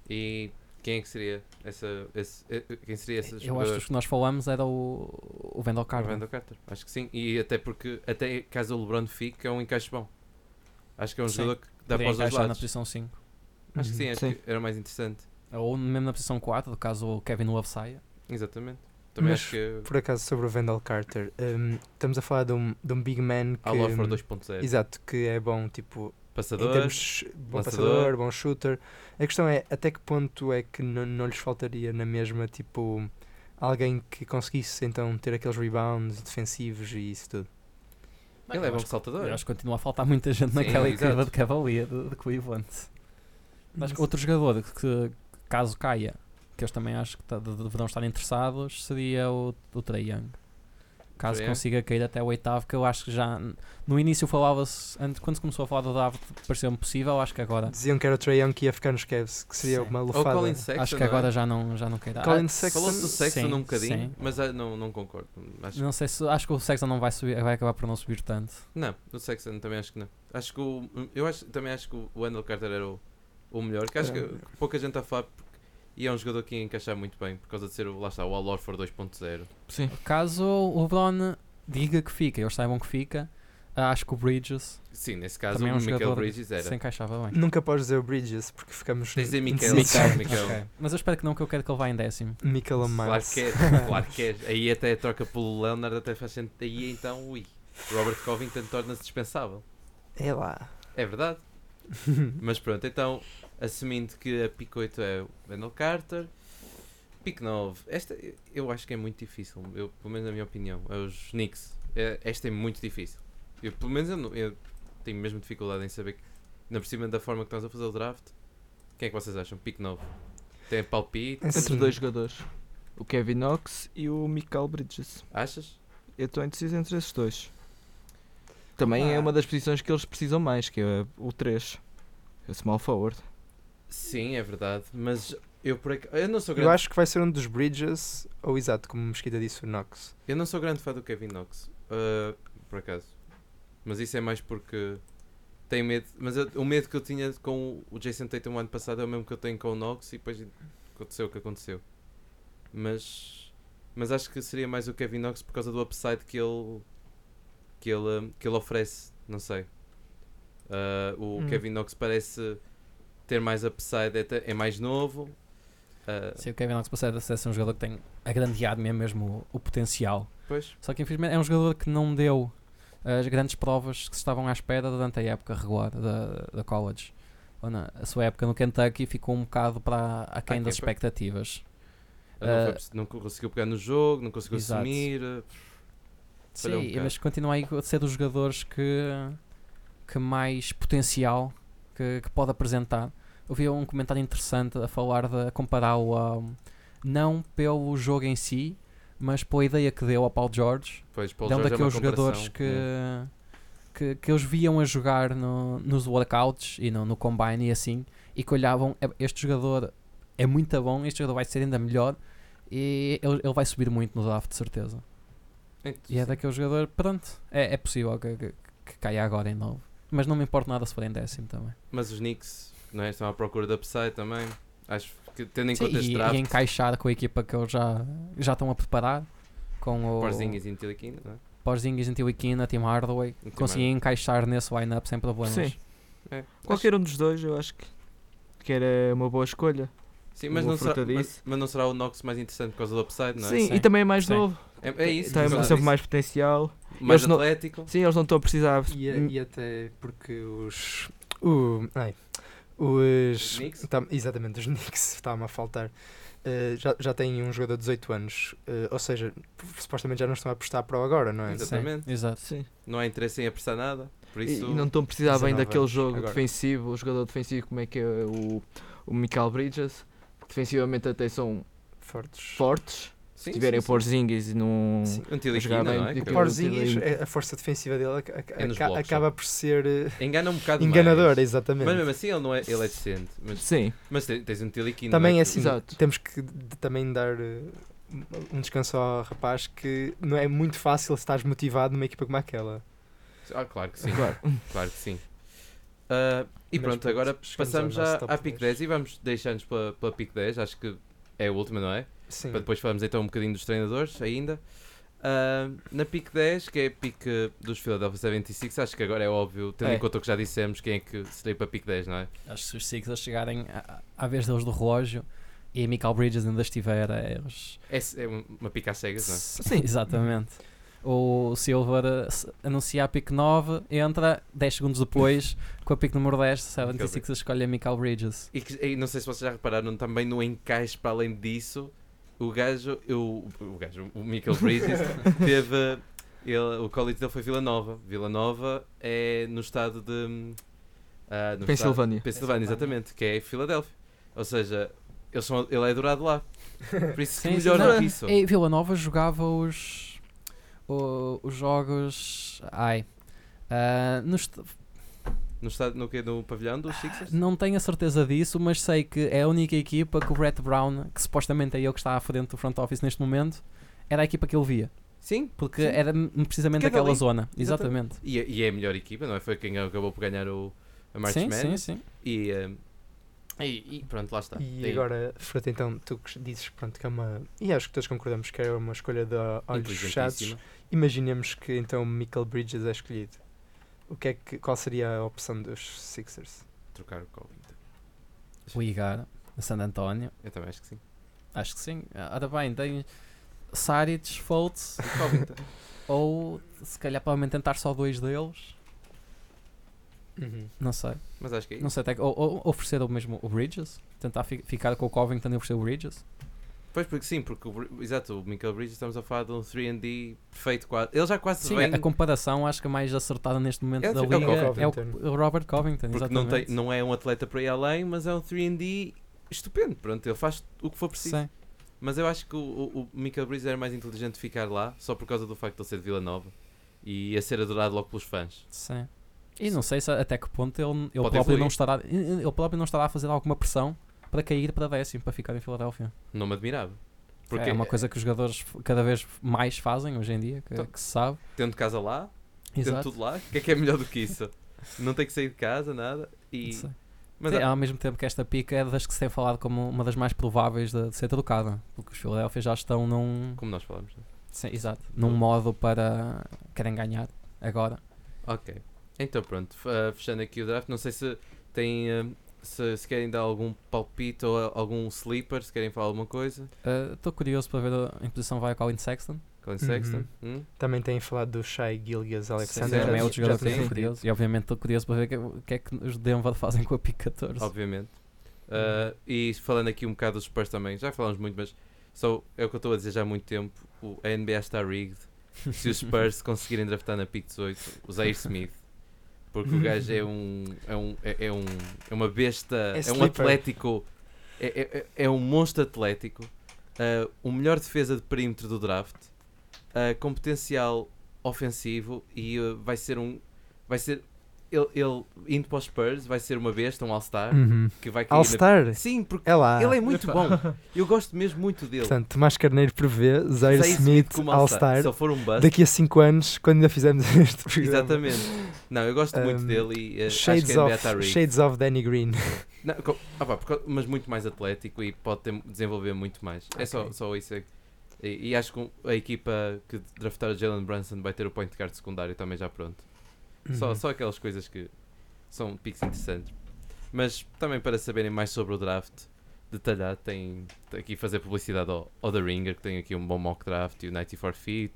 E quem é que seria essa. Esse, eh, quem seria essa
Eu acho que os que nós falamos era o, o Wendell
Carter.
Carter.
Carter. Acho que sim. E até porque, até caso o LeBron fique, é um encaixe bom. Acho que é um
Sim.
jogador que dá
Poderia
para os dois
encaixar na
lados.
posição 5.
Acho que sim,
Uhum.
acho
Sim.
que era mais interessante.
Ou mesmo na posição 4, caso o Kevin Love saia.
Exatamente. Também
Mas
acho que.
Por acaso sobre o Wendell Carter, hum, estamos a falar de um, de um big man que hum,
Al Horford 2.0.
Exato, que é bom, tipo, em
Passador.
termos de sh- bom
lançador.
passador, bom shooter. A questão é até que ponto é que não, não lhes faltaria na mesma, tipo, alguém que conseguisse então ter aqueles rebounds defensivos e isso tudo.
Ele é
Eu
bom
acho que-
saltador.
Eu acho que continua a faltar muita gente
Sim,
naquela equipa
exato.
de Cavalier de, de Cleveland. Mas outro jogador que, que caso caia, que eles também acho que tá- de- de- deverão estar interessados, seria o, o Trae Young. Caso
Trae Young.
consiga cair até o oitavo, que eu acho que já no início falava-se, antes- quando se começou a falar do David, pareceu-me possível, acho que
Tá.
agora.
Diziam que era o Trae Young que ia ficar nos Cavs, que seria
Sim.
uma
Ou
lufada.
Colin Sexton. é?
acho que agora já não, já não cairá.
Colin
Ah,
Sexton-
Falou-se do Sexton
sim,
um bocadinho,
sim.
mas ah, não, não concordo. Acho
Não sei se acho que o Sexton não vai subir, vai acabar por não subir tanto.
Não, o Sexton também acho que não. Acho que o, eu acho, também acho que o Wendell Carter era o, o melhor, que acho
É.
que
Era.
pouca gente está a falar porque- e é um jogador que ia encaixar muito bem por causa de ser o, lá está, o Al Horford 2.0.
Sim.
Caso o LeBron diga que fica, eles saibam que fica, ah, acho que o Bridges
Sim, nesse caso
Também é um
o Michael
jogador
Bridges era.
se encaixava bem.
Nunca podes dizer o Bridges, porque ficamos.
Tens de dizer Michael.
indecisos.
Michael. Michael.
Ok. Mas eu espero que não, que eu quero que ele vá em décimo.
Michael
Claro
Miles.
que é, claro que é. Aí até a troca pelo Leonard até faz sentido. Aí então, ui, Robert Covington torna-se dispensável.
É lá.
É verdade. Mas pronto, então, assumindo que a Picoito é o Wendell Carter, Pick 9. Esta eu acho que é muito difícil. Eu, pelo menos na minha opinião. É os Knicks. É- esta é muito difícil. Eu, pelo menos eu, não- eu tenho mesmo dificuldade em saber. que- Ainda por cima da forma que estamos a fazer o draft. Quem é que vocês acham? Pick 9. Tem
É.
palpite?
Assim,
Entre dois jogadores. O Kevin Knox e o Michael Bridges.
Achas?
Eu estou indeciso entre esses dois. Também é
Opa.
uma das posições que eles precisam mais, que é o 3. O small forward.
Sim, é verdade. Mas eu por ac- Eu não sou
Eu
grande,
acho que vai ser um dos Bridges, ou exato, como Mesquita disse, o Knox.
eu não sou grande fã do Kevin Knox. ah, por acaso. Mas isso é mais porque tenho medo. Mas eu- o medo que eu tinha com o Jason Tatum ano passado é o mesmo que eu tenho com o Knox e depois aconteceu o que aconteceu. Mas. Mas acho que seria mais o Kevin Knox por causa do upside que ele. que ele, ah, que ele oferece. Não sei. Ah, o
Hum.
Kevin Knox parece ter mais upside, é, te- é mais novo. Ah,
Se o Kevin Knox passar deve ser um jogador que tem agrandeado mesmo, mesmo o, o potencial.
pois.
Só que infelizmente é um jogador que não deu as grandes provas que se estavam à espera durante a época regular da, da college. Ou na- a sua época no Kentucky ficou um bocado para aquém
quem
das
foi?
expectativas.
Ah, não,
Ah.
foi perce- não co- conseguiu pegar no jogo, não conseguiu
Exato.
assumir. ah, Falhou um
Sim,
bocado.
mas continua aí a ser dos jogadores que, que mais potencial que, que pode apresentar. Ouvi um comentário interessante a falar de a compará-lo a, não pelo jogo em si, mas pela ideia que deu ao Paul George,
Pois, Paul
de um
George é uma
daqueles jogadores
comparação,
que,
é.
que, que eles viam a jogar no- nos workouts e no, no combine e assim, e que olhavam, "É, este jogador é muito bom, este jogador vai ser ainda melhor e ele, ele vai subir muito no draft, de certeza. E é daquele jogador, pronto, é, é possível que, que, que caia agora em novo. Mas não me importa nada se for em décimo também.
Mas os Knicks não é? estão à procura de upside também. Acho que, tendo em
Sim,
conta este
e,
draft,
e encaixar com a equipa que eles já, já estão a preparar, com o
Porzinhas e Tiliquina, não é?
Porzinhas, Intiwikina, Tim Hardaway,
Tim
consegui encaixar nesse line-up sem problemas.
Sim.
É.
Qualquer um dos dois, eu acho que, que era uma boa escolha.
Sim, mas
Uma
não, será,
fruta
mas,
disso.
mas não será o Knox mais interessante por causa do upside, não é?
Sim,
Sim.
e também é mais
Sim.
novo.
É, é isso,
Tem
por causa
sempre
disso.
mais potencial.
mais
eles não-
atlético.
Sim, eles não estão a precisar.
E, a-
Hum.
e até porque os. O, ai, os.
Os Knicks?
tá- exatamente, os Knicks, estava-me a faltar. Eh, já, já tem um jogador de 18 anos, eh, ou seja, supostamente já não estão a apostar para o agora, não é?
Exato.
Sim,
Exatamente.
exato.
Sim.
Não há interesse em apressar nada. Por
E-
isso, é
E não estão a precisar bem
19
daquele
anos.
jogo
Agora.
defensivo, o jogador defensivo, como é que é o, o Michael Bridges. Defensivamente até são
Fortes.
fortes.
sim,
Se tiverem
sim,
Porzingis e não.
Sim.
sim. Um Tiliquina,
jogar bem,
não é?
tipo,
O
Que-
Porzingis, a- a força defensiva dele aca- aca-
É nos
aca-
blocos,
acaba por ser eh,
Engana um bocado
enganadora,
mais.
exatamente.
Mas mesmo assim ele, não é, ele é decente. Mas,
Sim.
mas te- tens um Tiliquina.
Também
não
é
Que-
assim,
Exato.
temos que d- também dar eh, um descanso ao rapaz que não é muito fácil se estás motivado numa equipa como aquela.
Ah, claro que sim.
Claro.
Claro que sim. Ah, e
Mas
pronto,
pronto,
agora
chegamos
passamos
ao nosso
já
top
à PIC
10.
10 e vamos deixar-nos pela, pela PIC 10, acho que é a última, não é?
Sim.
Para depois falarmos então um bocadinho dos treinadores ainda. Ah, na PIC 10, que é a PIC eh, dos Philadelphia 76, acho que agora é óbvio, tendo
É.
em conta o que já dissemos, quem é que seria para a PIC 10, não é?
Acho que se os Sixers chegarem à, à vez deles do relógio e Michael Bridges ainda estiver, eles
É, s- é um- uma PIC às cegas, não é?
Sim. Exatamente. O Silver eh, se- anuncia a pick 9, entra 10 segundos depois, com a pick número 10, 76 escolhe a Michael Bridges.
E, que- e não sei se vocês já repararam também no encaixe para além disso, o gajo, o, o gajo, o Michael Bridges, teve. ele- o college dele foi Vila Nova. Vila Nova é no estado de. hum, ah, no
Pensilvânia.
estado- Pensilvânia, exatamente, que é Filadélfia. Ou seja, eles são, ele é adorado lá. Por isso que
Sim, sim,
melhor
não,
do que isso.
E Vila Nova jogava os, o- os jogos. Ai. ah, no est-
No, estado, no, quê? no pavilhão dos Sixers?
não tenho a certeza disso, mas sei que é a única equipa que o Brett Brown, que supostamente é ele que está à frente do front office neste momento, era a equipa que ele via.
Sim.
Porque
Sim.
era hum, precisamente
Porque é
aquela
dali.
zona.
Exatamente.
Exatamente.
E, é- e é a melhor equipa, não é? Foi quem acabou por ganhar o, a March
Sim, sim,
Madness.
sim.
E, hum, e, e pronto, lá está.
E
Tem-
agora, Fruta, então, tu que dizes pronto, que é uma. E acho que todos concordamos que é uma escolha de olhos fechados.
inteligentíssima.
Imaginemos que então Michael Bridges é escolhido. O que é que, qual seria a opção dos Sixers?
Trocar o Covington.
Ligar a San António.
Eu também acho que sim.
Acho que sim. Ah, Ora bem, tem Saric, Fultz,
O Covington.
ou se calhar provavelmente tentar só dois deles.
Uhum.
Não sei.
Mas acho que é
Não
isso.
sei até que- ou, ou oferecer o mesmo o Bridges. Tentar fi- ficar com o Covington e oferecer o Bridges.
Pois porque sim, porque o, Br- exato, o Michael Bridges estamos a falar de um 3D perfeito quase. Ele já quase
Sim, é
vem
a comparação acho que a mais acertada neste momento
É o-
da
é o
liga é
Covington.
o, o Robert Covington,
porque não,
exatamente.
tem, não é um atleta para ir além, mas é um 3D estupendo. Pronto, ele faz o que for é preciso.
Sim.
Mas eu acho que o, o, o Michael Bridges era mais inteligente de ficar lá só por causa do facto de ele ser de Vila Nova e a ser adorado logo pelos fãs.
Sim. E não sei se até que ponto ele, ele,
Pode
próprio, não
evoluir.
estará, ele próprio não estará a fazer alguma pressão para cair para décimo, para ficar em Filadélfia.
Não me admirava. Porque
é uma coisa que os jogadores f- cada vez mais fazem hoje em dia, que,
Então-
que se sabe.
tendo casa lá, tendo
Exato.
tudo lá, o que é que é melhor do que isso? não tem que sair de casa, nada. E,
Sim.
mas é-
Sim,
há-
ao mesmo tempo que esta pica é das que se tem falado como uma das mais prováveis de, de ser trocada, porque os Philadelphia já estão num,
como nós falamos. né?
sim, exato, num modo para querem ganhar agora.
Ok. Então pronto, f- ah, fechando aqui o draft, não sei se tem. ah, se, se querem dar algum palpite ou a- algum sleeper, se querem falar alguma coisa.
Estou Eh, curioso para ver a- em que posição vai o Colin Sexton,
Colin Sexton. Hum?
Também têm falado do Shai Gilgas
Sim,
Alexander.
também é outro jogador que
já
eu estou
tem.
curioso, e obviamente estou curioso para ver que- o que é que os Denver fazem com a pick 14.
Obviamente. Ah, e falando aqui um bocado dos Spurs também, já falámos muito, mas só é o que eu estou a dizer já há muito tempo: o, a NBA está rigged. Se os Spurs conseguirem draftar na pick 18, o Zaire Smith, porque o gajo é um. é, um, é, é um, é uma besta,
É
é, um
sleeper.
atlético, é, é- é- é um monstro atlético, ah, o melhor defesa de perímetro do draft, ah, com potencial ofensivo e ah, vai ser um. Vai ser. Ele, ele indo para os Spurs vai ser uma besta, um All-Star
Uhum.
que vai cair na-
All-Star,
Sim, porque
é lá.
é ele é muito bom. Eu gosto mesmo muito dele.
Portanto, Tomás Carneiro prevê Zaire
Zay
Smith,
como All-Star.
All-Star
Se ele for um bust,
daqui a 5 anos, quando ainda fizermos este programa.
exatamente. Não, eu gosto muito
Um,
dele e eh, acho que
Shades
a NBA está
of,
rigged.
shades of Danny Green.
Não, co- ah pá, porque- mas muito mais atlético e pode ter- desenvolver muito mais. É só, só isso. é- E, e acho que um- a equipa que draftar o Jalen Brunson vai ter o point guard secundário também já pronto. Só,
Uhum.
só aquelas coisas que são piques interessantes. Mas também para saberem mais sobre o draft detalhado, tem tem aqui fazer publicidade ao, ao The Ringer, que tem aqui um bom mock draft e o 94 Feet.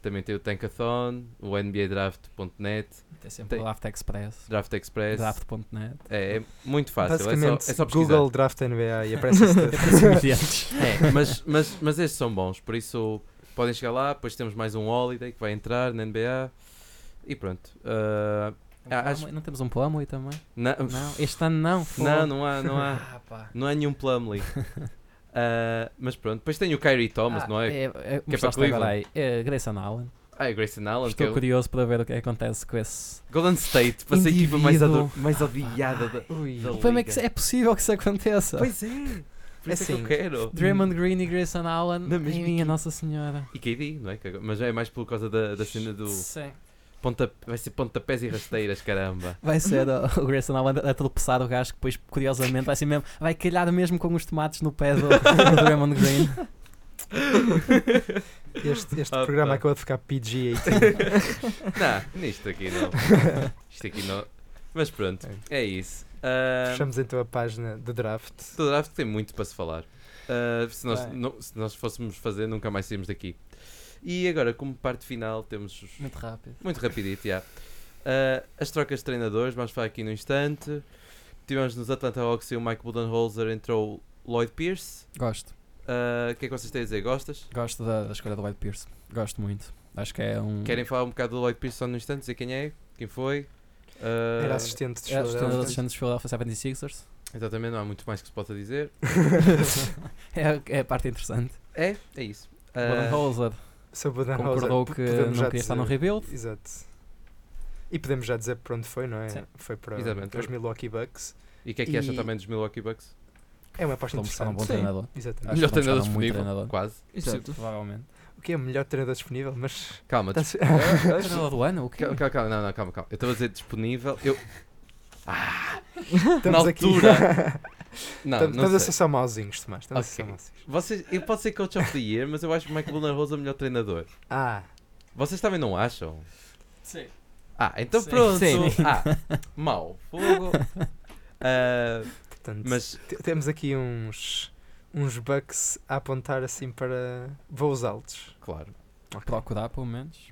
Também tem o Tankathon, o NBADraft.net,
Tem sempre
Tem-
o Draft Express,
Draft Express.
Draft.net,
É, é muito fácil. É só, é
Basicamente,
só pesquisar.
Google Draft NBA e aparece isso tudo.
É, mas, mas, mas estes são bons, por isso podem chegar lá. Depois temos mais um Holiday que vai entrar na NBA. E pronto. Ah, Ah, acho-
Não temos um Plumlee também?
na-
Não, este ano não.
não, Ah, não há, não há, não há nenhum Plumlee. Ah, mas pronto, depois tem o Kyrie Thomas, não é?
É, é,
para
mostraste
Cleveland.
agora aí. É, Grayson Allen.
Ah, é Grayson Allen, que
Estou
é o
curioso para ver o que acontece com esse.
Golden State, para ser a equipa mais,
Indivíduo.
ado- mais odiada da, da
O problema é que
liga.
é possível que isso aconteça.
Pois é, por isso é que eu
Assim,
quero.
Draymond Green e Grayson Allen.
Na
Ai,
mesma
minha Nossa Senhora.
E KD, não é? Que agora- Mas é mais por causa da, da cena do.
Sim.
Ponta, vai ser pontapés e rasteiras, caramba.
Vai ser o, o Grayson Allen a tropeçar o gajo que depois, curiosamente, vai ser mesmo. Vai calhar mesmo com os tomates no pé do, do Draymond Green.
Este, este
Ah,
programa
pá.
acabou de ficar PG-18.
Não, nisto aqui não. Isto aqui não. Mas pronto, é isso. Ah,
Fechamos então a página de draft.
o draft tem muito para se falar. Ah, se, nós,
Bem.
não- se nós fôssemos fazer, nunca mais saímos daqui. E agora, como parte final, temos os-
Muito rápido.
muito rapidito, já. Ah, as trocas de treinadores, vamos falar aqui no instante. Tivemos nos Atlanta Hawks e o Mike Budenholzer entrou o Lloyd Pierce.
Gosto.
Ah, O que é que vocês têm a dizer? Gostas?
Gosto da, da escolha do White Pierce. Gosto muito. Acho que é um.
Querem falar um bocado do Lloyd Pierce só no instante? Dizer quem é? Quem foi? Ah,
Era assistente de
é, os treinadores
Philadelphia.
dos Philadelphia 76ers.
Exatamente, não há muito mais que se possa dizer.
é, é a parte interessante.
É, é isso.
Warren
Ah,
Holzer
Sou Budenholzer.
concordou
P-
que
podemos
não
já
queria estar no
dizer-
rebuild.
Exato. E podemos já dizer para onde foi, não é?
Sim.
Foi para
Exatamente.
os Milwaukee Bucks.
e o que é que acha
e-
também dos Milwaukee Bucks?
É uma aposta
Estão buscar um
interessante.
bom
Sim.
treinador.
Exatamente.
Acho que
Melhor
vamos
treinador
buscar um muito
disponível,
treinador.
quase.
Exato.
Provavelmente.
O que é o melhor treinador disponível, mas.
Calma,
Tá
dis-
se-
um Treinador do ano? O quê?
calma, calma, calma, não, não, calma, calma. Eu estava a dizer disponível. Eu,
Estamos
na
aqui.
altura. não,
Estamos
não
estamos a
sei.
ser só mauzinhos, Tomás. Estamos a ser só
Ok.
mauzinhos.
Vocês, eu posso ser coach of the year, mas eu acho que o Mike Rosa é o melhor treinador.
Ah,
Vocês também não acham?
Sim.
Ah, então
Sim.
pronto.
Sim.
Ah, mau. Fogo. Ah,
portanto.
mas
T- Temos aqui uns. Uns Bucks a apontar assim para voos altos.
Claro.
Procurar, pelo menos.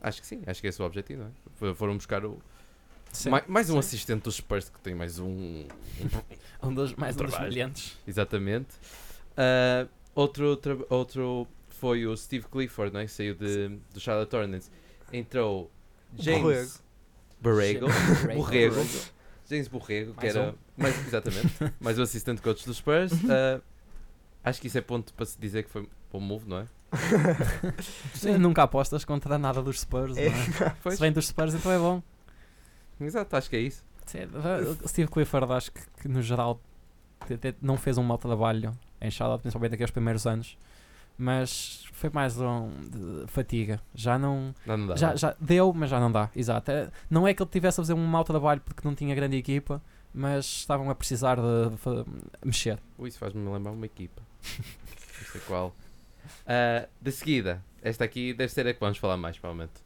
Acho que sim. Acho que esse é o objetivo, não é? F- Foram buscar o.
Sim.
mai- mais um assistente dos Spurs que tem mais um.
Um dos mais um dos
trabalho.
brilhantes.
Exatamente. Ah, Outro, tra- outro foi o Steve Clifford, né, que saiu de, do Charlotte Hornets. Entrou James Borrego, Borrego. James Borrego, que
Mais
era.
um.
Mais, exatamente. mais o assistente coach dos Spurs. Ah, acho que isso é ponto para se dizer que foi bom move, não é?
Sim, Nunca apostas contra nada dos Spurs,
É.
não é?
Foi.
Se vem dos Spurs, então é bom.
Exato, acho que é isso.
Sim, o Steve Clifford acho que, que, no geral até não fez um mau trabalho em Charlotte, principalmente naqueles primeiros anos. Mas foi mais um de fatiga. Já não.
Não, não dá.
Já, já deu, mas já não dá. Exato. É, Não é que ele tivesse a fazer um mau trabalho porque não tinha grande equipa, mas estavam a precisar de, de fa- mexer.
Ui, isso faz-me lembrar uma equipa. não sei qual. Ah, de seguida, esta aqui deve ser a que vamos falar mais, provavelmente.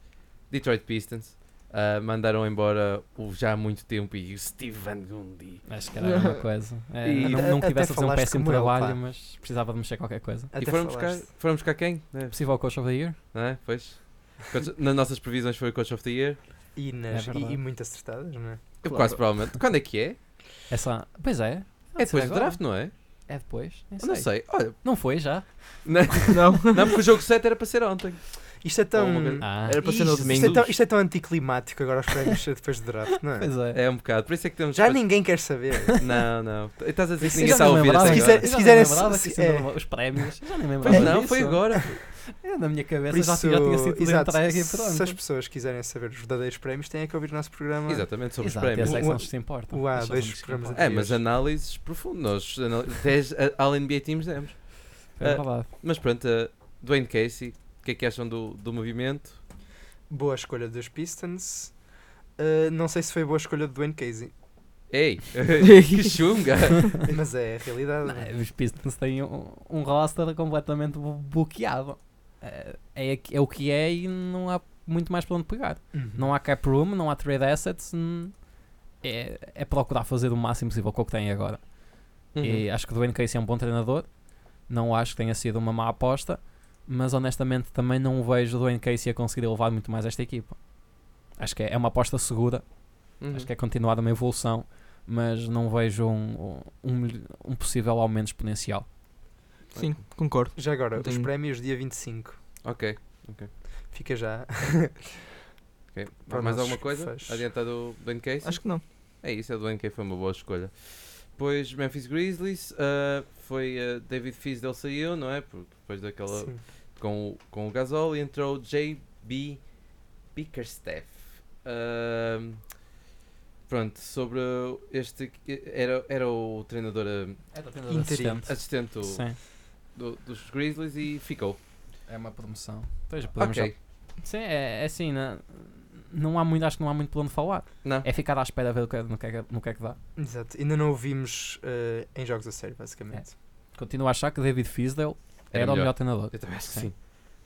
Detroit Pistons. Ah, mandaram embora o já há muito tempo e o Steve Van Gundy.
Acho que era uma coisa. É,
E-
não, não
Até
tivesse a fazer um
falaste
péssimo
como ele,
trabalho,
pá.
mas precisava de mexer qualquer coisa. É
e foram buscar, foram buscar quem? Né?
Possível Coach of the Year?
Não é? Pois. Coach- nas nossas previsões foi o Coach of the Year.
E, nas-
É
e-
verdade.
e muito acertadas, não é?
Eu
Claro.
Quase provavelmente. Quando é que é?
É só. Pois é.
É depois do
agora.
draft, não é?
É depois? Nem
Eu Não sei. Olha,
Não foi já?
não,
Não.
não, porque o jogo 7 era para ser ontem.
Isto é tão.
Ou uma coisa-
Ah,
Era para ser no
Isto-
domingo.
Isto é tão, isto é tão anticlimático agora os prémios ser depois do draft, não é?
pois é.
É um bocado. Por isso é que temos.
Já
depois-
ninguém quer saber.
Não, não. T- Estás a dizer que
é
ninguém
Eu já
está a
nem
ouvir
lembrava
até
Se
agora.
quiser-
disso. Eu
se
já
quiserem-
nem lembrava
se-
que isso era
é.
os prémios. Eu Já nem me
Pois
lembrava.
não,
disso.
foi agora.
É, na minha
Por
cabeça
isso,
já, tinha- já tinha sido tudo
exato,
entregue e pronto.
se as pessoas quiserem saber os verdadeiros prémios, têm é que ouvir o nosso programa.
Exatamente, sobre
Exato,
os prémios.
esse é que
O-
não se importa.
um o há
Esse é
dois
que não se
programas
importa.
É, mas análises profundas. Nós anal- 10 a- All NBA Teams demos.
É
Ah,
verdade.
Mas pronto, uh, Dwayne Casey, o que é que acham do, do movimento?
Boa escolha dos Pistons. Uh, não sei se foi boa escolha do Dwayne Casey,
Ei, que chunga!
mas é a realidade. não é?
Não, Os Pistons têm um, um roster completamente bu- bloqueado. É, é, aqui- é o que é e não há muito mais para onde pegar. Não há cap room, não há trade assets. hum, É, é procurar fazer o máximo possível com o que tem agora. E acho que o Dwayne Casey é um bom treinador. Não acho que tenha sido uma má aposta. Mas honestamente também não vejo o Dwayne Casey a conseguir elevar muito mais esta equipa. Acho que é é uma aposta segura.
Uhum.
Acho que é continuar uma evolução. Mas não vejo um, um, mel- um possível aumento exponencial.
Sim, concordo.
Já agora,
Não
os
tenho-
prémios dia 25.
Ok,
Fica já.
ok.
Para
Mais
nós,
alguma coisa?
faz.
Adiantado do Dwayne Casey?
Acho que não.
É isso, é do NK, foi uma boa escolha. Depois Memphis Grizzlies, ah, foi ah, David Fisdale saiu, não é? Por- Depois daquela
Sim.
com, o- com o Gasol e entrou JB Bickerstaff. Ahm, pronto, sobre este que era, era o treinador ah,
é
Interino.
assistente do-
Sim,
do- dos Grizzlies e ficou.
é uma promoção. Pois podemos
ok.
já- Sim, é, é assim. Não, não há muito, acho que não há muito para onde falar.
Não.
É ficar à espera a ver o que é- no que é que- no que é que dá.
Exato. Ainda não ouvimos uh, em jogos a sério, basicamente.
Continuo a achar que David Fisdale era, o melhor treinador.
Eu também acho que
Sim.
sim.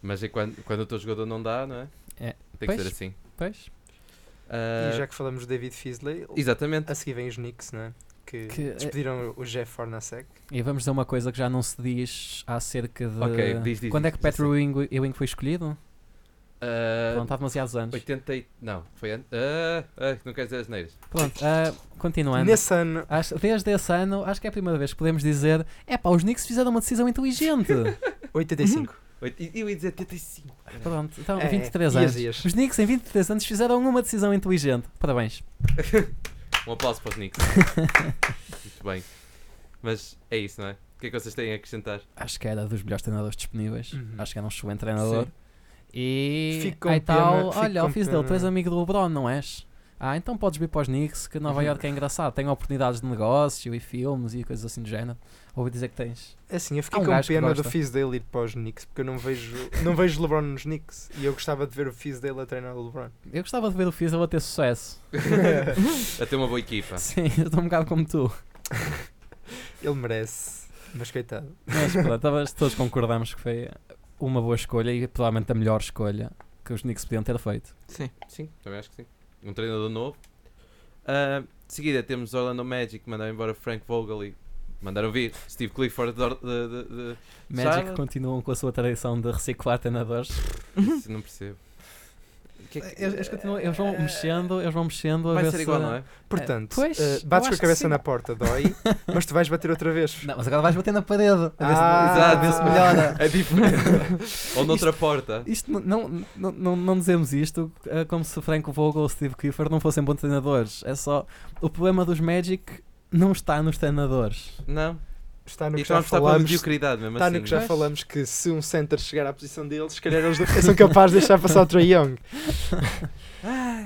Mas é quando, quando o teu jogador não dá, não é?
É.
Tem que
Pois.
ser assim.
Pois. É.
Ah,
E já que falamos de David Fisley,
Exatamente.
a seguir vem os Knicks, não é? Que,
Que-
despediram o Jeff Hornacek.
E vamos dizer uma coisa que já não se diz acerca de.
Ok, diz, diz,
Quando
diz,
é que
já
Petro
sei.
Ewing, Ewing foi escolhido?
Ah,
Pronto, há demasiados anos.
80 e... Não, foi antes. Ah, ah, não quero dizer as neiras.
Pronto, ah, continuando.
Nesse ano,
Acho- desde esse ano, acho que é a primeira vez que podemos dizer: é pá, os Knicks fizeram uma decisão inteligente.
85.
Oit- e- Eu ia dizer 85.
Pronto, então
É,
23
dias,
anos.
dias.
Os Knicks em 23 anos fizeram uma decisão inteligente. Parabéns.
Um aplauso para os Knicks. Muito bem. Mas é isso, não é? O que é que vocês têm a acrescentar?
Acho que era dos melhores treinadores disponíveis.
Uhum.
Acho que era um excelente treinador. E
Fico com
aí tal,
pena- fico
olha,
com
o fiz dele, tu és
pena.
amigo do LeBron, não és? Ah, então podes vir para os Knicks, que
Uhum.
Nova York é engraçado, tem oportunidades de negócio e filmes e coisas assim do género. Ouvi dizer que tens.
Assim, eu fiquei
Há um
com
gajo que
pena
gosta.
do Fizdale ir para os Knicks, porque eu não vejo, não vejo LeBron nos Knicks e eu gostava de ver o Fizdale a treinar o LeBron.
Eu gostava de ver o Fizzle a ter sucesso.
a ter uma boa equipa.
Sim, eu estou um bocado como tu.
Ele merece, mas coitado.
Mas pronto, talvez todos concordamos que foi uma boa escolha e provavelmente a melhor escolha que os Knicks podiam ter feito.
Sim.
Sim, também acho que sim. Um treinador novo. Ah, de seguida temos Orlando Magic, que mandaram embora Frank Vogel e mandaram vir Steve Clifford de, Or- de- de-
Magic
Sabe?
continuam com a sua tradição de reciclar treinadores.
de- Isso não percebo. que é que-
Eles, eles continuam- eles vão mexendo, eles vão mexendo a
É, Vai
ver
ser
se-
igual, não é?
Portanto,
pois,
eh,
eu
bates com a
acho que
cabeça
sim.
na porta, dói, mas tu vais bater outra vez.
Não, mas agora vais bater na parede a ver se,
Ah,
a ver se melhora.
É diferente. Ou noutra porta.
Isto n- não, não, não, não dizemos isto eh, como se Franco Vogel ou Steve Kiefer não fossem bons treinadores. É só. O problema dos Magic não está nos treinadores.
Não.
Está no
E
que já
estamos a falar
falamos.
mediocridade mesmo
Tá
Está
assim.
no que já
mas-
falamos que se um center chegar à posição deles, se calhar eles são capazes de deixar passar o Trae Young.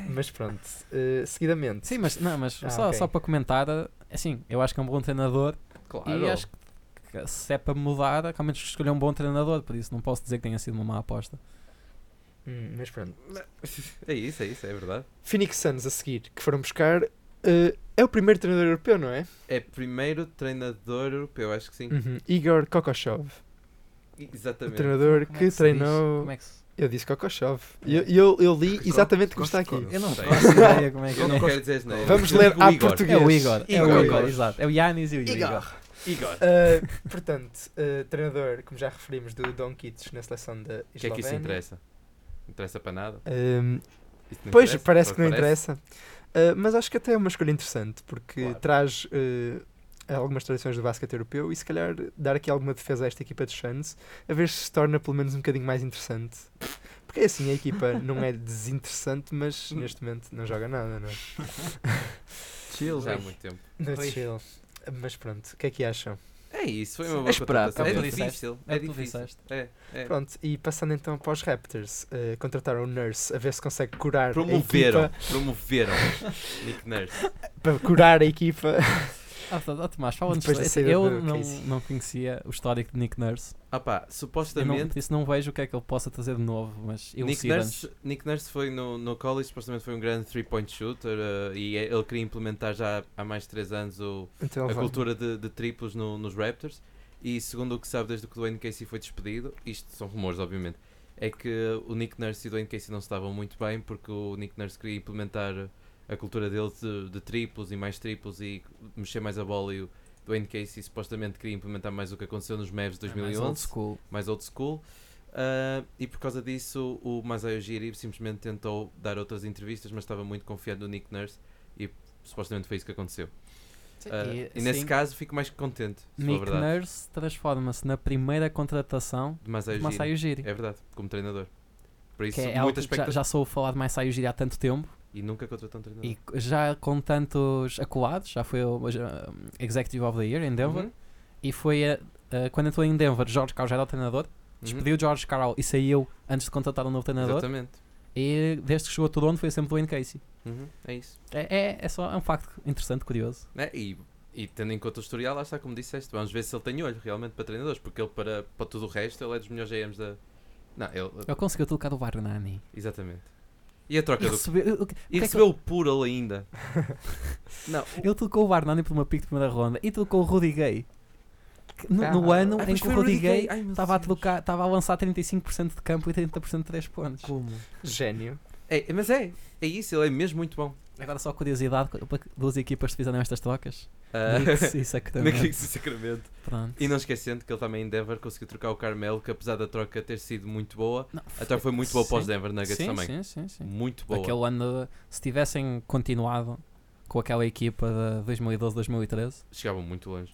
mas pronto, eh, seguidamente.
Sim, mas, não, mas
Ah,
só,
ok.
só para comentar, eh, assim, eu acho que é um bom treinador
Claro.
e acho que se é para mudar, ao menos escolher um bom treinador, por isso não posso dizer que tenha sido uma má aposta.
Hum, mas pronto.
É isso, é isso, é verdade.
Phoenix Suns a seguir, que foram buscar. eh, é o primeiro treinador europeu, não é?
É primeiro treinador europeu, acho que sim.
Uhum.
Igor Kokoshov. O
Exatamente.
treinador
Como é
que
se diz?
treinou.
Como é que se-
Eu disse Kokoshov. E eu, eu, eu li exatamente como está aqui.
Eu não
sei.
faço ideia como é que
Eu não
é.
quero dizer isso, não.
Vamos
Eu
ler
digo
à
Igor.
portuguesa.
É o Igor, é
Igor.
o Igor, exato. É o Yanis e o Igor.
Igor.
Eh, portanto, eh, treinador, como já referimos, do Don Kitts na seleção da Eslovénia.
O que é que isso interessa? Não interessa para nada?
Ehm,
Isso não
Pois,
interessa?
parece
Só
que não interessa. Ah, mas acho que até é uma escolha interessante, porque
Claro.
traz ah, algumas tradições do basquete europeu e se calhar dar aqui alguma defesa a esta equipa de Suns, a ver se se torna pelo menos um bocadinho mais interessante. Porque é assim, a equipa não é desinteressante, mas neste momento não joga nada, não é?
Chill,
Já há muito tempo.
Não é
Pois.
chill. Mas pronto, o que é que acham?
É isso, foi uma
É
boa
esperar,
contratação.
é o
É
que tu
difícil,
disseste. É
é
o que tu
difícil.
disseste.
É, é.
Pronto, e passando então para os Raptors, ah, contrataram o Nurse a ver se consegue curar a
Promoveram,
equipa.
promoveram Nick Nurse.
Para curar a equipa.
Ah, portanto, ó, Tomás, fala-nos.
Depois da
disso.
saída
Eu
do
não,
Casey.
não conhecia o histórico de Nick Nurse.
Ah pá,
Eu não,
supostamente
isso não vejo o que é que ele possa trazer de novo, mas
Nick
elucida-nos.
Nurse, Nick Nurse foi no, no college, supostamente foi um grande three-point shooter eh, e é- ele queria implementar já há mais de 3 anos o,
Então,
a
vá.
cultura de, de triplos no- nos Raptors e segundo o que sabe desde que o Dwayne Casey foi despedido, isto são rumores obviamente, é que o Nick Nurse e o Dwayne Casey não se davam muito bem porque o Nick Nurse queria implementar a cultura dele de, de triplos e mais triplos e mexer mais a bola e o Dwayne Casey supostamente queria implementar mais o que aconteceu nos Mavs de
É mais old
2011
school.
mais old school. Ah, e por causa disso, o Masai Ujiri simplesmente tentou dar outras entrevistas, mas estava muito confiado no Nick Nurse e supostamente foi isso que aconteceu. Ah, e, nesse
sim,
caso, fico mais que contente, se for
Nick
verdade.
Nurse transforma-se na primeira contratação
De Masai
de
Ujiri.
Masai Ujiri.
É verdade, como treinador. Por isso,
que é algo
muita
que já,
expectativa.
já soube falar de Masai Ujiri há tanto tempo
E nunca contratou um treinador.
e c- já com tantos acolados, já foi o já, um, Executive of the Year em Denver
Uhum,
e foi eh, eh, quando entrou em Denver, George Carl já era o treinador, despediu George Carl e saiu antes de contratar um novo
uhum,
treinador
Exatamente.
e desde que chegou a Toronto foi sempre Dwayne Casey.
Uhum, É isso.
É, é, é só é um facto interessante, curioso.
Né? E, e tendo em conta o historial, lá está, como disseste, vamos ver se ele tem olho realmente para treinadores, porque ele, para, para tudo o resto, ele é dos melhores GMs da. Não, ele.
Ele conseguiu trocar É o Varnani
Exatamente. E a troca
e
do
recebeu, o que- o que
E
é que
recebeu o Pural ainda. não,
ele- ele trocou o Varnani por uma pick de primeira ronda e trocou o Rudy Gay. Que No, no
Ah,
ano
ah,
em
pois
que
foi
o Rudy Gay
Ai, meu
Estava a,
Deus.
trocar, estava a lançar 35% de campo e 30% de 3 pontos.
Gênio.
É, mas é, é isso, ele é mesmo muito bom.
Agora só curiosidade, co- para que duas equipas que fizeram estas trocas.
Ah,
Knicks e
no
Sacramento.
Kicks do Sacramento.
Pronto.
E não esquecendo que ele também em Denver conseguiu trocar o Carmelo, que apesar da troca ter sido muito boa,
Não,
até Então foi muito boa para os
sim.
Denver Nuggets
sim,
também.
Sim, sim, sim.
Muito boa.
Aquele ano, se tivessem continuado com aquela equipa de 2012-2013,
Chegavam muito longe.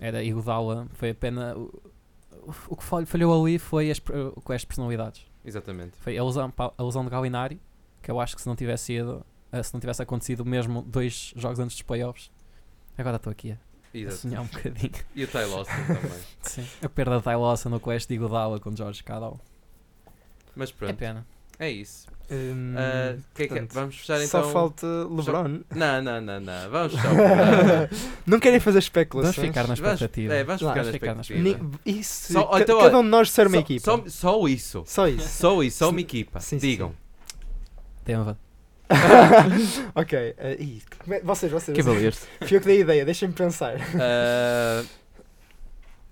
era Iguodala, foi apenas... O, o- o que fal- falhou ali foi as, per- com as personalidades.
Exatamente.
Foi a lesão, pa- a lesão de Galinari, que eu acho que se não tivesse sido, eh, se não tivesse acontecido mesmo dois jogos antes dos playoffs, agora estou aqui a- a
Exato.
sonhar um bocadinho.
E o Ty Lawson também.
Sim. A perda de Tylossa no Quest de Iguodala com George Carl.
É Mas
É
pronto,
pena.
é isso.
Hum,
Ah, que é que-
portanto,
vamos fechar então.
Só falta LeBron.
Não, não, não, não. Vamos fechar o programa.
Não querem fazer
Vamos
especulações.
ficar na
Vamos-
expectativa.
é, vamos
Lá,
ficar na
vamos ficar na
expectativa.
Ni- Isso.
Só-
ca-
então, olha,
cada um de nós ser uma
Só-
equipa.
Só, só isso.
Só isso.
Só isso, só uma
Sim.
equipa.
Sim, sim.
Digam.
Denver.
ok. eh, ih, como é- vocês, vocês. vocês.
Cavaliers.
Fui eu que dei a ideia, deixem-me pensar.
Ah,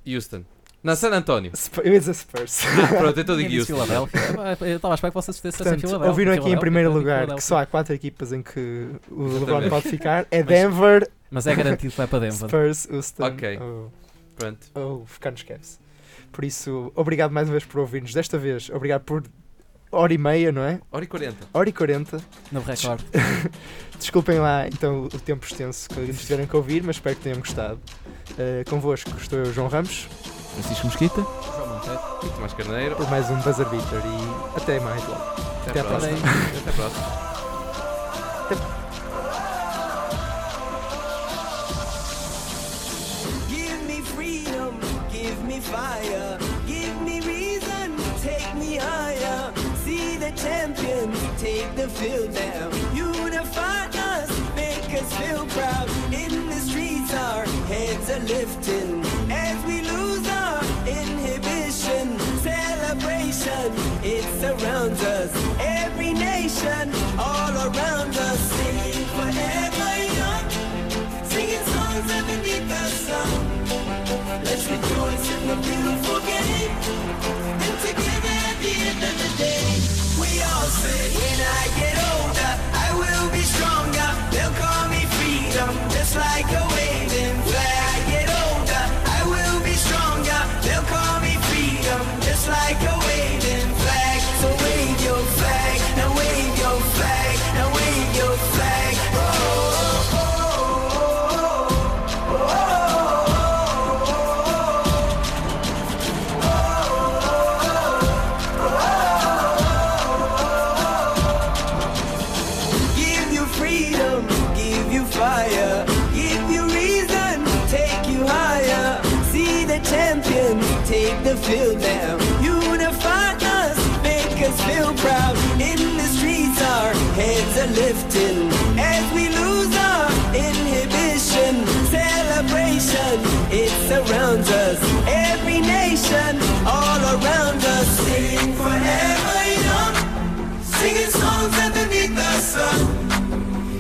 Houston. Não, San António.
Sp- Eu ia dizer Spurs.
Ah, pronto, então
Ninguém
digo
disse
Houston.
Filadélfia. É, Eu estava à espera que vocês dissessem
Portanto,
Filadélfia.
ouviram aqui em
Filadélfia,
primeiro
Filadélfia,
lugar que só há quatro equipas em que o LeBron
Exatamente.
pode ficar: é Denver,
Filadélfia. Mas é garantido que vai para Denver.
Spurs, Houston Oh,
Ok.
ou,
Pronto.
ou ficar nos Cavs. Por isso, obrigado mais uma vez por ouvir-nos. Desta vez, obrigado por hora e meia, não é?
Hora e 40.
Hora e quarenta.
No recorde.
Desculpem lá então o tempo extenso que nos tiveram que ouvir, mas espero que tenham gostado. Uh, convosco estou eu, João Ramos,
Francisco Mosquita.
João Monteiro. E Tomás Carneiro.
por mais um Buzzer Beater e até mais logo.
Até,
Até
à
à
próxima. Até à próxima.
Give me freedom, give me fire, give me reason, take me higher. See the champions take the field now. Unify us, make us feel proud. In the streets, our heads are lifting as we lose our inhibition. Celebration, it surrounds us. Every nation, all around us. Sing forever young singing songs underneath the sun. Let's rejoice in the beautiful game, and together at the end of the day, we all say, when I get older, I will be stronger. They'll call me freedom, just like a waving flag. I get older, I will be stronger. They'll call me freedom, just like a waving flag. So wave your flag, now wave your flag, now wave your flag. oh, oh, oh. Give you freedom, give you fire, give you reason, take you higher. See the champions take the field now. Unify us, make us feel proud. In the streets, our heads are lifting as we lose our inhibition. Celebration, it surrounds us. Every nation, all around us. Sing forever young singing songs underneath the sun.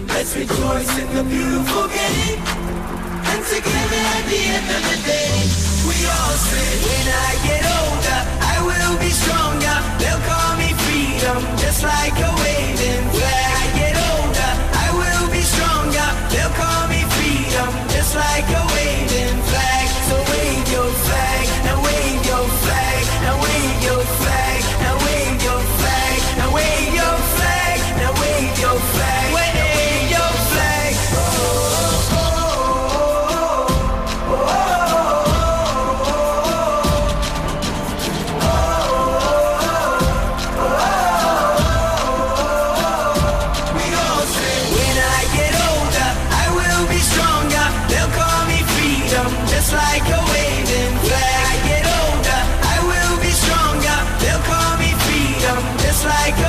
Let's rejoice in the beautiful game, and together at the end of the day, we all say, when I get older, I will be stronger. They'll call me freedom, just like a waving flag. I get older, I will be stronger. They'll call me freedom, just like a waving flag. So wave your flag, now wave your flag, now wave your flag, now wave your flag, now wave your flag, now wave your flag, wave your flag. We all say, when I get older, I will be stronger. They'll call me freedom, just like a waving flag. I get older, I will be stronger. They'll call me freedom, just like a